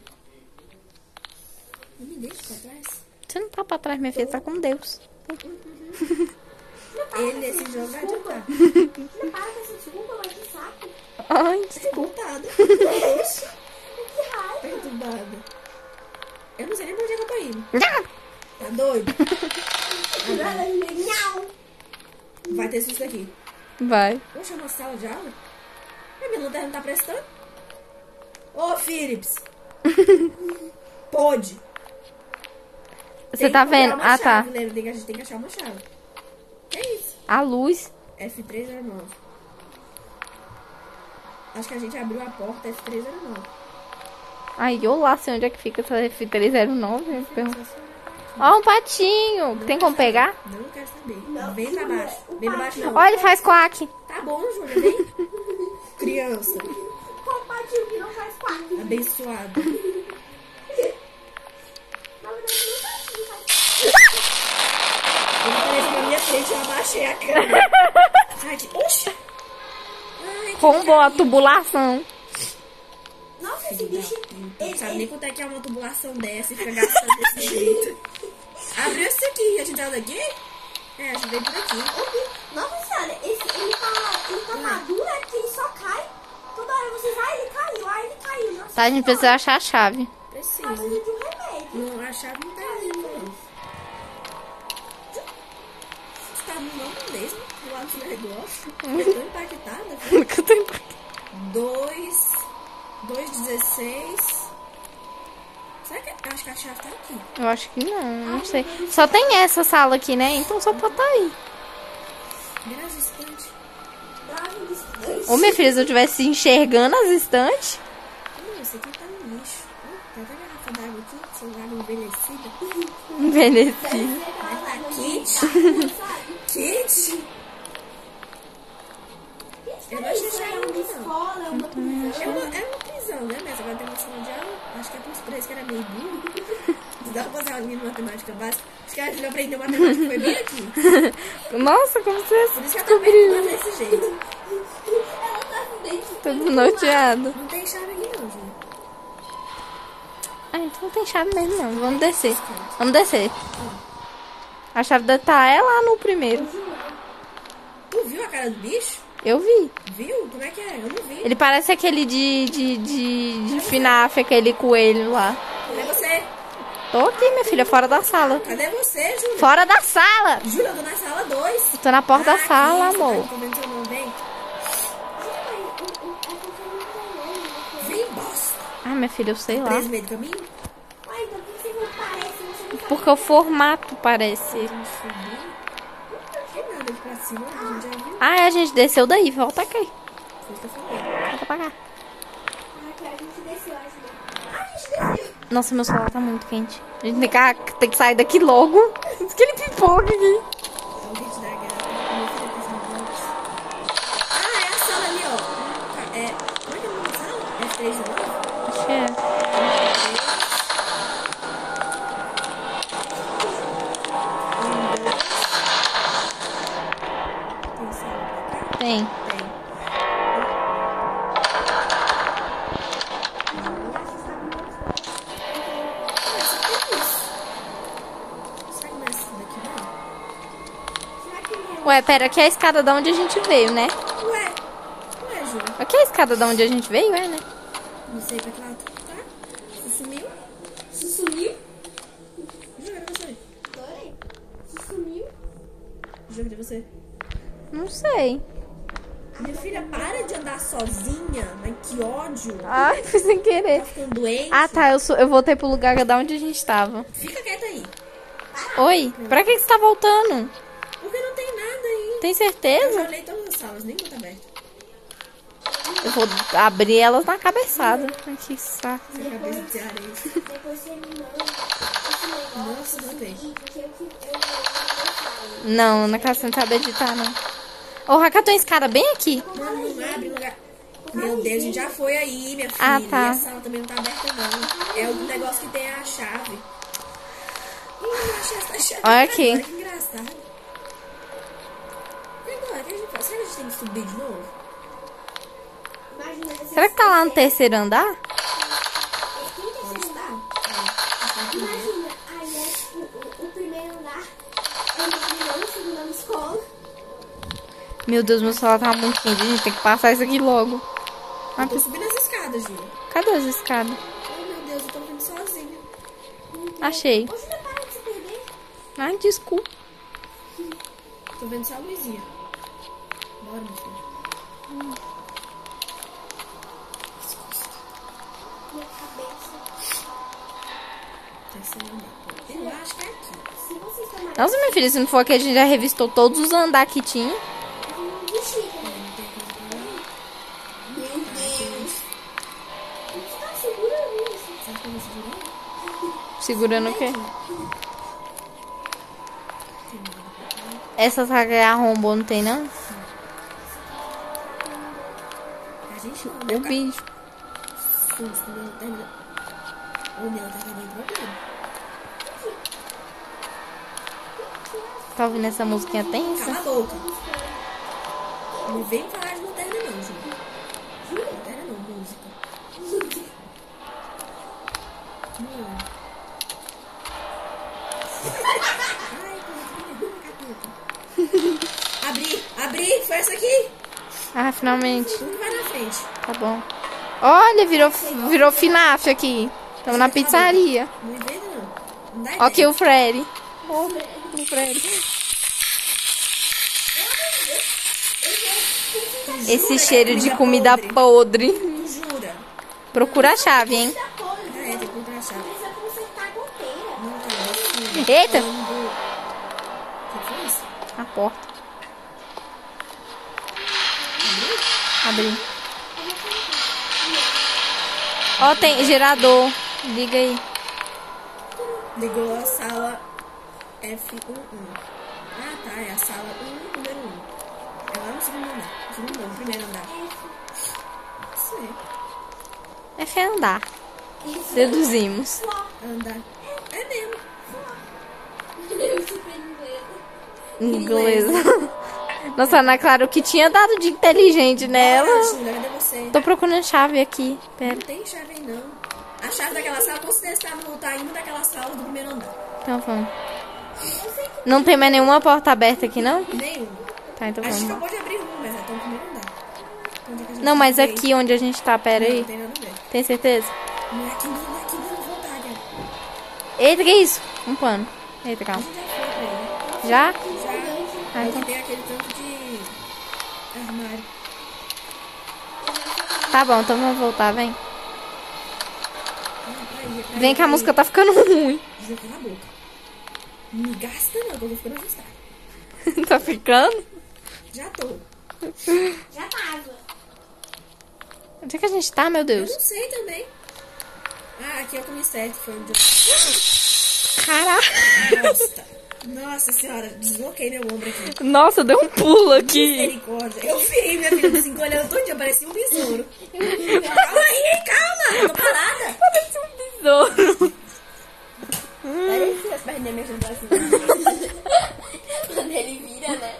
[SPEAKER 1] Não me deixa pra trás.
[SPEAKER 2] Você não tá pra trás, minha filha, tá com Deus.
[SPEAKER 4] tá?
[SPEAKER 1] Ele, esse jogo, vai adiantar.
[SPEAKER 4] Não para com essa desculpa, mas é que saco.
[SPEAKER 2] Ai,
[SPEAKER 1] Tá Revoltada.
[SPEAKER 4] Que raiva.
[SPEAKER 1] Perturbada. Eu não sei nem pra onde é que eu tô indo.
[SPEAKER 2] Ah!
[SPEAKER 1] Tá doido? É
[SPEAKER 4] Agora, Nhau.
[SPEAKER 1] Vai ter susto aqui.
[SPEAKER 2] Vai.
[SPEAKER 1] Poxa, é uma sala de aula? A minha lanterna não tá prestando?
[SPEAKER 2] <laughs>
[SPEAKER 1] Ô, Philips! Pode! Tem
[SPEAKER 2] Você
[SPEAKER 1] que
[SPEAKER 2] tá
[SPEAKER 1] procurar
[SPEAKER 2] vendo?
[SPEAKER 1] uma
[SPEAKER 2] Ah, tá.
[SPEAKER 1] chave, Lembra, tem que- a gente tem que achar uma chave. Que é isso?
[SPEAKER 2] A luz.
[SPEAKER 1] F309. Acho que a gente abriu a porta F309.
[SPEAKER 2] Ai, eu lá sei onde é que fica essa F309. eu pergunto. né? Ó, um patinho. Tem como pegar?
[SPEAKER 1] Não quero saber. Vem pra baixo. Vem pra baixo não.
[SPEAKER 2] Olha, ele faz coaque.
[SPEAKER 1] Tá bom, Júlia, vem. Criança,
[SPEAKER 4] Compartilho que não faz parte.
[SPEAKER 1] abençoada.
[SPEAKER 4] Na verdade, não faz não faz
[SPEAKER 1] Eu apareci na minha frente, eu abaixei a câmera. Ai, que... Oxi! Ai, que
[SPEAKER 2] Combo a tubulação.
[SPEAKER 4] Nossa, esse bicho.
[SPEAKER 1] Não sabe nem quanto é que é uma tubulação dessa e fica gastando desse <laughs> jeito. Abriu esse aqui. A gente tá daqui? É, a gente veio por aqui.
[SPEAKER 4] Eu vi- Nossa senhora, esse, ele tá, ele tá madura que ele só cai. Toda hora vocês, ah, ele caiu, ah, ele caiu. Nossa,
[SPEAKER 2] Tá, a gente
[SPEAKER 4] senhora,
[SPEAKER 2] precisa achar a chave.
[SPEAKER 1] Preciso.
[SPEAKER 4] precisa de um remédio.
[SPEAKER 1] Não, a chave não tá ali, não. Você tá no nome mesmo, do lado do negócio. Eu tô <laughs> impactada. viu?
[SPEAKER 2] <laughs> Nunca tem por quê.
[SPEAKER 1] 2, 2,16. Será que. Acho que a chave tá aqui.
[SPEAKER 2] Eu acho que não, não sei. Só tem essa sala aqui, né? Então só pode tá aí.
[SPEAKER 1] Vira as estantes.
[SPEAKER 4] Grave distância.
[SPEAKER 2] Ô, minha filha, se eu tivesse enxergando as estantes. <laughs>
[SPEAKER 1] Hum, esse aqui tá no lixo. Hum, Tem até garrafa d'água aqui, seu lugar envelhecida.
[SPEAKER 2] Envelheci.
[SPEAKER 1] Mas tá quente.
[SPEAKER 2] <laughs>
[SPEAKER 4] Sabe?
[SPEAKER 1] Quente? Eu não achei
[SPEAKER 4] Isso é
[SPEAKER 1] chave
[SPEAKER 4] uma
[SPEAKER 1] aqui, não.
[SPEAKER 4] escola, é uma
[SPEAKER 1] É
[SPEAKER 4] prisão.
[SPEAKER 1] uma, é uma prisão, né? Mas agora tem uma sala de aula. Acho que é por isso, por isso que era meio burro. <laughs> Não dá pra fazer aula de matemática básica. Acho que a Julia aprendeu matemática foi bem aqui.
[SPEAKER 2] Nossa, como
[SPEAKER 1] Por
[SPEAKER 2] você é
[SPEAKER 1] isso que ela tá perguntando desse jeito.
[SPEAKER 4] Ela tá com dente
[SPEAKER 2] é todo norteado.
[SPEAKER 1] Não tem chave aqui não, Júlia.
[SPEAKER 2] Ah, então não tem chave mesmo, não. Vamos descer. Vamos descer. A chave da tá é lá no primeiro.
[SPEAKER 1] Tu viu a cara do bicho?
[SPEAKER 2] Eu vi.
[SPEAKER 1] Viu? Como é que é? Eu não vi.
[SPEAKER 2] Ele parece aquele de, de, de, de FNAF, aquele coelho lá.
[SPEAKER 1] Cadê você?
[SPEAKER 2] Tô aqui, minha filha, fora da sala.
[SPEAKER 1] Cadê você, Júlia?
[SPEAKER 2] Fora da sala!
[SPEAKER 1] Júlia, eu tô na sala 2.
[SPEAKER 2] Tô na porta da sala,
[SPEAKER 1] tá
[SPEAKER 2] amor.
[SPEAKER 1] Vem, bosta.
[SPEAKER 2] Ah, minha filha, eu sei lá.
[SPEAKER 1] Três meio do caminho?
[SPEAKER 4] Ai, então por que você não parece? Você não
[SPEAKER 2] Porque o formato parece.
[SPEAKER 1] Tem nada aqui pra cima, a gente É já viu.
[SPEAKER 2] Ah, a gente desceu daí. Volta aqui.
[SPEAKER 1] Foi o que eu falei.
[SPEAKER 2] Volta pra cá.
[SPEAKER 4] sabe que a gente desceu, acho que. Ah, a gente desceu.
[SPEAKER 2] Nossa, meu celular tá muito quente. A gente tem que, ah, tem que sair daqui logo. <laughs> Diz que ele pipoca aqui.
[SPEAKER 1] É o vídeo da gata. Meu filho tá fazendo isso. Ah, é a sala ali, ó. É. Como é que é o nome da sala? F3 9?
[SPEAKER 2] Acho que é.
[SPEAKER 1] Tem sala pra cá?
[SPEAKER 2] Tem.
[SPEAKER 1] Tem.
[SPEAKER 2] Ué, pera, aqui é a escada da onde a gente veio, né?
[SPEAKER 1] Ué, ué, Ju,
[SPEAKER 2] Aqui é a escada da onde a gente veio, é, né?
[SPEAKER 1] não sei pra que lado tá. Você sumiu? Você sumiu? Ju, cadê você?
[SPEAKER 4] Oi? Você sumiu?
[SPEAKER 1] Ju, cadê você?
[SPEAKER 2] Não sei.
[SPEAKER 1] Minha filha, para de andar sozinha. Ai, que ódio.
[SPEAKER 2] Ah, <laughs> fui sem querer.
[SPEAKER 1] Tá ficando doente.
[SPEAKER 2] Ah, tá, eu, sou, eu voltei pro lugar da onde a gente tava.
[SPEAKER 1] Fica quieta aí.
[SPEAKER 2] Oi, pra que que você tá voltando?
[SPEAKER 1] Porque não tem nada aí.
[SPEAKER 2] Tem
[SPEAKER 1] Eu já
[SPEAKER 2] certeza?
[SPEAKER 1] olhei todas as salas, nenhuma tá aberta.
[SPEAKER 2] Eu vou abrir elas na cabeçada. Ai, que saco.
[SPEAKER 1] Tem cabeça de areia.
[SPEAKER 4] Depois você me manda esse negócio
[SPEAKER 1] Nossa, não tem.
[SPEAKER 4] e que eu que eu não
[SPEAKER 2] Não, na casa você não sabe editar, não. Ô, Raca, tem escada bem aqui.
[SPEAKER 1] Não, não abre lugar. Meu Deus, a gente já foi aí, minha filha.
[SPEAKER 2] Ah, tá.
[SPEAKER 1] E a sala também não tá aberta, não. É o negócio que tem a chave. Ih, eu achei essa chave. tá
[SPEAKER 2] Olha aqui.
[SPEAKER 1] agora, Que engraçado. E agora? O que a gente faz? Será que a gente tem que subir de novo?
[SPEAKER 4] Imagina você
[SPEAKER 2] Será que tá lá no terceiro andar?
[SPEAKER 4] tem
[SPEAKER 1] Onde
[SPEAKER 4] que
[SPEAKER 1] está?
[SPEAKER 4] andar.
[SPEAKER 1] Está aqui, né?
[SPEAKER 4] Imagina, aí é o, o, o primeiro andar é uma prisão, o segundo é uma escola.
[SPEAKER 2] Meu Deus, meu celular tá muito quente. Gente, tem que passar isso aqui logo.
[SPEAKER 1] Eu tô subindo as escadas, Ju.
[SPEAKER 2] Cadê as escadas?
[SPEAKER 1] Ai, meu Deus, eu tô vindo sozinha.
[SPEAKER 2] Achei.
[SPEAKER 4] Ô, Júlia, é para de se perder.
[SPEAKER 2] Ai, desculpa.
[SPEAKER 1] Tô vendo só a luzinha. Bora, meu filho.
[SPEAKER 4] Minha cabeça.
[SPEAKER 1] Terceiro andar. Eu acho que é aqui.
[SPEAKER 4] Se você está mais...
[SPEAKER 2] Nossa, minha filha, se não for aqui, a gente já revistou todos os andares que tinha.
[SPEAKER 4] Não desistir, né?
[SPEAKER 1] Meu Deus.
[SPEAKER 4] Você tá segurando isso.
[SPEAKER 1] Será que eu vou segurar?
[SPEAKER 2] Segurando o quê? Essa saca é arrombou, não tem não?
[SPEAKER 1] A gente não né?
[SPEAKER 2] Meu bicho.
[SPEAKER 1] susto, meu. Termina. O meu tá acabando de bater.
[SPEAKER 2] Tá ouvindo essa musiquinha tensa?
[SPEAKER 1] Cala a boca. Não vem falar de lanterna, não, Ju. Ju, lanterna não, música. Meu. Ai, coisa que capeta. Abri, abri, foi essa aqui.
[SPEAKER 2] Ah, finalmente.
[SPEAKER 1] Um que vai na frente.
[SPEAKER 2] Tá bom. Olha, virou, virou FNAF aqui. Tamo na pizzaria.
[SPEAKER 1] Não inventa, não. Não dá
[SPEAKER 2] Ó
[SPEAKER 1] ideia.
[SPEAKER 2] aqui o Freddy. Ó, o Freddy. Esse cheiro de comida
[SPEAKER 1] é
[SPEAKER 2] podre.
[SPEAKER 1] podre. Tu jura?
[SPEAKER 2] Procura a chave, hein?
[SPEAKER 4] Outra coisa,
[SPEAKER 1] Ah, é, tem que encontrar a chave.
[SPEAKER 4] precisa consertar a goteira.
[SPEAKER 1] Não, cara, eu
[SPEAKER 2] <laughs>
[SPEAKER 1] acho que-
[SPEAKER 2] Eita!
[SPEAKER 1] O que foi isso?
[SPEAKER 2] A porta. Abri. Ó, tem gerador. Liga aí.
[SPEAKER 1] Ligou a sala F11. Ah, tá. É a sala 1, número 1. É lá no segundo andar. No Segundo não, primeiro andar. Isso aí.
[SPEAKER 2] É fé andar.
[SPEAKER 4] Isso.
[SPEAKER 2] Deduzimos.
[SPEAKER 1] Andar. É mesmo.
[SPEAKER 4] Eu super inglesa.
[SPEAKER 2] Inglesa. Nossa, Ana Clara, o que tinha dado de inteligente
[SPEAKER 1] Ah,
[SPEAKER 2] nela.
[SPEAKER 1] Júlia, cadê você?
[SPEAKER 2] Tô procurando chave aqui. Pera.
[SPEAKER 1] Não tem chave aí, não. A chave daquela sala, com certeza, tá no- tá em uma daquelas salas do primeiro andar.
[SPEAKER 2] Então vamos. Não tem mais nenhuma porta aberta aqui, não?
[SPEAKER 1] Nenhuma.
[SPEAKER 2] Tá, então
[SPEAKER 1] A gente
[SPEAKER 2] vamos.
[SPEAKER 1] acabou de abrir uma, mas é tão primeiro andar. Onde é que a gente
[SPEAKER 2] Não, mas
[SPEAKER 1] tá aí?
[SPEAKER 2] aqui onde a gente tá, pera
[SPEAKER 1] Não,
[SPEAKER 2] aí.
[SPEAKER 1] não tem nada a ver.
[SPEAKER 2] Tem certeza?
[SPEAKER 1] Não é aqui, não, não é aqui, não. Vontade.
[SPEAKER 2] Eita, que isso? Um pano. Eita, calma.
[SPEAKER 1] Já foi pra ele.
[SPEAKER 2] Já?
[SPEAKER 1] Já.
[SPEAKER 2] Ah,
[SPEAKER 1] Aí
[SPEAKER 2] então.
[SPEAKER 1] tem aquele tanto de armário.
[SPEAKER 2] Tá bom, então vamos voltar, vem.
[SPEAKER 1] Ah, pra aí, pra
[SPEAKER 2] Vem
[SPEAKER 1] aí,
[SPEAKER 2] que a
[SPEAKER 1] pra
[SPEAKER 2] música tá ficando <laughs> ruim.
[SPEAKER 1] aí. Ju, cala a boca. Não me gasta não, que eu vou ficando assustada.
[SPEAKER 2] tá ficando?
[SPEAKER 1] Já tô.
[SPEAKER 4] Já tá tava.
[SPEAKER 2] Onde é que a gente tá, meu
[SPEAKER 1] Eu
[SPEAKER 2] Deus?
[SPEAKER 1] não sei também. Ah, aqui é o comissário, que foi onde
[SPEAKER 2] Caraca.
[SPEAKER 1] eu... Nossa. Nossa senhora, desloquei meu ombro aqui.
[SPEAKER 2] Nossa, deu um pulo aqui.
[SPEAKER 1] Misericórdia. Eu vi, minha filha, me cinco olhando todo dia, parecia um besouro. Calma aí, calma. Tô parada.
[SPEAKER 2] Parece um besouro.
[SPEAKER 3] Parecia as pernas mexendo assim.
[SPEAKER 4] Quando ele vira, né?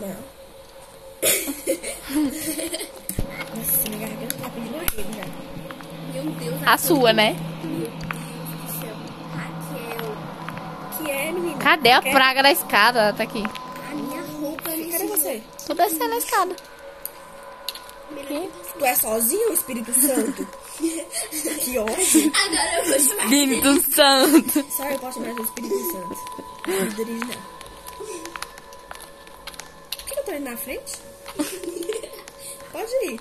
[SPEAKER 1] Não. Nossa, minha garganta tá pedindo arrego já.
[SPEAKER 4] Meu Deus,
[SPEAKER 2] A sua, né?
[SPEAKER 4] do céu. Raquel.
[SPEAKER 1] Que é, menina?
[SPEAKER 2] Cadê a
[SPEAKER 1] Quer-
[SPEAKER 2] praga da escada? Ela tá aqui.
[SPEAKER 1] Ai,
[SPEAKER 3] Tô descendo a escada.
[SPEAKER 1] Tu é sozinho, Espírito <laughs> Santo? que ódio.
[SPEAKER 4] Agora eu vou chamar.
[SPEAKER 3] Espírito Santo.
[SPEAKER 1] Só eu posso chamar de Espírito Santo. Não dirijo, não. Por que eu tô indo na <laughs> frente? Pode ir.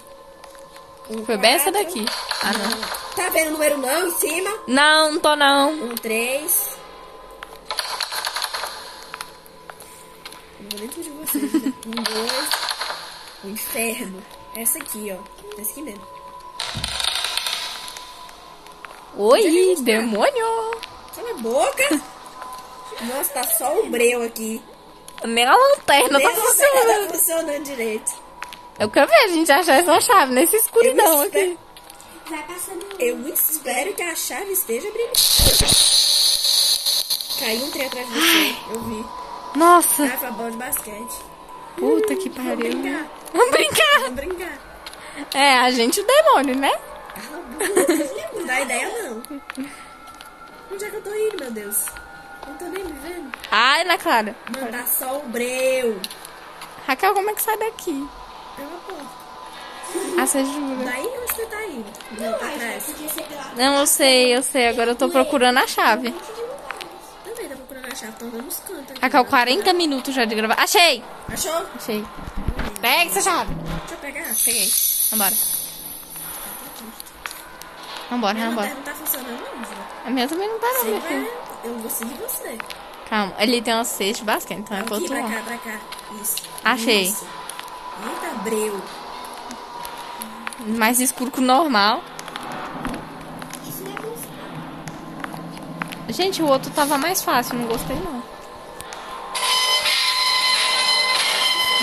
[SPEAKER 3] Foi bem essa daqui. Ah, não.
[SPEAKER 1] Um Tá vendo o número não em cima?
[SPEAKER 3] Não, não tô não.
[SPEAKER 1] Um, três. Eu vou dentro de vocês. né? Um, dois. O inferno. Essa aqui, ó. Tá Essa aqui mesmo.
[SPEAKER 3] Oi,
[SPEAKER 1] tá?
[SPEAKER 3] demônio.
[SPEAKER 1] Cala a boca! Nossa, tá só o breu aqui.
[SPEAKER 3] Nem a lanterna
[SPEAKER 1] Nem
[SPEAKER 3] tá
[SPEAKER 1] a lanterna
[SPEAKER 3] funcionando.
[SPEAKER 1] tá funcionando direito.
[SPEAKER 3] Eu quero ver a gente achar essa chave nessa escuridão
[SPEAKER 1] Eu espero-
[SPEAKER 3] aqui.
[SPEAKER 4] Vai passando. um
[SPEAKER 1] Eu muito espero que a chave esteja brilhando. Caiu um trem atrás de você. Eu vi.
[SPEAKER 3] Nossa,
[SPEAKER 1] Ah, foi a bola de basquete.
[SPEAKER 3] puta que pariu.
[SPEAKER 1] brincar.
[SPEAKER 3] Vamos brincar.
[SPEAKER 1] Vamos brincar.
[SPEAKER 3] É, a gente e o demônio, né?
[SPEAKER 1] Cala a boca. Não dá ideia, não. Onde é que eu tô indo, meu Deus? Não tô nem me vendo.
[SPEAKER 3] Ai, Ana Clara.
[SPEAKER 1] Mano, tá só o breu.
[SPEAKER 3] Raquel, como é que sai daqui?
[SPEAKER 1] Pela porta.
[SPEAKER 3] Ah, você jura?
[SPEAKER 1] Daí onde você tá indo? Não, pra trás.
[SPEAKER 4] Podia ser pela. um
[SPEAKER 3] Não, eu sei, eu sei. Agora eu tô procurando a chave.
[SPEAKER 1] Também tá procurando a chave, tão dando os cantos. aqui. né?
[SPEAKER 3] Raquel, 40 é minutos já de gravar. Achei!
[SPEAKER 1] Achou?
[SPEAKER 3] Achei. Pega essa chave.
[SPEAKER 1] Deixa eu pegar.
[SPEAKER 3] Peguei. Vambora. Vambora,
[SPEAKER 1] Minha
[SPEAKER 3] vambora.
[SPEAKER 1] lanterna não tá funcionando, não, Ju.
[SPEAKER 3] A minha também não tá, não,
[SPEAKER 1] Você
[SPEAKER 3] minha filha.
[SPEAKER 1] vai. Eu vou seguir você.
[SPEAKER 3] Calma, ali tem uma cesta de basquete, então é pro
[SPEAKER 1] Aqui,
[SPEAKER 3] outro
[SPEAKER 1] pra
[SPEAKER 3] lado.
[SPEAKER 1] cá, pra cá. Isso.
[SPEAKER 3] Achei.
[SPEAKER 1] Isso. Eita, breu.
[SPEAKER 3] Mais escuro que o normal.
[SPEAKER 4] Isso não é bom.
[SPEAKER 3] Gente, o outro tava mais fácil, não gostei não.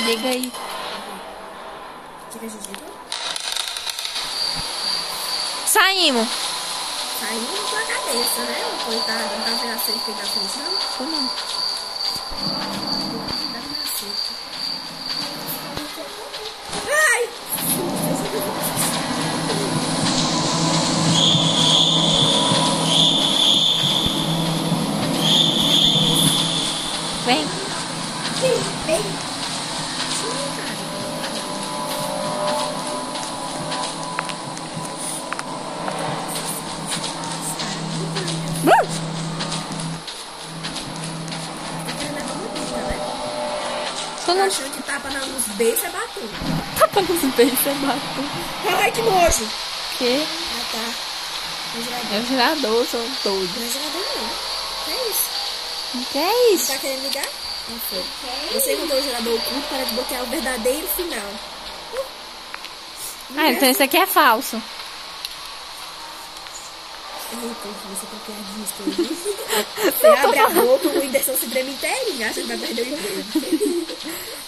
[SPEAKER 3] Liga aí.
[SPEAKER 1] O que que a gente ligou?
[SPEAKER 3] Saímos.
[SPEAKER 1] Caiu na tua cabeça, né? ô Coitado, não tá vendo a cerca da frente, não?
[SPEAKER 3] Tô não.
[SPEAKER 1] Não Tá vendo a cerca. Ai!
[SPEAKER 3] Vem. Uh! Tô
[SPEAKER 1] Tô
[SPEAKER 3] não
[SPEAKER 1] achando que tapa na luz é B, você bateu.
[SPEAKER 3] tapando os beijos, eu bato.
[SPEAKER 1] Ai, que nojo!
[SPEAKER 3] é Que?
[SPEAKER 1] Ah, tá. Não geladinho,
[SPEAKER 3] É o gerador, sou todo.
[SPEAKER 1] não geladinho, não. é Que é isso?
[SPEAKER 3] Que é isso?
[SPEAKER 1] Tá querendo ligar? Não foi. Você mudou o gerador oculto para desbloquear o verdadeiro final.
[SPEAKER 3] Ah, então esse aqui é falso.
[SPEAKER 1] Eita, você tá piadinha, Você abre a boca, o Whindersson se treme inteirinho. Acha que vai perder o emprego.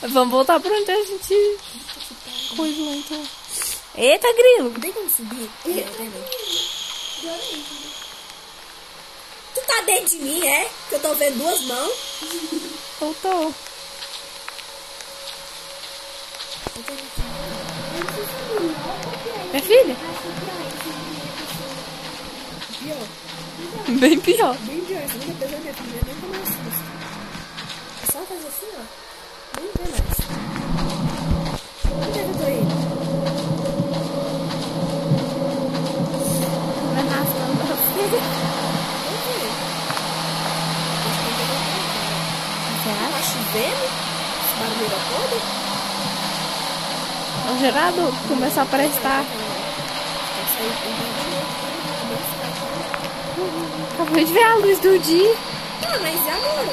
[SPEAKER 3] Vamos voltar pra onde a gente. Coisa lá, então. Eita, grilo!
[SPEAKER 1] Não tem como subir? né, Não, tem não. Tu tá dentro de mim, é? Que eu tô vendo duas mãos.
[SPEAKER 3] Voltou. Minha filha?
[SPEAKER 1] Pior.
[SPEAKER 3] Bem pior.
[SPEAKER 1] Bem pior. Essa segunda pessoa minha primeira nem tomou um susto. É só fazer assim, ó. Nem vê mais. Onde é que eu tô indo? Não sei. Acho que eu tô voltando.
[SPEAKER 3] Será?
[SPEAKER 1] Tá chovendo? Esse barulho todo?
[SPEAKER 3] O gerador começou a prestar.
[SPEAKER 1] Tem que sair por dentro.
[SPEAKER 3] Acabei de ver a luz do dia.
[SPEAKER 1] Ah, mas e agora?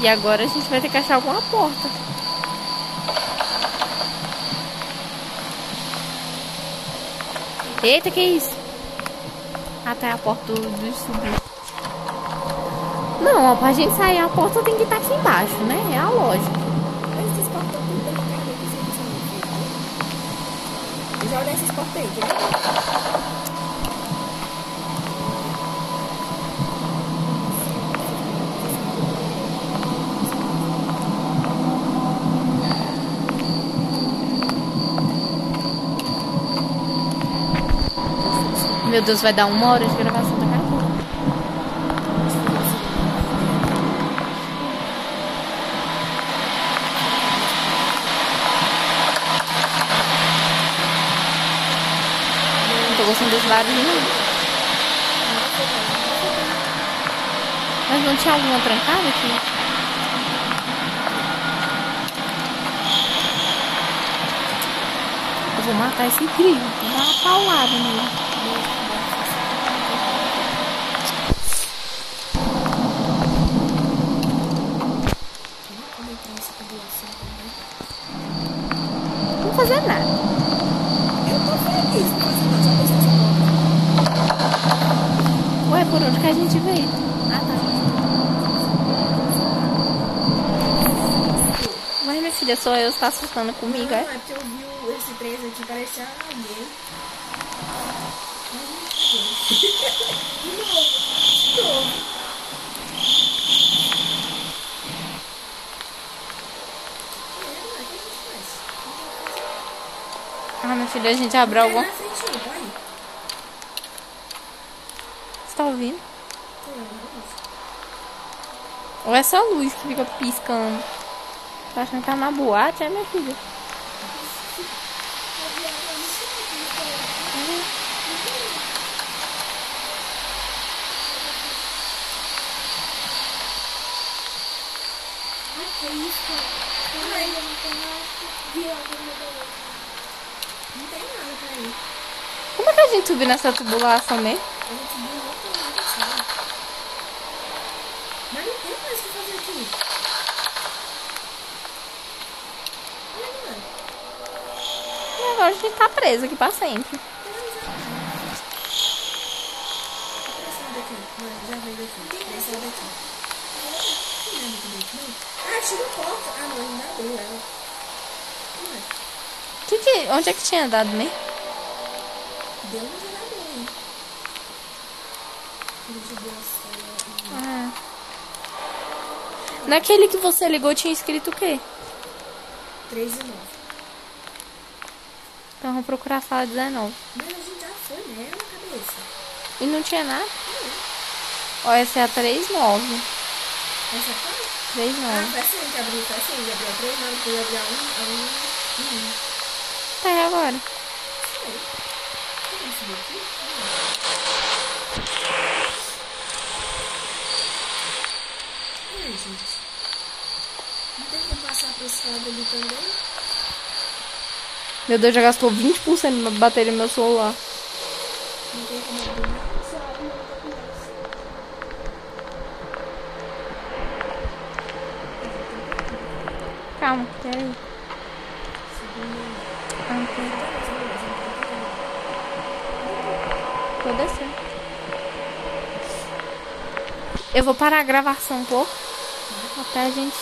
[SPEAKER 3] E agora a gente vai ter que achar alguma porta. Eita, que isso? Até a porta do, do estúdio. Não, ó, pra gente sair a porta tem que estar aqui embaixo, né? É a lógica.
[SPEAKER 1] Olha esses portões tudo dentro da casa que vocês não viram. Joga né? esses portões aí, tá quer ver?
[SPEAKER 3] Meu Deus, vai dar uma hora de gravação daqui a pouco. Barulho. Mas não tinha alguma trancada aqui? Eu vou matar esse grilo. Vou dar uma paulada nele. Não vou fazer nada.
[SPEAKER 1] Eu tô feliz com essa nossa pessoa.
[SPEAKER 3] Ué, por onde que a gente veio? Ah, tá. Mas, minha filha, só eu está surtando comigo, é?
[SPEAKER 1] Não, é porque eu vi o- esse três aqui é parecendo alguém.
[SPEAKER 3] Ah, minha filha, a gente abriu
[SPEAKER 1] Tá
[SPEAKER 3] alguma...
[SPEAKER 1] na frente, não, olha.
[SPEAKER 3] Você tá ouvindo? Ou essa luz que fica piscando? Tá achando que tá na boate, é, minha filha?
[SPEAKER 1] Não tem nada pra mim.
[SPEAKER 3] Como é que a gente subiu nessa tubulação mesmo?
[SPEAKER 1] A gente viu muito nada, sabe? Mas não tem mais o que fazer aqui. Olha, mano.
[SPEAKER 3] E agora a gente tá preso aqui pra sempre.
[SPEAKER 1] Pressão daqui. Mano, já veio daqui. Pressão daqui. Não é muito daqui, não. Ah, tira o copo. Ah, não, ainda abriu ela. Mano,
[SPEAKER 3] Que que... Onde é que tinha andado mesmo?
[SPEAKER 1] deu um jogador, hein? Ele jogou a cela.
[SPEAKER 3] Ah. Naquele que você ligou tinha escrito o quê?
[SPEAKER 1] 3 e 9.
[SPEAKER 3] Então vamos procurar a sala 19.
[SPEAKER 1] Mas a gente já foi nela, cabeça.
[SPEAKER 3] E não tinha nada? Ó, essa é a 39.
[SPEAKER 1] Essa foi? Ah,
[SPEAKER 3] 39.
[SPEAKER 1] foi assim que abriu. Foi assim. Ele abriu a 3, mas depois abriu a 1, a 1 e 1.
[SPEAKER 3] Tá, e agora?
[SPEAKER 1] Ai, gente. Não tem como passar pra esse lado ali também?
[SPEAKER 3] Meu Deus, já gastou 20% da bateria no meu celular.
[SPEAKER 1] Não tem como abrir nada?
[SPEAKER 3] Calma, peraí. Ah, tá. Vou descer. Eu vou parar a gravação um pouco. Até a gente.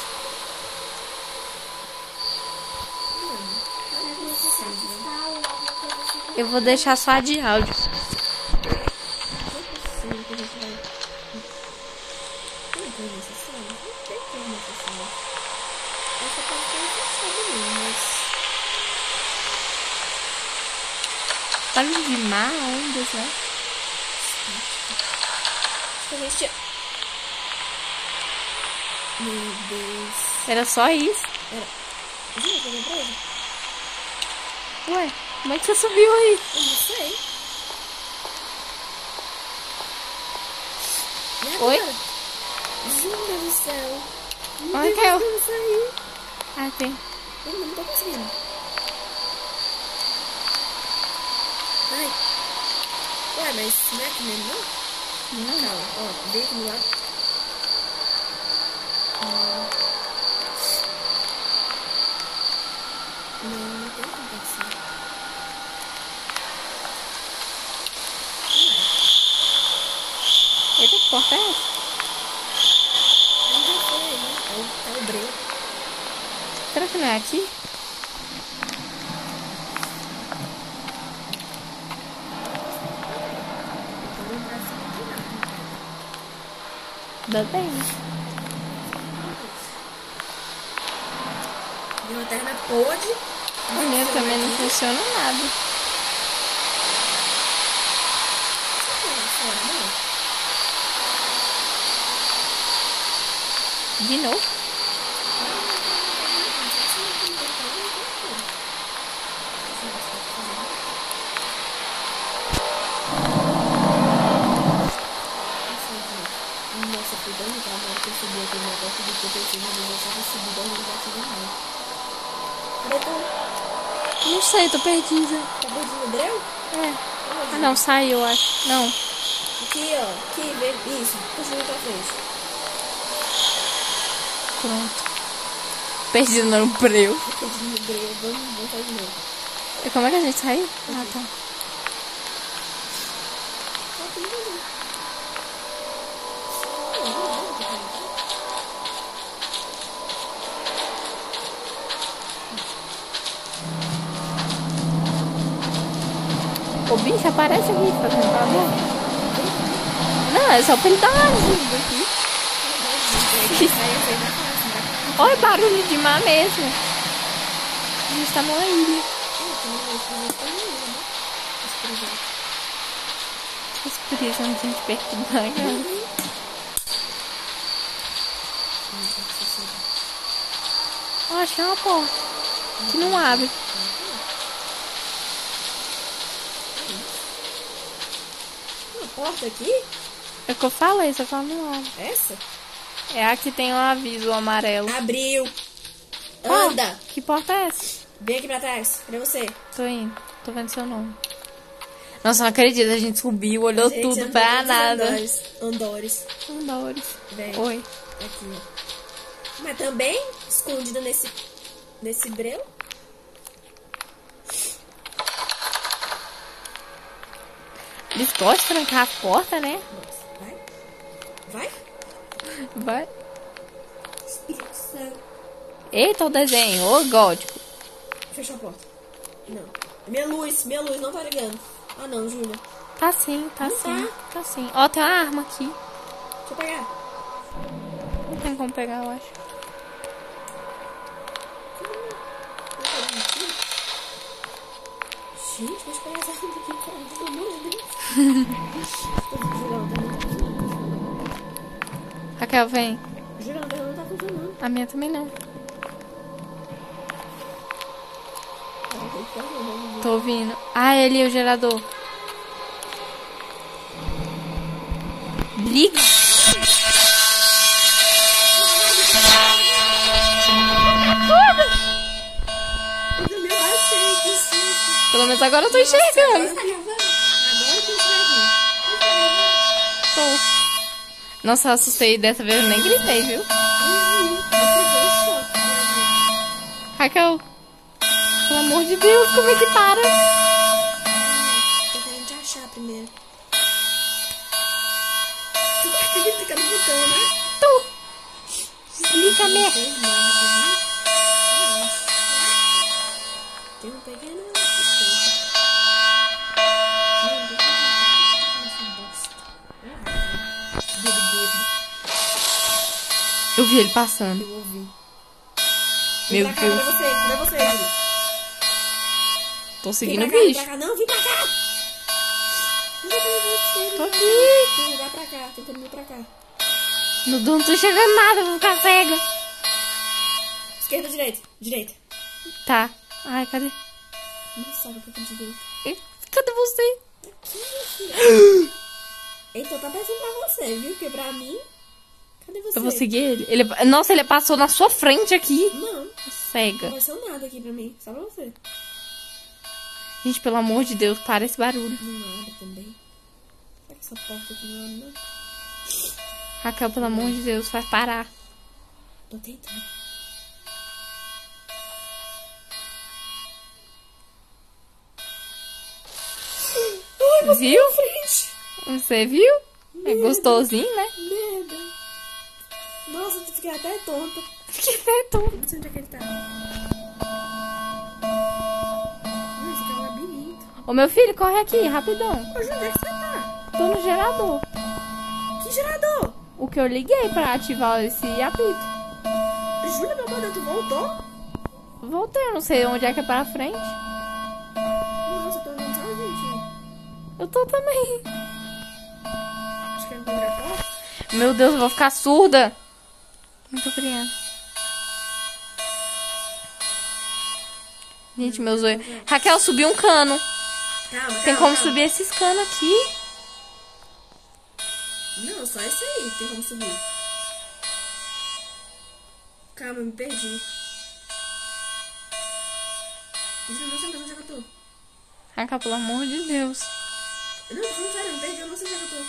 [SPEAKER 3] Eu vou deixar só a de áudio.
[SPEAKER 1] Sim, que a gente vai. Tem como essa sala? Não tem como essa sala. Essa pode ser necessária mesmo, mas.
[SPEAKER 3] Barulho de mar, ondas, Tá né?
[SPEAKER 1] Acho que a gente. Meu Deus.
[SPEAKER 3] Era só isso.
[SPEAKER 1] Viu que eu lembrei? Eu
[SPEAKER 3] Ué, como é que você subiu aí?
[SPEAKER 1] não sei. E
[SPEAKER 3] Oi?
[SPEAKER 1] agora? Jura um. do céu. Não
[SPEAKER 3] Olha
[SPEAKER 1] tem
[SPEAKER 3] que eu-
[SPEAKER 1] mais como sair.
[SPEAKER 3] Ah, tem.
[SPEAKER 1] Eu não tô conseguindo. Ai. Ué, mas não é aqui mesmo, não? Não. Calma, ó, vem aqui do lado. Hum. Não, não tem como passar.
[SPEAKER 3] Eita, que porta é essa?
[SPEAKER 1] Não já foi aí, né? É o, é o breu.
[SPEAKER 3] Será que não é aqui?
[SPEAKER 1] Então não vai ficar nada.
[SPEAKER 3] Ainda bem.
[SPEAKER 1] Minha lanterna pode.
[SPEAKER 3] A minha também não funciona nada. De novo?
[SPEAKER 1] Nossa, foi dando trabalho que eu subi aqui no negócio do que eu pensei, mas eu só subi dando negócio de raiva. Cadê tu?
[SPEAKER 3] Não sei, tô perdida.
[SPEAKER 1] Acabou de Andreu?
[SPEAKER 3] Ah, não, saiu, eu acho. Não.
[SPEAKER 1] Aqui, ó. Aqui, vê. Isso. Continua pra frente.
[SPEAKER 3] Pronto. Perdida no breu.
[SPEAKER 1] Porque de Andreu, vamos, vamos fazer de novo.
[SPEAKER 3] E Como é que a gente saiu? Ah, tá.
[SPEAKER 1] Só tem que fazer.
[SPEAKER 3] O bicho aparece aqui pra tentar ver. Não, é só pra ele dar uma ajuda <laughs> aqui. Olha o barulho de mar mesmo. A gente tá numa ilha. Os prisão de gente perturbando. Ó, achei uma porta. Que não abre.
[SPEAKER 1] Uma porta aqui?
[SPEAKER 3] É o que eu falei, só que ela não abre.
[SPEAKER 1] Essa?
[SPEAKER 3] É a que tem um aviso amarelo.
[SPEAKER 1] Abriu.
[SPEAKER 3] Ó,
[SPEAKER 1] Anda.
[SPEAKER 3] que porta é essa?
[SPEAKER 1] Vem aqui pra trás. Pra você.
[SPEAKER 3] Tô indo. Tô vendo seu nome. Nossa, não acredito. A gente subiu, olhou
[SPEAKER 1] Gente,
[SPEAKER 3] tudo
[SPEAKER 1] eu não
[SPEAKER 3] pra
[SPEAKER 1] tô vendo os
[SPEAKER 3] nada.
[SPEAKER 1] Andores. Andores.
[SPEAKER 3] Andores.
[SPEAKER 1] Vem.
[SPEAKER 3] Oi.
[SPEAKER 1] Aqui, ó. Mas também escondida nesse... Nesse breu.
[SPEAKER 3] Eles gostam de trancar a porta, né?
[SPEAKER 1] Nossa, vai. Vai.
[SPEAKER 3] Vai.
[SPEAKER 1] Espírito Santo.
[SPEAKER 3] Eita, o desenho. Ô, gótico.
[SPEAKER 1] Fecha a porta. Não. Minha luz, minha luz, não tá ligando. Ah não, Júlia.
[SPEAKER 3] Tá sim, tá
[SPEAKER 1] Não
[SPEAKER 3] sim. Tá sim. Ó, tem uma arma aqui.
[SPEAKER 1] Deixa eu pegar.
[SPEAKER 3] Não tem como pegar, eu acho.
[SPEAKER 1] Gente, deixa eu pegar essa arma aqui, cara. Pelo amor de Deus. Júlia, ela tá não tá funcionando.
[SPEAKER 3] Raquel, vem.
[SPEAKER 1] Júlia, ela tá- ela não tá funcionando.
[SPEAKER 3] A minha também não.
[SPEAKER 1] Ela tem que ficar jogando.
[SPEAKER 3] Tô ouvindo. Ah, é ali o gerador. Liga.
[SPEAKER 1] Eu achei que sim.
[SPEAKER 3] Pelo menos agora eu tô
[SPEAKER 1] Tá
[SPEAKER 3] enxergando.
[SPEAKER 1] gravando? Agora que eu
[SPEAKER 3] Tô. Nossa, eu assustei dessa vez, eu nem gritei, viu?
[SPEAKER 1] Uhum, né,
[SPEAKER 3] Raquel, pelo amor de Deus, como é que para?
[SPEAKER 1] Tô querendo te achar primeiro. Tu tá aqui clicando no botão, né?
[SPEAKER 3] Tu. Desliga a merda.
[SPEAKER 1] Tem nada, né? Tem um pequeno suspeito. Meu Deus, que bosta. Dedo gordo,
[SPEAKER 3] Eu vi ele passando.
[SPEAKER 1] eu ouvi. Vem
[SPEAKER 3] Meu
[SPEAKER 1] pra cá,
[SPEAKER 3] Deus,
[SPEAKER 1] Pra você, pra você, Júlio.
[SPEAKER 3] tô
[SPEAKER 1] Vem
[SPEAKER 3] seguindo o
[SPEAKER 1] pra cá, vem
[SPEAKER 3] bicho.
[SPEAKER 1] pra cá. Não, vem pra cá! Vem pra você,
[SPEAKER 3] Tô aqui.
[SPEAKER 1] Tem um lugar pra cá, tem um caminho pra cá.
[SPEAKER 3] Meu Deus, não tá tô enxergando nada, vou ficar cega.
[SPEAKER 1] Esquerda, direita, direita.
[SPEAKER 3] Tá. Ai, cadê?
[SPEAKER 1] Não sabe o que é. eu tô direita.
[SPEAKER 3] Ih, Cadê você?
[SPEAKER 1] Então tá parecendo pra você, viu? Porque pra mim. Cadê você?
[SPEAKER 3] Eu vou seguir ele. ele. Nossa, ele passou na sua frente aqui.
[SPEAKER 1] Não, não
[SPEAKER 3] Cega.
[SPEAKER 1] apareceu nada aqui pra mim. Só pra você.
[SPEAKER 3] Gente, pelo amor de Deus, para esse barulho.
[SPEAKER 1] Não abre também. Será que essa porta aqui não é abre, não?
[SPEAKER 3] Raquel, pelo amor de Deus, vai parar.
[SPEAKER 1] Tô tentando.
[SPEAKER 3] Viu? Você viu? É gostosinho, né? <laughs>
[SPEAKER 1] Merda. Nossa, tu fiquei até tá é tonta.
[SPEAKER 3] Que teto.
[SPEAKER 1] Não sei onde é que ele tá. Nossa, que é um labirinto.
[SPEAKER 3] Ô, meu filho, corre aqui, rapidão.
[SPEAKER 1] Ô, Ju, onde é que você tá?
[SPEAKER 3] Tô no gerador.
[SPEAKER 1] Que gerador?
[SPEAKER 3] O que eu liguei pra ativar esse apito.
[SPEAKER 1] Júlia, meu amor, tu voltou?
[SPEAKER 3] Voltei, eu não sei onde é que é pra frente.
[SPEAKER 1] Nossa, eu tô andando sozinha aqui.
[SPEAKER 3] Eu tô também.
[SPEAKER 1] Acho que é eu não vou virar pra lá.
[SPEAKER 3] Meu Deus, eu vou ficar surda. Muito criança. Gente, meus olhos. Raquel, subiu um cano.
[SPEAKER 1] Calma,
[SPEAKER 3] Tem
[SPEAKER 1] calma,
[SPEAKER 3] como
[SPEAKER 1] calma.
[SPEAKER 3] subir esses canos aqui?
[SPEAKER 1] Não,
[SPEAKER 6] Só isso aí, tem como subir. Calma, me perdi. Eu não sei onde é que eu tô.
[SPEAKER 3] Raca, pelo amor de Deus.
[SPEAKER 6] Não, não, sério, me perdi, eu não sei onde é que eu tô.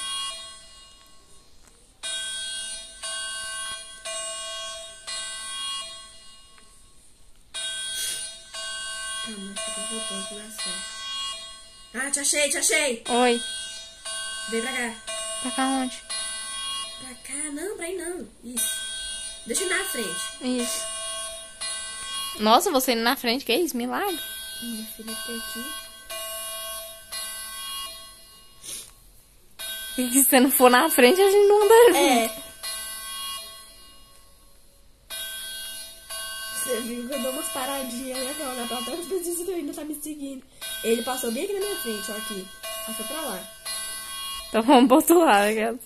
[SPEAKER 6] Calma, acho que eu vou voltar, vou começar. é Ah, te achei, te achei!
[SPEAKER 3] Oi.
[SPEAKER 6] Vem pra cá.
[SPEAKER 3] Pra cá onde?
[SPEAKER 6] Pra cá, não, pra aí não. Isso. Deixa eu ir na frente.
[SPEAKER 3] Isso. Nossa, você indo na frente, que isso? Milagre.
[SPEAKER 6] Minha filha tem aqui.
[SPEAKER 3] E se você não for na frente, a gente não anda junto.
[SPEAKER 6] É.
[SPEAKER 1] Você viu que eu dou umas paradinhas, né? Não, na plateia das pessoas que ainda tá me seguindo. Ele passou bem aqui na minha frente, ó, aqui. Passou pra lá.
[SPEAKER 3] Então vamos pro outro lado, aquela.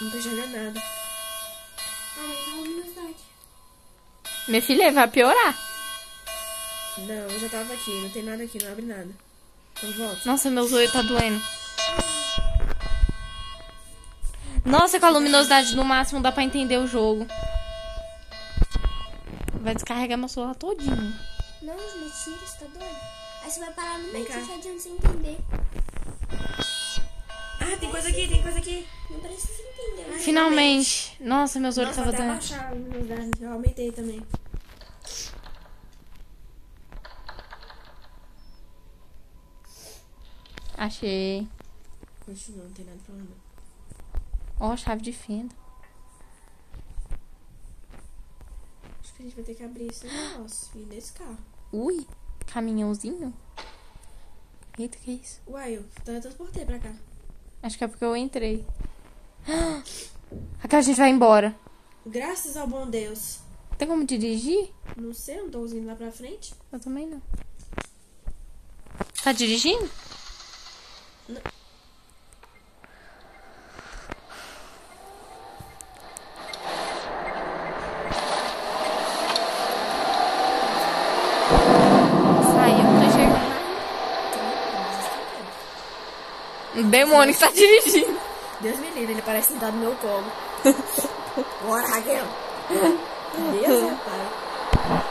[SPEAKER 6] Não tô jogando nada.
[SPEAKER 4] Ah, mas é uma velocidade.
[SPEAKER 3] Minha filha, vai piorar.
[SPEAKER 6] Não, eu já tava aqui, não tem nada aqui, não abre nada. Então volta.
[SPEAKER 3] Nossa, meus olhos tá doendo. Nossa, com a luminosidade no máximo dá pra entender o jogo. Vai descarregar meu celular todinho.
[SPEAKER 4] Não, mas tira, você tá doido? Aí você vai parar no
[SPEAKER 6] Vem
[SPEAKER 4] meio
[SPEAKER 6] cá.
[SPEAKER 4] e você adianta você entender.
[SPEAKER 6] Ah, tem coisa aqui, tem coisa aqui.
[SPEAKER 4] Não precisa entender. né?
[SPEAKER 3] Finalmente. Nossa, meus olhos
[SPEAKER 6] Nossa,
[SPEAKER 3] estavam
[SPEAKER 6] até
[SPEAKER 3] doendo.
[SPEAKER 6] baixar a luminosidade, eu aumentei também.
[SPEAKER 3] Achei.
[SPEAKER 6] Continua, não tem nada pra lá não.
[SPEAKER 3] Ó, chave de fenda.
[SPEAKER 6] Acho que a gente vai ter que abrir esse negócio e ir nesse carro.
[SPEAKER 3] Ui, caminhãozinho. Eita, que isso?
[SPEAKER 6] Uai, eu teletransportei pra cá.
[SPEAKER 3] Acho que é porque eu entrei. <gasps> Aqui a gente vai embora.
[SPEAKER 6] Graças ao bom Deus.
[SPEAKER 3] Tem como dirigir?
[SPEAKER 6] Não sei, eu não tô usando lá pra frente.
[SPEAKER 3] Eu também não. Tá dirigindo? Saiu, não enxerga nada. O demônio que tá dirigindo.
[SPEAKER 1] Deus me livre, ele parece sentado no meu colo.
[SPEAKER 6] Bora, Raquel!
[SPEAKER 1] Deus é pai.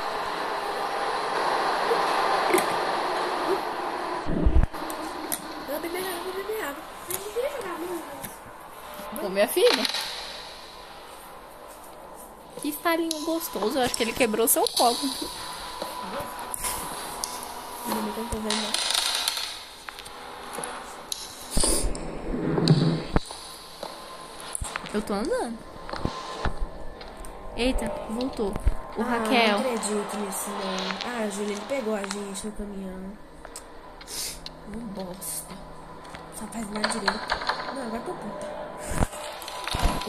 [SPEAKER 6] Vou beber água, vou beber água.
[SPEAKER 4] Mas você queria jogar música?
[SPEAKER 3] Ô, minha filha. Que estalinho gostoso. Eu acho que ele quebrou seu copo.
[SPEAKER 1] Não me contou vendo. não.
[SPEAKER 3] Eu tô andando. Eita, voltou. O
[SPEAKER 6] Ah, Não
[SPEAKER 3] Raquel.
[SPEAKER 6] acredito nisso, não. Ah, Júlia, ele pegou a gente no caminhão. Um bosta. Só faz mais direito. Não, vai pra puta.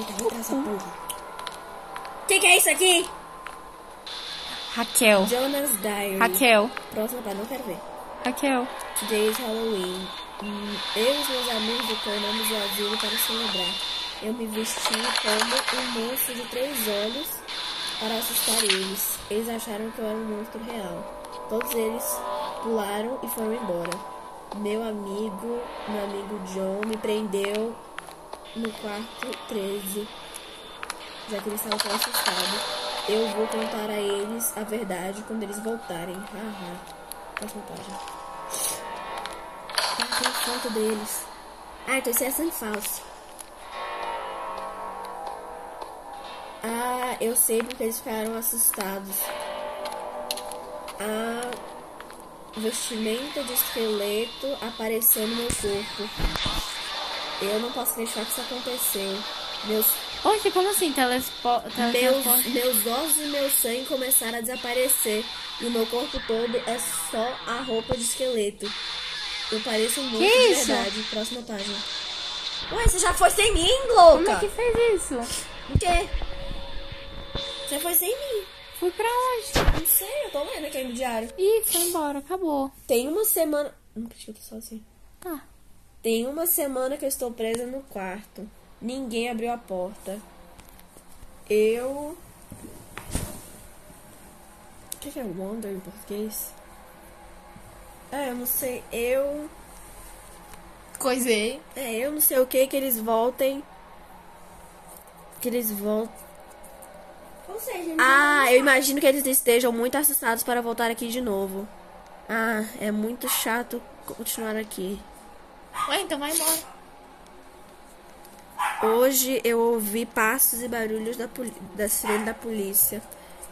[SPEAKER 6] Eita, vem pra essa porra.
[SPEAKER 1] Que que é isso aqui?
[SPEAKER 3] Raquel.
[SPEAKER 1] Jonas Diary.
[SPEAKER 3] Raquel.
[SPEAKER 1] Próximo pai, não quero ver.
[SPEAKER 3] Raquel.
[SPEAKER 1] Today is Halloween. Hum, Eu e os meus amigos retornamos ao vivo para celebrar. Eu me vesti como um monstro de três olhos para assustar eles. Eles acharam que eu era um monstro real. Todos eles pularam e foram embora. Meu amigo, meu amigo John, me prendeu no quarto 13, já que eles estavam tão assustados. Eu vou contar a eles a verdade quando eles voltarem. Haha. Próxima página. Ah, tem foto deles. Ah, então isso é sangue falso. Ah, eu sei porque eles ficaram assustados. Ah, vestimenta de esqueleto apareceu no meu corpo. Eu não posso deixar que isso aconteceu. Meus,
[SPEAKER 3] Oxe, como assim? Telespo...
[SPEAKER 6] Tá
[SPEAKER 1] meus,
[SPEAKER 3] Telespo...
[SPEAKER 1] meus ossos e meu sangue começaram a desaparecer. E o meu corpo todo é só a roupa de esqueleto. Eu pareço muito de
[SPEAKER 3] isso?
[SPEAKER 1] verdade. Próxima página.
[SPEAKER 6] Ué, você já foi sem mim,
[SPEAKER 3] Como é
[SPEAKER 6] louca?
[SPEAKER 3] que fez isso?
[SPEAKER 1] O quê? Você foi sem mim.
[SPEAKER 3] Fui pra onde?
[SPEAKER 1] Não sei, eu tô lendo aqui no diário.
[SPEAKER 3] Ih, foi embora. Acabou.
[SPEAKER 1] Tem uma semana. Não, acho que eu tô sozinha.
[SPEAKER 3] Tá.
[SPEAKER 1] Tem uma semana que eu estou presa no quarto. Ninguém abriu a porta. Eu. O que que é Wonder em português? Ah, eu não sei. Eu.
[SPEAKER 3] Coisei.
[SPEAKER 1] É, eu não sei o que que eles voltem que eles vão.
[SPEAKER 4] Ou seja, ele
[SPEAKER 1] Ah, eu imagino que eles estejam muito assustados para voltar aqui de novo. Ah, é muito chato continuar aqui.
[SPEAKER 3] Ué, então vai embora.
[SPEAKER 1] Hoje eu ouvi passos e barulhos da, poli- da sirene da polícia.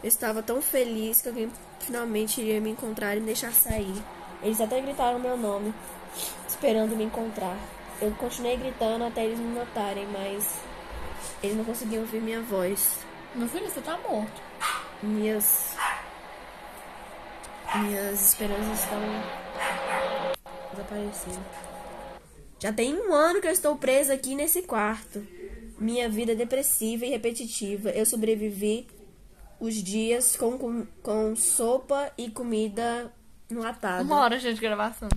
[SPEAKER 1] Eu estava tão feliz que alguém finalmente iria me encontrar e me deixar sair. Eles até gritaram meu nome, esperando me encontrar. Eu continuei gritando até eles me notarem, mas eles não conseguiam ouvir minha voz.
[SPEAKER 3] Meu filho, você tá morto.
[SPEAKER 1] Minhas. Minhas esperanças estão. desaparecendo. Já tem um ano que eu estou presa aqui nesse quarto. Minha vida é depressiva e repetitiva. Eu sobrevivi os dias com, com, com sopa e comida enlatada.
[SPEAKER 3] Uma hora já de gravação.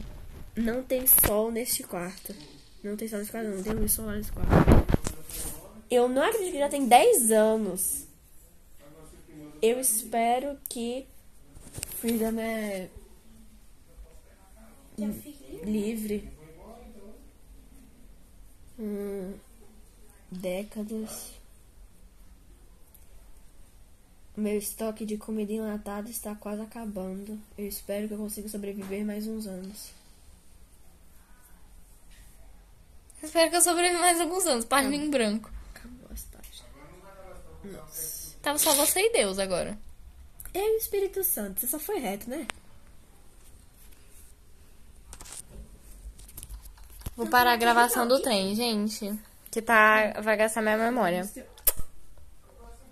[SPEAKER 1] Não tem sol neste quarto. Não tem sol neste quarto, não tem luz solar nesse quarto. Eu não acredito que já tem 10 anos. Eu espero que Freedom é
[SPEAKER 4] não fica.
[SPEAKER 1] livre. Hum, décadas. Meu estoque de comida enlatada está quase acabando. Eu espero que eu consiga sobreviver mais uns anos.
[SPEAKER 3] Espero que eu sobreviva mais alguns anos. Página em branco.
[SPEAKER 1] Acabou as páginas. Nossa.
[SPEAKER 3] Tava só você e Deus agora.
[SPEAKER 1] É o Espírito Santo, você só foi reto, né?
[SPEAKER 3] Vou parar a gravação do trem, gente. Que tá. Vai gastar minha memória.